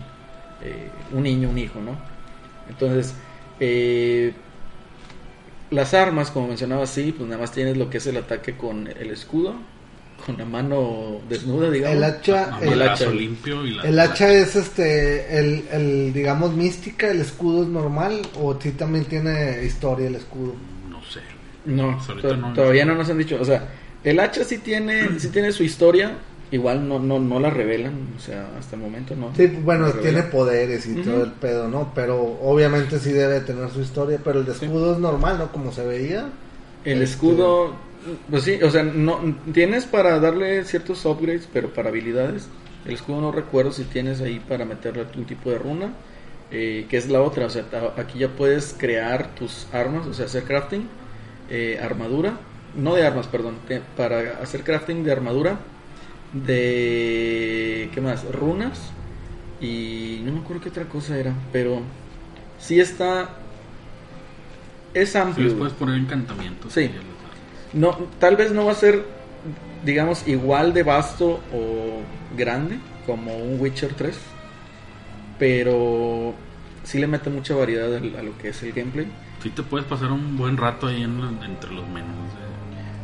eh, un niño, un hijo, ¿no? Entonces, eh, las armas, como mencionaba, sí, pues nada más tienes lo que es el ataque con el escudo, con la mano desnuda, digamos. el hacha, Ah, el- el brazo hacha. limpio y la- El la- hacha es este, el, el, digamos, mística, el escudo es normal, o si también tiene historia el escudo. No sé. No, Hasta Pues ahorita to- no. todavía no nos han dicho. O sea, el hacha sí tiene, sí tiene su historia. Igual no, no, no la revelan. O sea, hasta el momento no. Sí, bueno, no la tiene revelan. poderes y Ujú. todo el pedo, ¿no? Pero obviamente sí debe tener su historia, pero el de escudo es normal, ¿no? Como se veía. El Este, escudo. Pues sí, o sea, no tienes para darle ciertos upgrades, pero para habilidades. El escudo no recuerdo si tienes ahí para meterle algún tipo de runa. eh, que es la otra, o sea, ta- aquí ya puedes crear tus armas, o sea, hacer crafting, eh, armadura, no de armas, perdón, te- para hacer crafting de armadura, de, ¿qué más? Runas y no me acuerdo qué otra cosa era, pero sí está, es Si amplio. les puedes poner encantamientos. Sí. y ya les das. No, tal vez no va a ser, digamos, igual de vasto o grande como un Witcher 3, pero sí le mete mucha variedad al- a lo que es el gameplay. Sí te puedes pasar un buen rato ahí en- entre los menús.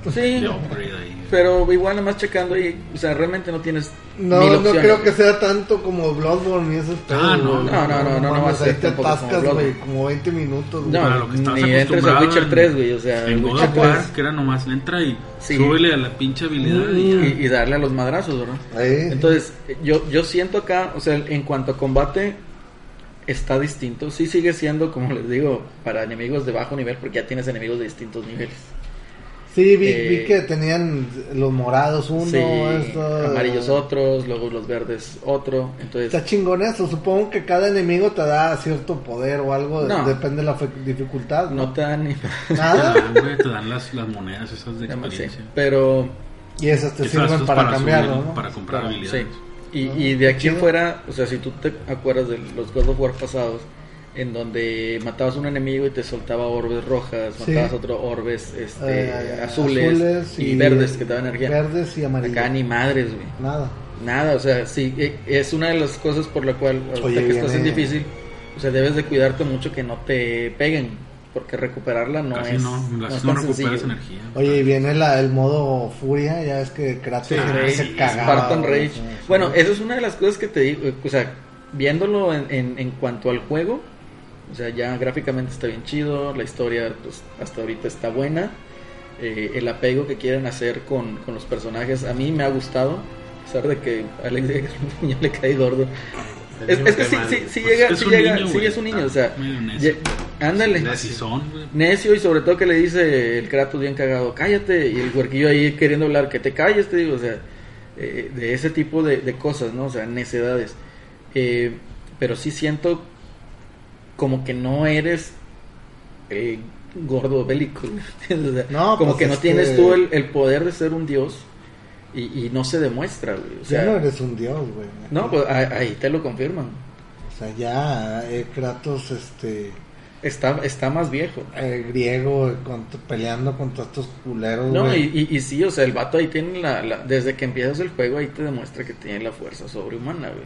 de- Sí, de upgrade ahí. pero igual nada más checando ahí, o sea, realmente no tienes No, mil no opciones, creo que güey. sea tanto como Bloodborne y esos Ah, no, güey. no, no, no, no, no va a mames, ser ahí te tampoco como atascas, Bloodborne. güey, como 20 minutos, güey. No, Para lo que estás ni entres a acostumbrado Witcher en- 3, güey, o sea, En God Witcher of War, 3. que era nomás, entra y Sí. súbele a la pinche habilidad y ya. y, y darle a los madrazos, ¿verdad? Ahí. Entonces, yo, yo siento acá, o sea, en cuanto a combate, está distinto. Sí sigue siendo, como les digo, para enemigos de bajo nivel, porque ya tienes enemigos de distintos niveles. sí, vi, eh, vi que tenían los morados uno, sí, esto, eh, amarillos otros, luego los verdes otro. Entonces, Está chingón eso, supongo que cada enemigo te da cierto poder o algo, de- No. depende de la fe- dificultad, ¿no? no te dan ni... Te Nada, dan, güey, te dan las, las monedas esas de sí, experiencia. pero y esas te Que sirven gastas para, subir, cambiarlo, ¿no? Eh, Para comprar Claro, habilidades. sí. Y, Ah, y de aquí en chido. fuera, o sea, si tú te acuerdas de los God of War pasados, en donde matabas a un enemigo y te soltaba orbes rojas, Sí. matabas otro orbes este, Eh, azules, y, verdes que te daban energía. Verdes y amarillos. Acá ni madres, güey. Nada. Nada, o sea, sí, eh, es una de las cosas por la cual, ahorita Oye, que estás en viene- difícil, o sea, debes de cuidarte mucho que no te peguen, porque recuperarla no Casi es. no, no casi es no, tan recuperas sencillo. energía. Oye, y viene la, el modo furia, ya es que Kratos Sí, siempre Rage, se cagaba. Spartan güey, Rage. sí, sí. Bueno, esa es una de las cosas que te digo, o sea, viéndolo en, en- en cuanto al juego, o sea, ya gráficamente está bien chido, la historia pues, hasta ahorita está buena, eh, el apego que quieren hacer con, con los personajes a mí me ha gustado, a pesar de que a Alex diga que ya le cae gordo. El Es, niño es que cae sí, mal. sí, sí Pues llega, es sí un llega, niño, sí güey, Ah, es un niño, está o sea, medio necio. ye- ándale Así son, güey. necio y sobre todo que le dice el Kratos bien cagado, cállate, y el huerquillo ahí queriendo hablar, que te calles, te digo, o sea, eh, de ese tipo de, de cosas, ¿no? O sea, necedades. Eh, pero sí siento como que no eres eh, gordo bélico, ¿entiendes? O sea, No, como pues que no es tienes que- tú el, el poder de ser un dios y, y no se demuestra, güey. O sea, ya no no, eres un dios, güey. pues a- ahí te lo confirman. O sea, ya eh, Kratos, este, Está, está más viejo. eh, griego, eh, con- peleando contra estos culeros, No, güey. y, y, y sí, o sea, el vato ahí tiene la, la- Desde que empiezas el juego, ahí te demuestra que tiene la fuerza sobrehumana, güey.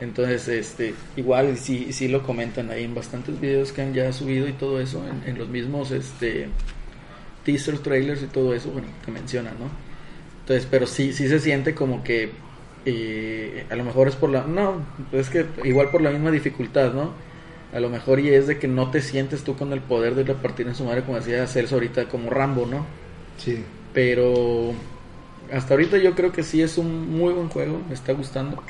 Entonces, este, igual, sí, sí lo comentan ahí en bastantes videos que han ya subido y todo eso, en, en los mismos, este, teaser trailers y todo eso, bueno, que mencionan, ¿no? Entonces, pero sí, sí se siente como que eh, a lo mejor es por la... No, es que igual por la misma dificultad, ¿no? A lo mejor y es de que no te sientes tú con el poder de repartir en su madre, como decía Celso ahorita, como Rambo, ¿no? Sí. Pero hasta ahorita yo creo que sí es un muy buen juego, me está gustando.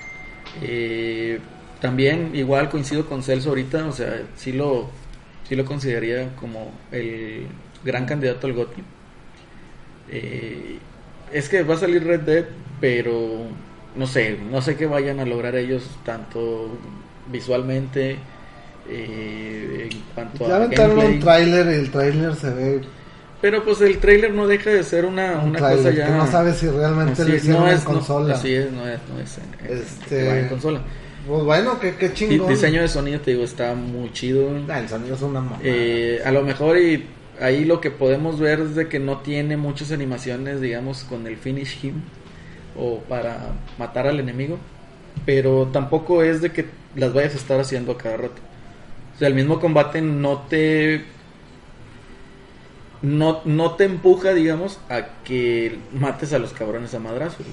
Eh, también igual coincido con Celso ahorita, o sea, sí lo, sí lo consideraría como el gran candidato al GOTY. Eh, es que va a salir Red Dead, pero no sé, no sé qué vayan a lograr ellos tanto visualmente eh, en cuanto Ya a aventaron gameplay. un tráiler y el tráiler se ve Pero pues el trailer no deja de ser una, un Ah, una cosa tráiler ya. que no sabes si realmente Así lo es, hicieron no en es, no, consola. así es, no es, no es. en- en- Este- que va en consola. Pues bueno, qué, qué Y chingón. diseño de sonido, te digo, está muy chido. Ah, el sonido es una mamada. Eh, a lo mejor y ahí lo que podemos ver es de que no tiene muchas animaciones, digamos, con el finish him o para matar al enemigo, pero tampoco es de que las vayas a estar haciendo a cada rato. O sea, el mismo combate no te no, no te empuja, digamos, a que mates a los cabrones a madrazos.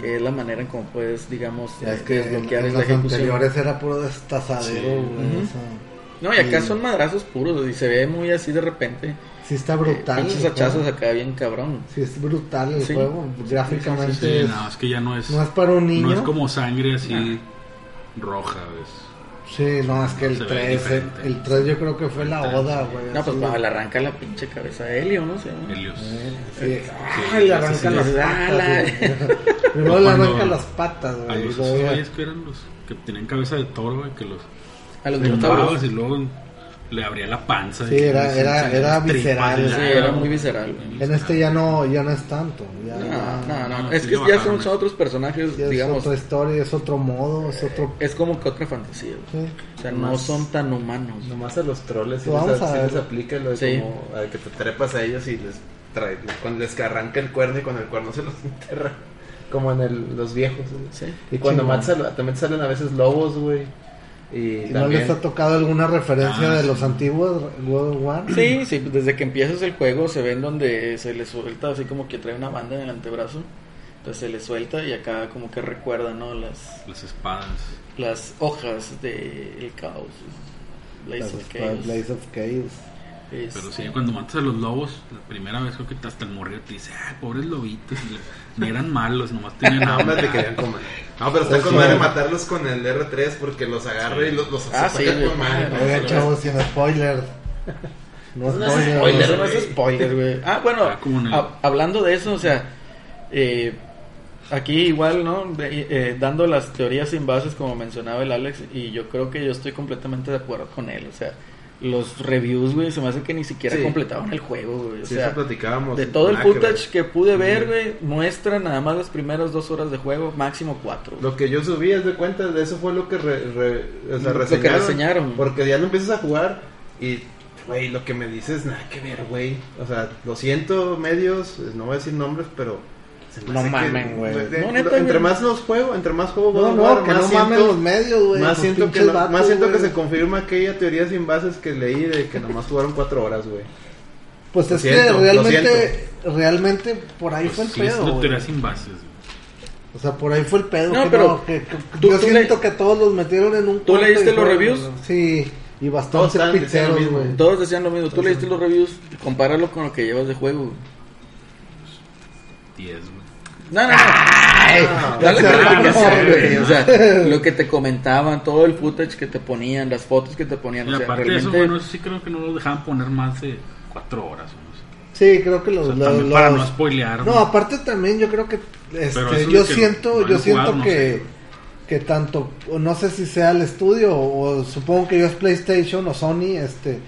Que es la manera en cómo puedes, digamos, Ya es eh, que en, desbloquear en esa los ejecución. anteriores era puro destazadero, Sí. güey. o Ujú. sea, No, y acá Sí. son madrazos puros, y se ve muy así de repente. sí está brutal. el Pinches juego. hachazos acá bien cabrón. Sí es brutal el Sí. juego. Gráficamente Sí, es- no, es que ya no es, no es para un niño. no es como sangre así roja, es Sí, no, es que el Se ve 3, el, diferente. el 3 yo creo que fue la oda, güey. No, pues así. cuando le arranca la pinche cabeza a Helio, ¿no? sé Helios. Eh, sí. Ah, y le arrancan sí, las sí, sí. patas. Ala. güey. Primero le Cuando- arrancan las patas, A güey. y los luego ya- güeyes que eran los que tenían cabeza de toro, güey, que los A los tumbabas dinosaurios. y luego le abría la panza. Sí, y era- les era- salían era las tripas visceral, y Sí, la- era muy visceral, güey. En este ya no, ya no es tanto. Ya, No, no, no. no, Es sí que le ya bajaron son, son eso. otros personajes, Ah, ya es digamos. otra historia, es otro modo, es otro. Es como que otra fantasía, güey. sí. O sea, no son tan humanos. Nomás a los troles sí, Pues les, vamos a sí ver. les aplica lo de Sí. como a que te trepas a ellos y les trae, cuando les arranca el cuerno y con el cuerno se los enterra. Como en el, los viejos. ¿sí? Sí. Y cuando Chingón. matas a, lo- también salen a veces lobos, güey. Y ¿Y no también, les ha tocado alguna referencia Ah, de sí. los antiguos World One? Sí, sí, pues desde que empiezas el juego se ven donde se le suelta así como que trae una banda en el antebrazo. Entonces se le suelta y acá como que recuerda, ¿no? Las, Las espadas. las hojas del caos. Blaze Las of espadas, Chaos. Blaze of Chaos. Este, Pero sí, cuando matas a los lobos, la primera vez creo que hasta el morrillo te dice, ah, pobres lobitos, y le- no eran malos, nomás tenían Ah, Nada más hambre. te querían comer. No, pero está Pues con sí. madre matarlos con el R3 porque los agarra y los, los Ah, saca sí, con güey. madre, ¿no? Oigan, chavos, sin spoiler. No No es spoiler. spoiler, güey. no es spoiler, güey. Ah, bueno, Ah, como en el- hab- hablando de eso, o sea, eh, aquí igual, ¿no? De- eh, dando las teorías sin bases, como mencionaba el Alex, y yo creo que yo estoy completamente de acuerdo con él, o sea, los reviews, güey, se me hace que ni siquiera Sí. completaron el juego, güey, o Sí, sea, eso platicábamos. Ah, de todo el Nada que footage ver. que pude ver, Mm. güey, muestra nada más las primeras dos horas de juego, máximo cuatro. güey. Lo que yo subí es de cuenta, de eso fue lo que, re- re- o Lo sea, que reseñaron, reseñaron. Porque ya lo empiezas a jugar y, güey, lo que me dices, nada que ver, güey. O sea, lo siento, medios, eh, no voy a decir nombres, pero. se me No hace que- mamen, güey. de- No, neta, güey. entre más los juego, entre más juego No, God of no, War, que más no siento- mamen los medios, güey. más los siento, que, pinches no- más vatos, siento que güey. se confirma aquella teoría sin bases que leí de que nomás jugaron cuatro horas, güey. Pues Lo es siento, que lo realmente, realmente por ahí Pues fue el sí, es pedo. una güey. teoría sin bases. güey. O sea, por ahí fue el pedo. No, que pero que- que- tú- yo tú siento le- que todos los metieron en un ¿Tú cuarto leíste y los fueron- reviews? Sí, y Todos bastantes estaban diciendo lo piteros, mismo. güey. Todos decían lo mismo, tú leíste los reviews, compáralo con lo que llevas de juego, güey. Diez, güey. No, no, no. Dale Ya se calificación, armó, güey. güey. O sea, lo que te comentaban, todo el footage que te ponían, las fotos que te ponían. Y o sea, aparte de eso, realmente- bueno, eso sí creo que no los dejaban poner más de cuatro horas. o no sé qué. Sí, creo que O Pues los... sea, los- también para no los- spoilear. No, güey. aparte también yo creo que este, Pero eso yo de que siento, no yo hayan siento jugado, no que sé. que tanto o no sé si sea el estudio o, o supongo que yo es PlayStation o Sony, este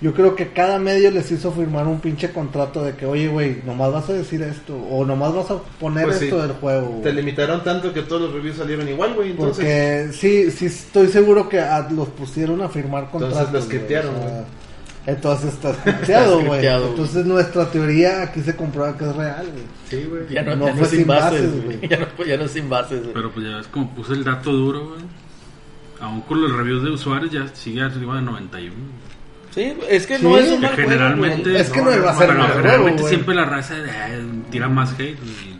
yo creo que cada medio les hizo firmar un pinche contrato de que, "Oye, güey, nomás vas a decir esto o nomás vas a poner Pues sí. esto del juego." Te güey". limitaron tanto que todos los reviews salieron igual, güey. Entonces, Porque sí, sí estoy seguro que a- los pusieron a firmar contratos. Entonces los güey, criptearon, güey. entonces estás cripteado, güey. cripteado, güey. Entonces nuestra teoría aquí se comprueba que es real, güey. sí, güey. Ya no, no ya no fue es sin sin bases, bases, güey. güey. Ya no, ya no es sin bases, güey. Pero pues ya ves, como puse el dato duro, güey. Aún con los reviews de usuarios ya sigue arriba de 91. Sí, es que Sí, no es un que mal juego, generalmente- güey. Es que no, no, va a no, ser Pero mal juego, generalmente güey. siempre la raza eh, tira más hate. güey.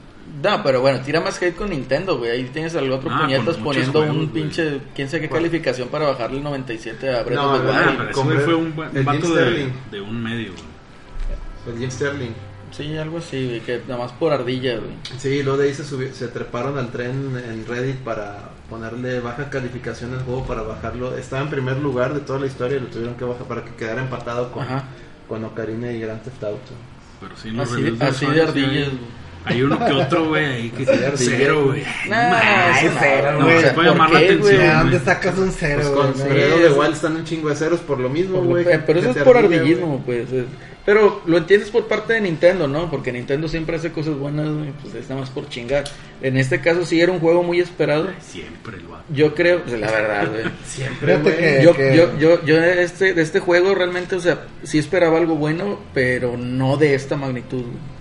No, pero bueno, tira más hate con Nintendo, güey. Ahí tienes al otro Ah, puñetas con muchos poniendo juegos, un güey. pinche, quién sabe qué calificación para bajarle el 97 a Breath No, of the no, Ah, Wild. pero ese compré güey fue un, va- el vato Jim de, Sterling. de un medio, güey. El Jim Sterling. Sí, algo así, güey. Que nada más por ardilla, güey. Sí, luego de ahí se, subi- se treparon al tren en Reddit para ponerle baja calificación al juego, para bajarlo. Estaba en primer lugar de toda la historia y lo tuvieron que bajar para que quedara empatado con, Ajá. con Ocarina y Grand Theft Auto. Pero sí, los Así- reviews de así de usuarios, sí, ardillas, hay- güey. Hay uno que otro, güey, ahí que Así de ardillas. cero, güey. Nah, Ay, eso no, cero, no, güey. o sea, Puede ¿por llamar la qué, güey? atención. Ya, güey. ¿Dónde sacas un Pues cero, güey? con No, Bredo es- de Wild están un chingo de ceros por lo mismo, Por lo- güey. eh, pero eso Que es te por ardilla, ardillismo, güey. pues. es- Pero lo entiendes por parte de Nintendo, ¿no? Porque Nintendo siempre hace cosas buenas, güey, pues es nada más por chingar. En este caso sí era un juego muy esperado. Siempre el vato. Yo creo, pues, la verdad, güey. Siempre, Fíjate güey. que- Yo, yo, yo, yo de este, de este juego realmente, o sea, sí esperaba algo bueno, pero no de esta magnitud. güey.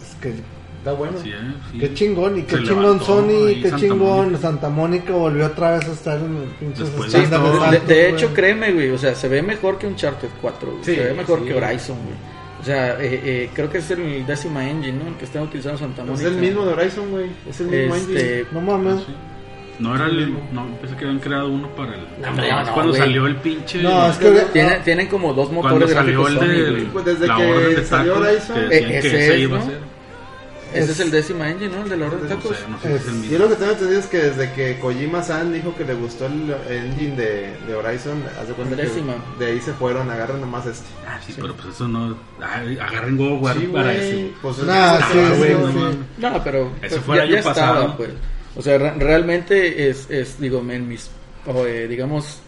es pues, que- Está bueno. Sí, eh, sí. Qué chingón, y qué Se chingón levantó Sony, ahí qué Santa chingón Mónica. Santa Mónica volvió otra vez a estar en los pinches Después de Sí, estándares todo. de, altos, de hecho, güey. créeme, güey, o sea, se ve mejor que un Charter 4, güey, Sí, se ve mejor sí. que Horizon, güey. O sea, eh, eh, creo que es el décima engine, ¿no? El que están utilizando Santa Es Mónica. el mismo de Horizon, güey. Es el mismo engine. Este, No mames. Ah, Sí. No era el. No, pensé que habían creado uno para el. No, hombre, no, cuando güey. salió el pinche. No, es que Tienen, tienen como dos Cuando motores salió gráficos el Sony, de. güey. Pues desde la que orden de salió tacos, Horizon. que decían Eh, que ese ese es, iba a ¿no? ser. Ese Es- es el décima engine, ¿no? El de la hora de No tacos. sé, no sé si es el Es- Yo mismo. lo que tengo entendido es que desde que Kojima San dijo que le gustó el engine de, de Horizon, haz de cuenta que Décima. de ahí se fueron, agarran nomás este. Ah, sí, pero pues eso no. Ay, agarren God of War Sí, para güey. ese. güey. Pues, Nah, es- sí, ah, güey, sí, no sí. mames. No, pero Ese pues, fue el ya, año ya pasado. estaba, pues. O sea, re- realmente es, es, digo, en mis, o, eh, digamos,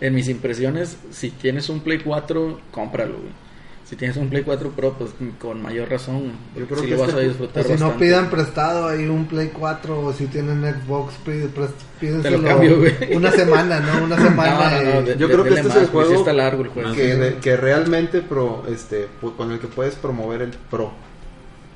en mis impresiones, si tienes un Play 4, cómpralo, güey. Si tienes un Play 4 Pro, pues con mayor razón, güey, porque Yo creo sí que lo vas este- a disfrutar Pues si no bastante. pidan prestado ahí un Play 4 o si tienen Xbox, pide- pres- pídenselo cambio, güey. una semana, ¿no? Una No, semana. no, no, y- de- Yo de- creo que dele este es más, el güey, sí juego está largo el juego. que, que realmente pro, este, pu- con el que puedes promover el pro.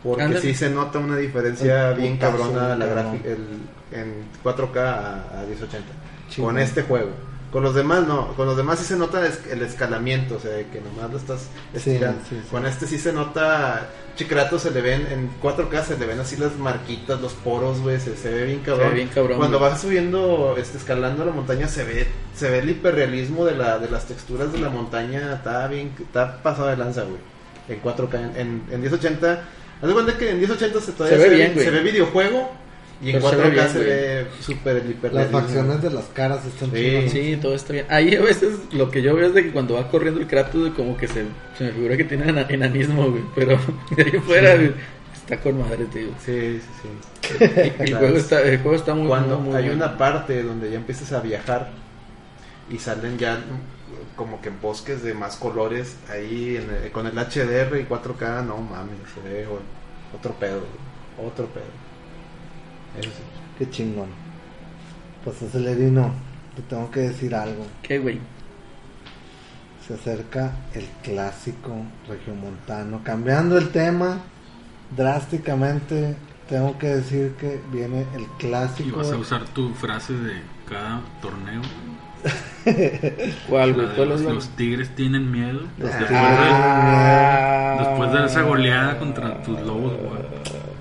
Porque Ándale. sí se nota una diferencia El bien putazo, cabrona la cabrón. gráfica el- en 4K a, a 1080. Sí, con güey. este juego. Con los demás no, con los demás sí se nota es- el escalamiento, o sea, que nomás lo estás Sí, estirando. sí, sí. Con este sí se nota, Chicrato se le ven, en 4K se le ven así las marquitas, los poros, güey, se, se ve bien cabrón. Se ve bien cabrón, Cuando güey. vas subiendo, este, escalando la montaña se ve, se ve el hiperrealismo de, la, de las texturas de la montaña, está bien, está pasado de lanza, güey. En 4K, en, en, en 1080, haz de cuenta que en 1080 se, todavía Se ve bien, güey. se ve videojuego y en Pero se 4K ve bien, se güey. ve súper el Las hiperrealismo. facciones de las caras están Sí. chingonas. Sí, todo está bien. Ahí a veces lo que yo veo es de que cuando va corriendo el Kratos, güey, como que se, se me figura que tiene ena- enanismo, güey. Pero de ahí fuera, güey, está con madre, tío. Sí, sí, sí. El juego está, el juego está muy Cuando muy, muy hay bueno. una parte donde ya empiezas a viajar y salen ya mm, como que en bosques de más colores, ahí en el- con el HDR y 4K, no mames, se ve o- otro pedo, otro pedo. Eso sí. Qué chingón. Pues Acelerino, te tengo que decir algo. ¿Qué, güey? Se acerca el clásico regiomontano. Cambiando el tema drásticamente, tengo que decir que viene el Y clásico. vas a usar tu frase de cada torneo. ¿Cuál, La güey? de ¿Cuál los, es la- los tigres tienen miedo. Los después, Ah. de, después de esa goleada contra tus lobos, güey,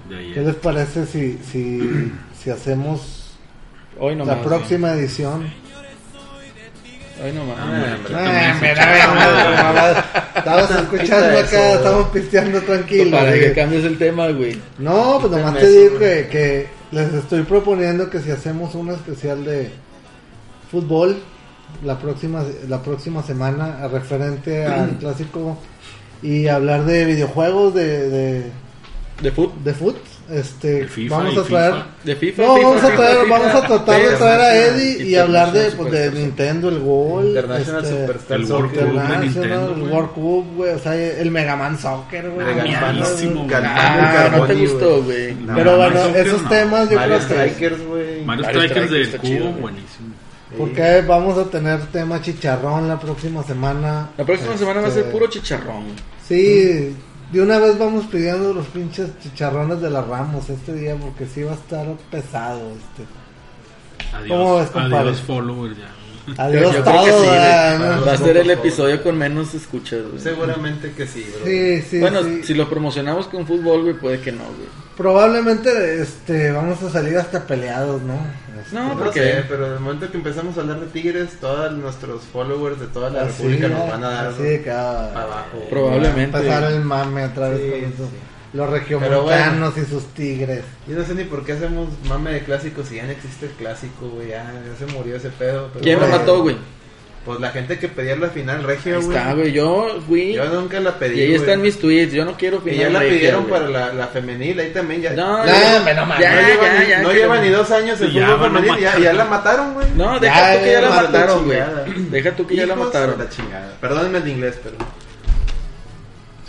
De ¿Qué ayer. les parece si, si, si hacemos Hoy la nomás. güey. próxima edición? Hoy nomás. Ah, güey. hombre, Ah, también me se- la veo, me la veo. Estamos escuchando acá, eso. estamos pisteando tranquilos. Para güey. que cambies el tema, güey. Ah, No, pues nomás te Eso, digo güey. que, que les estoy proponiendo que si hacemos un especial de fútbol la próxima la próxima semana a- referente al clásico y hablar de videojuegos de de, De fútbol. de foot, este De FIFA vamos y a traer FIFA. De FIFA. no, FIFA, vamos a FIFA, traer, FIFA. vamos a tratar de Pero- traer a International Eddie y hablar de, International pues, de Supercross. Nintendo, el gol, International este, Superstar el World Soccer. Cup de International, Nintendo, el güey. World Cup, güey, o sea, el Mega Man Soccer, güey. De no Galvano, mames, Megadísimo, Galvano güey. Ah, Carboni, no te güey. gustó, güey. No, Pero bueno, Nah, Mario Strikers esos no. temas yo creo Mario que Strikers, güey. Mario Mario Strikers Strikers del está cubo, chido, güey. buenísimo. porque vamos a tener tema chicharrón la próxima semana. La próxima semana va a ser Este, puro chicharrón. Sí, de una vez vamos pidiendo los pinches chicharrones de las Ramos este día porque sí va a estar pesado este. ¿Cómo ves, Adiós, compadre? adiós followers ya. Adiós yo creo todo. que sí, ¿eh? ¿verdad? güey. No, Va a ser el por favor. episodio con menos escuchas, güey. Seguramente que sí, bro. Sí, sí, bueno, sí. si lo promocionamos con fútbol, güey, puede que no, güey. Probablemente este vamos a salir hasta peleados, ¿no? Este, No, No porque sé, pero el momento que empezamos a hablar de Tigres, todos nuestros followers de Ah, toda la así, República nos van a dar así de que, ah, para abajo. probablemente. pasar el mame otra vez Sí, con eso. sí. Los regiomontanos y sus tigres. Yo no sé ni por qué hacemos mame de clásicos si ya no existe el clásico, güey. Ya, ya se murió ese pedo. pero ¿Quién lo bueno, mató, güey? Pues la gente que pedía la final regia, Ahí güey. está, güey. Yo fui. Yo nunca la pedí. y ahí güey. están mis tweets. Yo no quiero Que final ya la regia, pidieron güey. para la, la femenil, ahí también ya. No, No, ya, hombre, no mames. ya, no lleva, ya, ni, ya, no que lleva lo- ni dos años el Ya fútbol van a femenil, ya, matar. ya la mataron, güey. No, deja Ya, tú que ya la hijos de la mataron, güey. chingada. Deja tú que ya la Hijos de mataron. La chingada. Perdónenme el inglés, pero.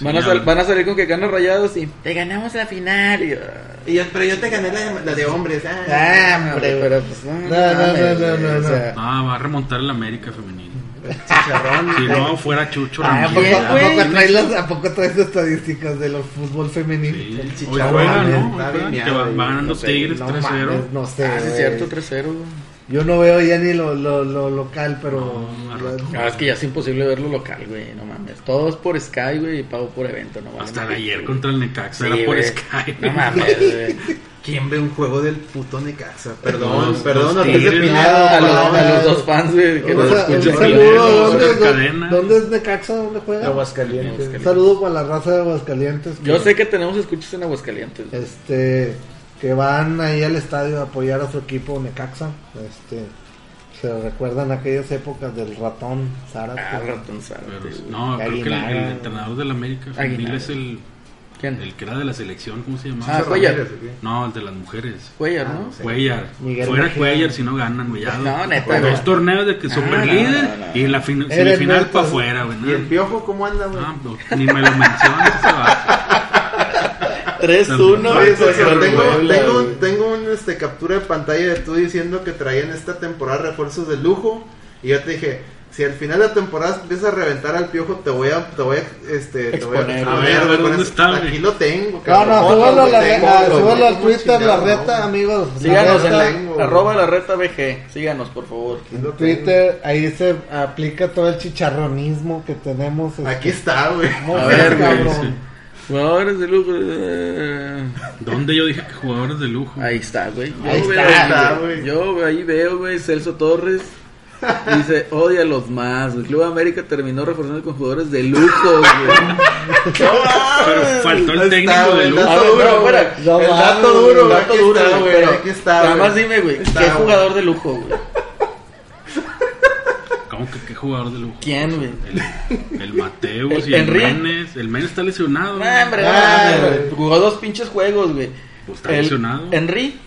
Van a, Sí, sal- ya. van a salir con que ganan rayados y te ganamos la final. y- ah, Y yo, pero yo te gané la de, la de hombres. ah. Ah, hombre, güey, pero pues, no, No, no, mames, no, no, güey, no, o sea, Ah, va a remontar el América femenil. Chicharrón. Si no fuera Chucho Ay, ¿a, poco, Ramírez. a poco güey? traes las, ¿A poco traes estadísticas de los fútbol femenil? Sí. El Hoy chicharrón, juega, güey, ¿no? Hoy está juegan, bien Que van miado, van no ganando sé, Tigres No 3-0. mames, Pues, no sé. Ah, sí, es güey. cierto, 3-0. güey. Yo no veo ya ni lo, lo, lo local, pero. No, al rato. No, es que ya es imposible verlo local, güey. No mames. Todo es por Sky, güey, y pago por evento. No vale Hasta madre, ayer güey. contra el Sí, Necaxa era por güey. Sky. No mames, güey. ¿Quién ve un juego del puto Necaxa? Perdón, Los- perdón, los Ortiz de Tigres, Pinedo, A los, perdón. a los dos fans, güey, que Un nos sa- un escuchan. saludo, Oscar ¿dónde, dónde, Cadena. dónde es Necaxa? ¿Dónde juega? Un Aguascalientes. saludo para la raza de Aguascalientes. Yo que- sé que tenemos escuchas en Aguascalientes. güey. Este. Que van ahí al estadio a apoyar a su equipo Necaxa. Este. Se recuerdan aquellas épocas del ratón Zárate. Ah, ratón Zárate, Pero, pues, güey. no, creo que el, Aguinaga. el entrenador del América femenil Aguinaga. es el, ¿Quién? el que era de la selección, ¿cómo se Ah, llamaba? Ramírez, Cuellar. ¿o qué? No, el de las mujeres. Cuellar, Ah, ¿no? sí. Cuellar. Miguel Fuera Mejía. Cuellar si no ganan, güey. ya No, dos- neta, Dos güey. torneos de que Ah, super no, líder no, no. y la fin- Era el semifinal Beto. para afuera, güey. ¿Y el No, piojo cómo anda, güey? No, no, ni me lo mencionas ese vato. 3-1. Oye, César, güey, tengo, Puebla, tengo, güey. tengo un este, captura de pantalla de tú diciendo que traían esta temporada refuerzos de lujo. Y yo te dije, si Si al final de la temporada empiezas a reventar al piojo, te voy a. Te voy a. Este, te voy a. Exponer, a güey. A ver, güey, con ¿dónde eso- está, Aquí güey? lo tengo, No, cabrón. no, súbelo, a la Tengo, reta, güey, súbelo al tengo Twitter, la chingado, reta, no, amigos. la Síganos en reta. la, arroba la reta BG. Síganos, por favor. aquí lo tengo. Twitter, ahí se aplica todo el chicharronismo que tenemos. este, Aquí está, güey. No A seas ver, güey, cabrón. sí. Jugadores de lujo. eh, ¿Dónde yo dije que jugadores de lujo? Ahí está, güey. Yo Ahí veo está, ahí, güey. Yo veo- ahí veo, güey, Celso Torres. Dice, odia a los más. El Club América terminó reforzando con jugadores de lujo, güey. Pero faltó el Ahí técnico está, de güey, lujo. está- A ver, duro, pero, güey. espera, No el dato mames, duro, el güey, dato aquí duro, está, güey, güey, pero aquí está, nada más güey. dime, güey, Está, ¿qué güey. jugador de lujo, güey? ¿Cómo que qué jugador de lujo? ¿Quién, güey? El, el Mateus El y el Henry. Menes. El Menes está lesionado. güey. Nah, hombre, Ah, nah, güey. güey. jugó dos pinches juegos, güey. Pues está lesionado. Henry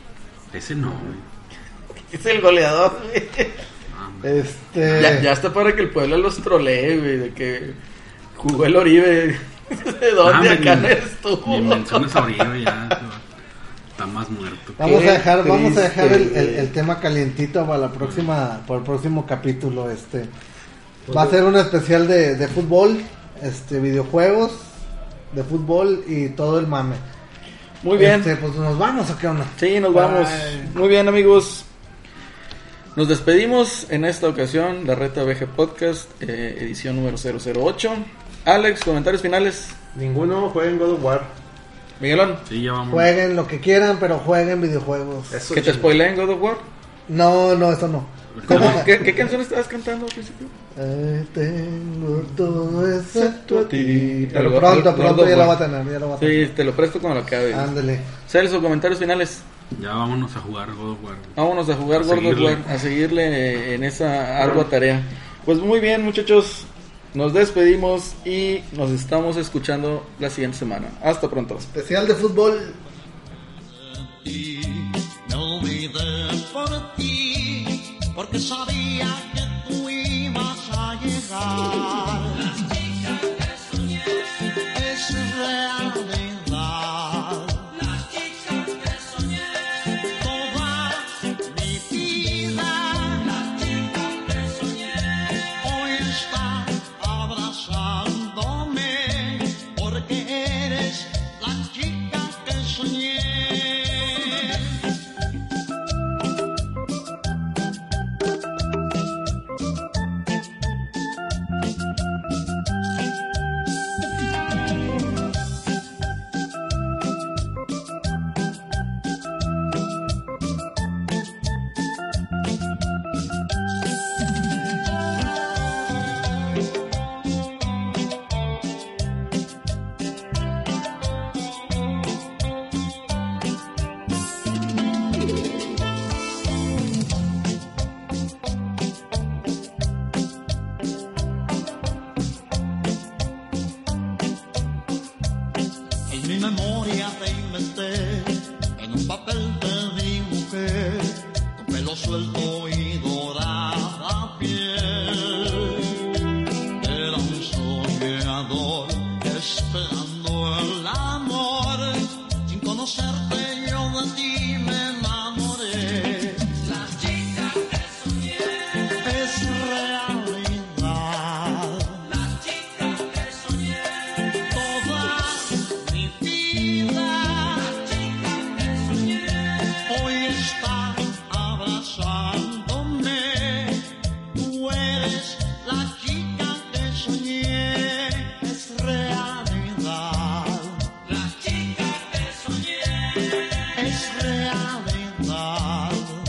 Ese no, güey. Ah, es el goleador, güey. Este. Ya, ya está para que el pueblo los trolee, güey, de que jugó el Oribe. ¿De dónde Ah, acá ni- no estuvo? Ni menciones a Oribe ya. Está más muerto. Vamos Qué a dejar, vamos a dejar el, triste, el- güey. el tema calientito para la próxima, para el próximo capítulo, este. Pues Va a ser un especial de, de fútbol, este, videojuegos, de fútbol y todo el mame. Muy bien. Este, pues nos vamos a qué onda. Sí, nos vamos. Bye. Muy bien, amigos. Nos despedimos en esta ocasión, la Reta BG Podcast, eh, edición número 008. Alex, comentarios finales. Ninguno juega en God of War. Miguelón, Sí, ya vamos. Jueguen lo que quieran, pero jueguen videojuegos. Eso, que te chingón. spoileen God of War. No, no, eso no. ¿Cómo? ¿Qué, qué canción estabas cantando al principio? Eh, tengo todo excepto a ti. Pero Pero pronto, God- God pronto pues. of ya lo va War. a tener, ya lo va a tener. Sí, te lo presto cuando lo acabe. Ándale. Celso, comentarios finales. Ya vámonos a jugar God of War. güey. Vámonos a jugar A God of War, seguirle. a seguirle en esa ardua tarea. Pues muy bien, muchachos. Nos despedimos y nos estamos escuchando la siguiente semana. Hasta pronto. Especial de fútbol. ti, me olvidé por ti, porque sabía que tú ibas a llegar. Es realidad. Toda mi vida. Hoy está abrazándome porque eres la chica que soñé. En mi memoria te inventé, en un papel te dibujé, tu pelo suelto y dorada piel. Era un soñador esperando el amor, sin conocerte yo de ti me enamoré. La chica que soñé es realidad. Toda mi vida, hoy está ναι, abrazándome. Tú eres la chica que soñé, es realidad. La chica que soñé es realidad.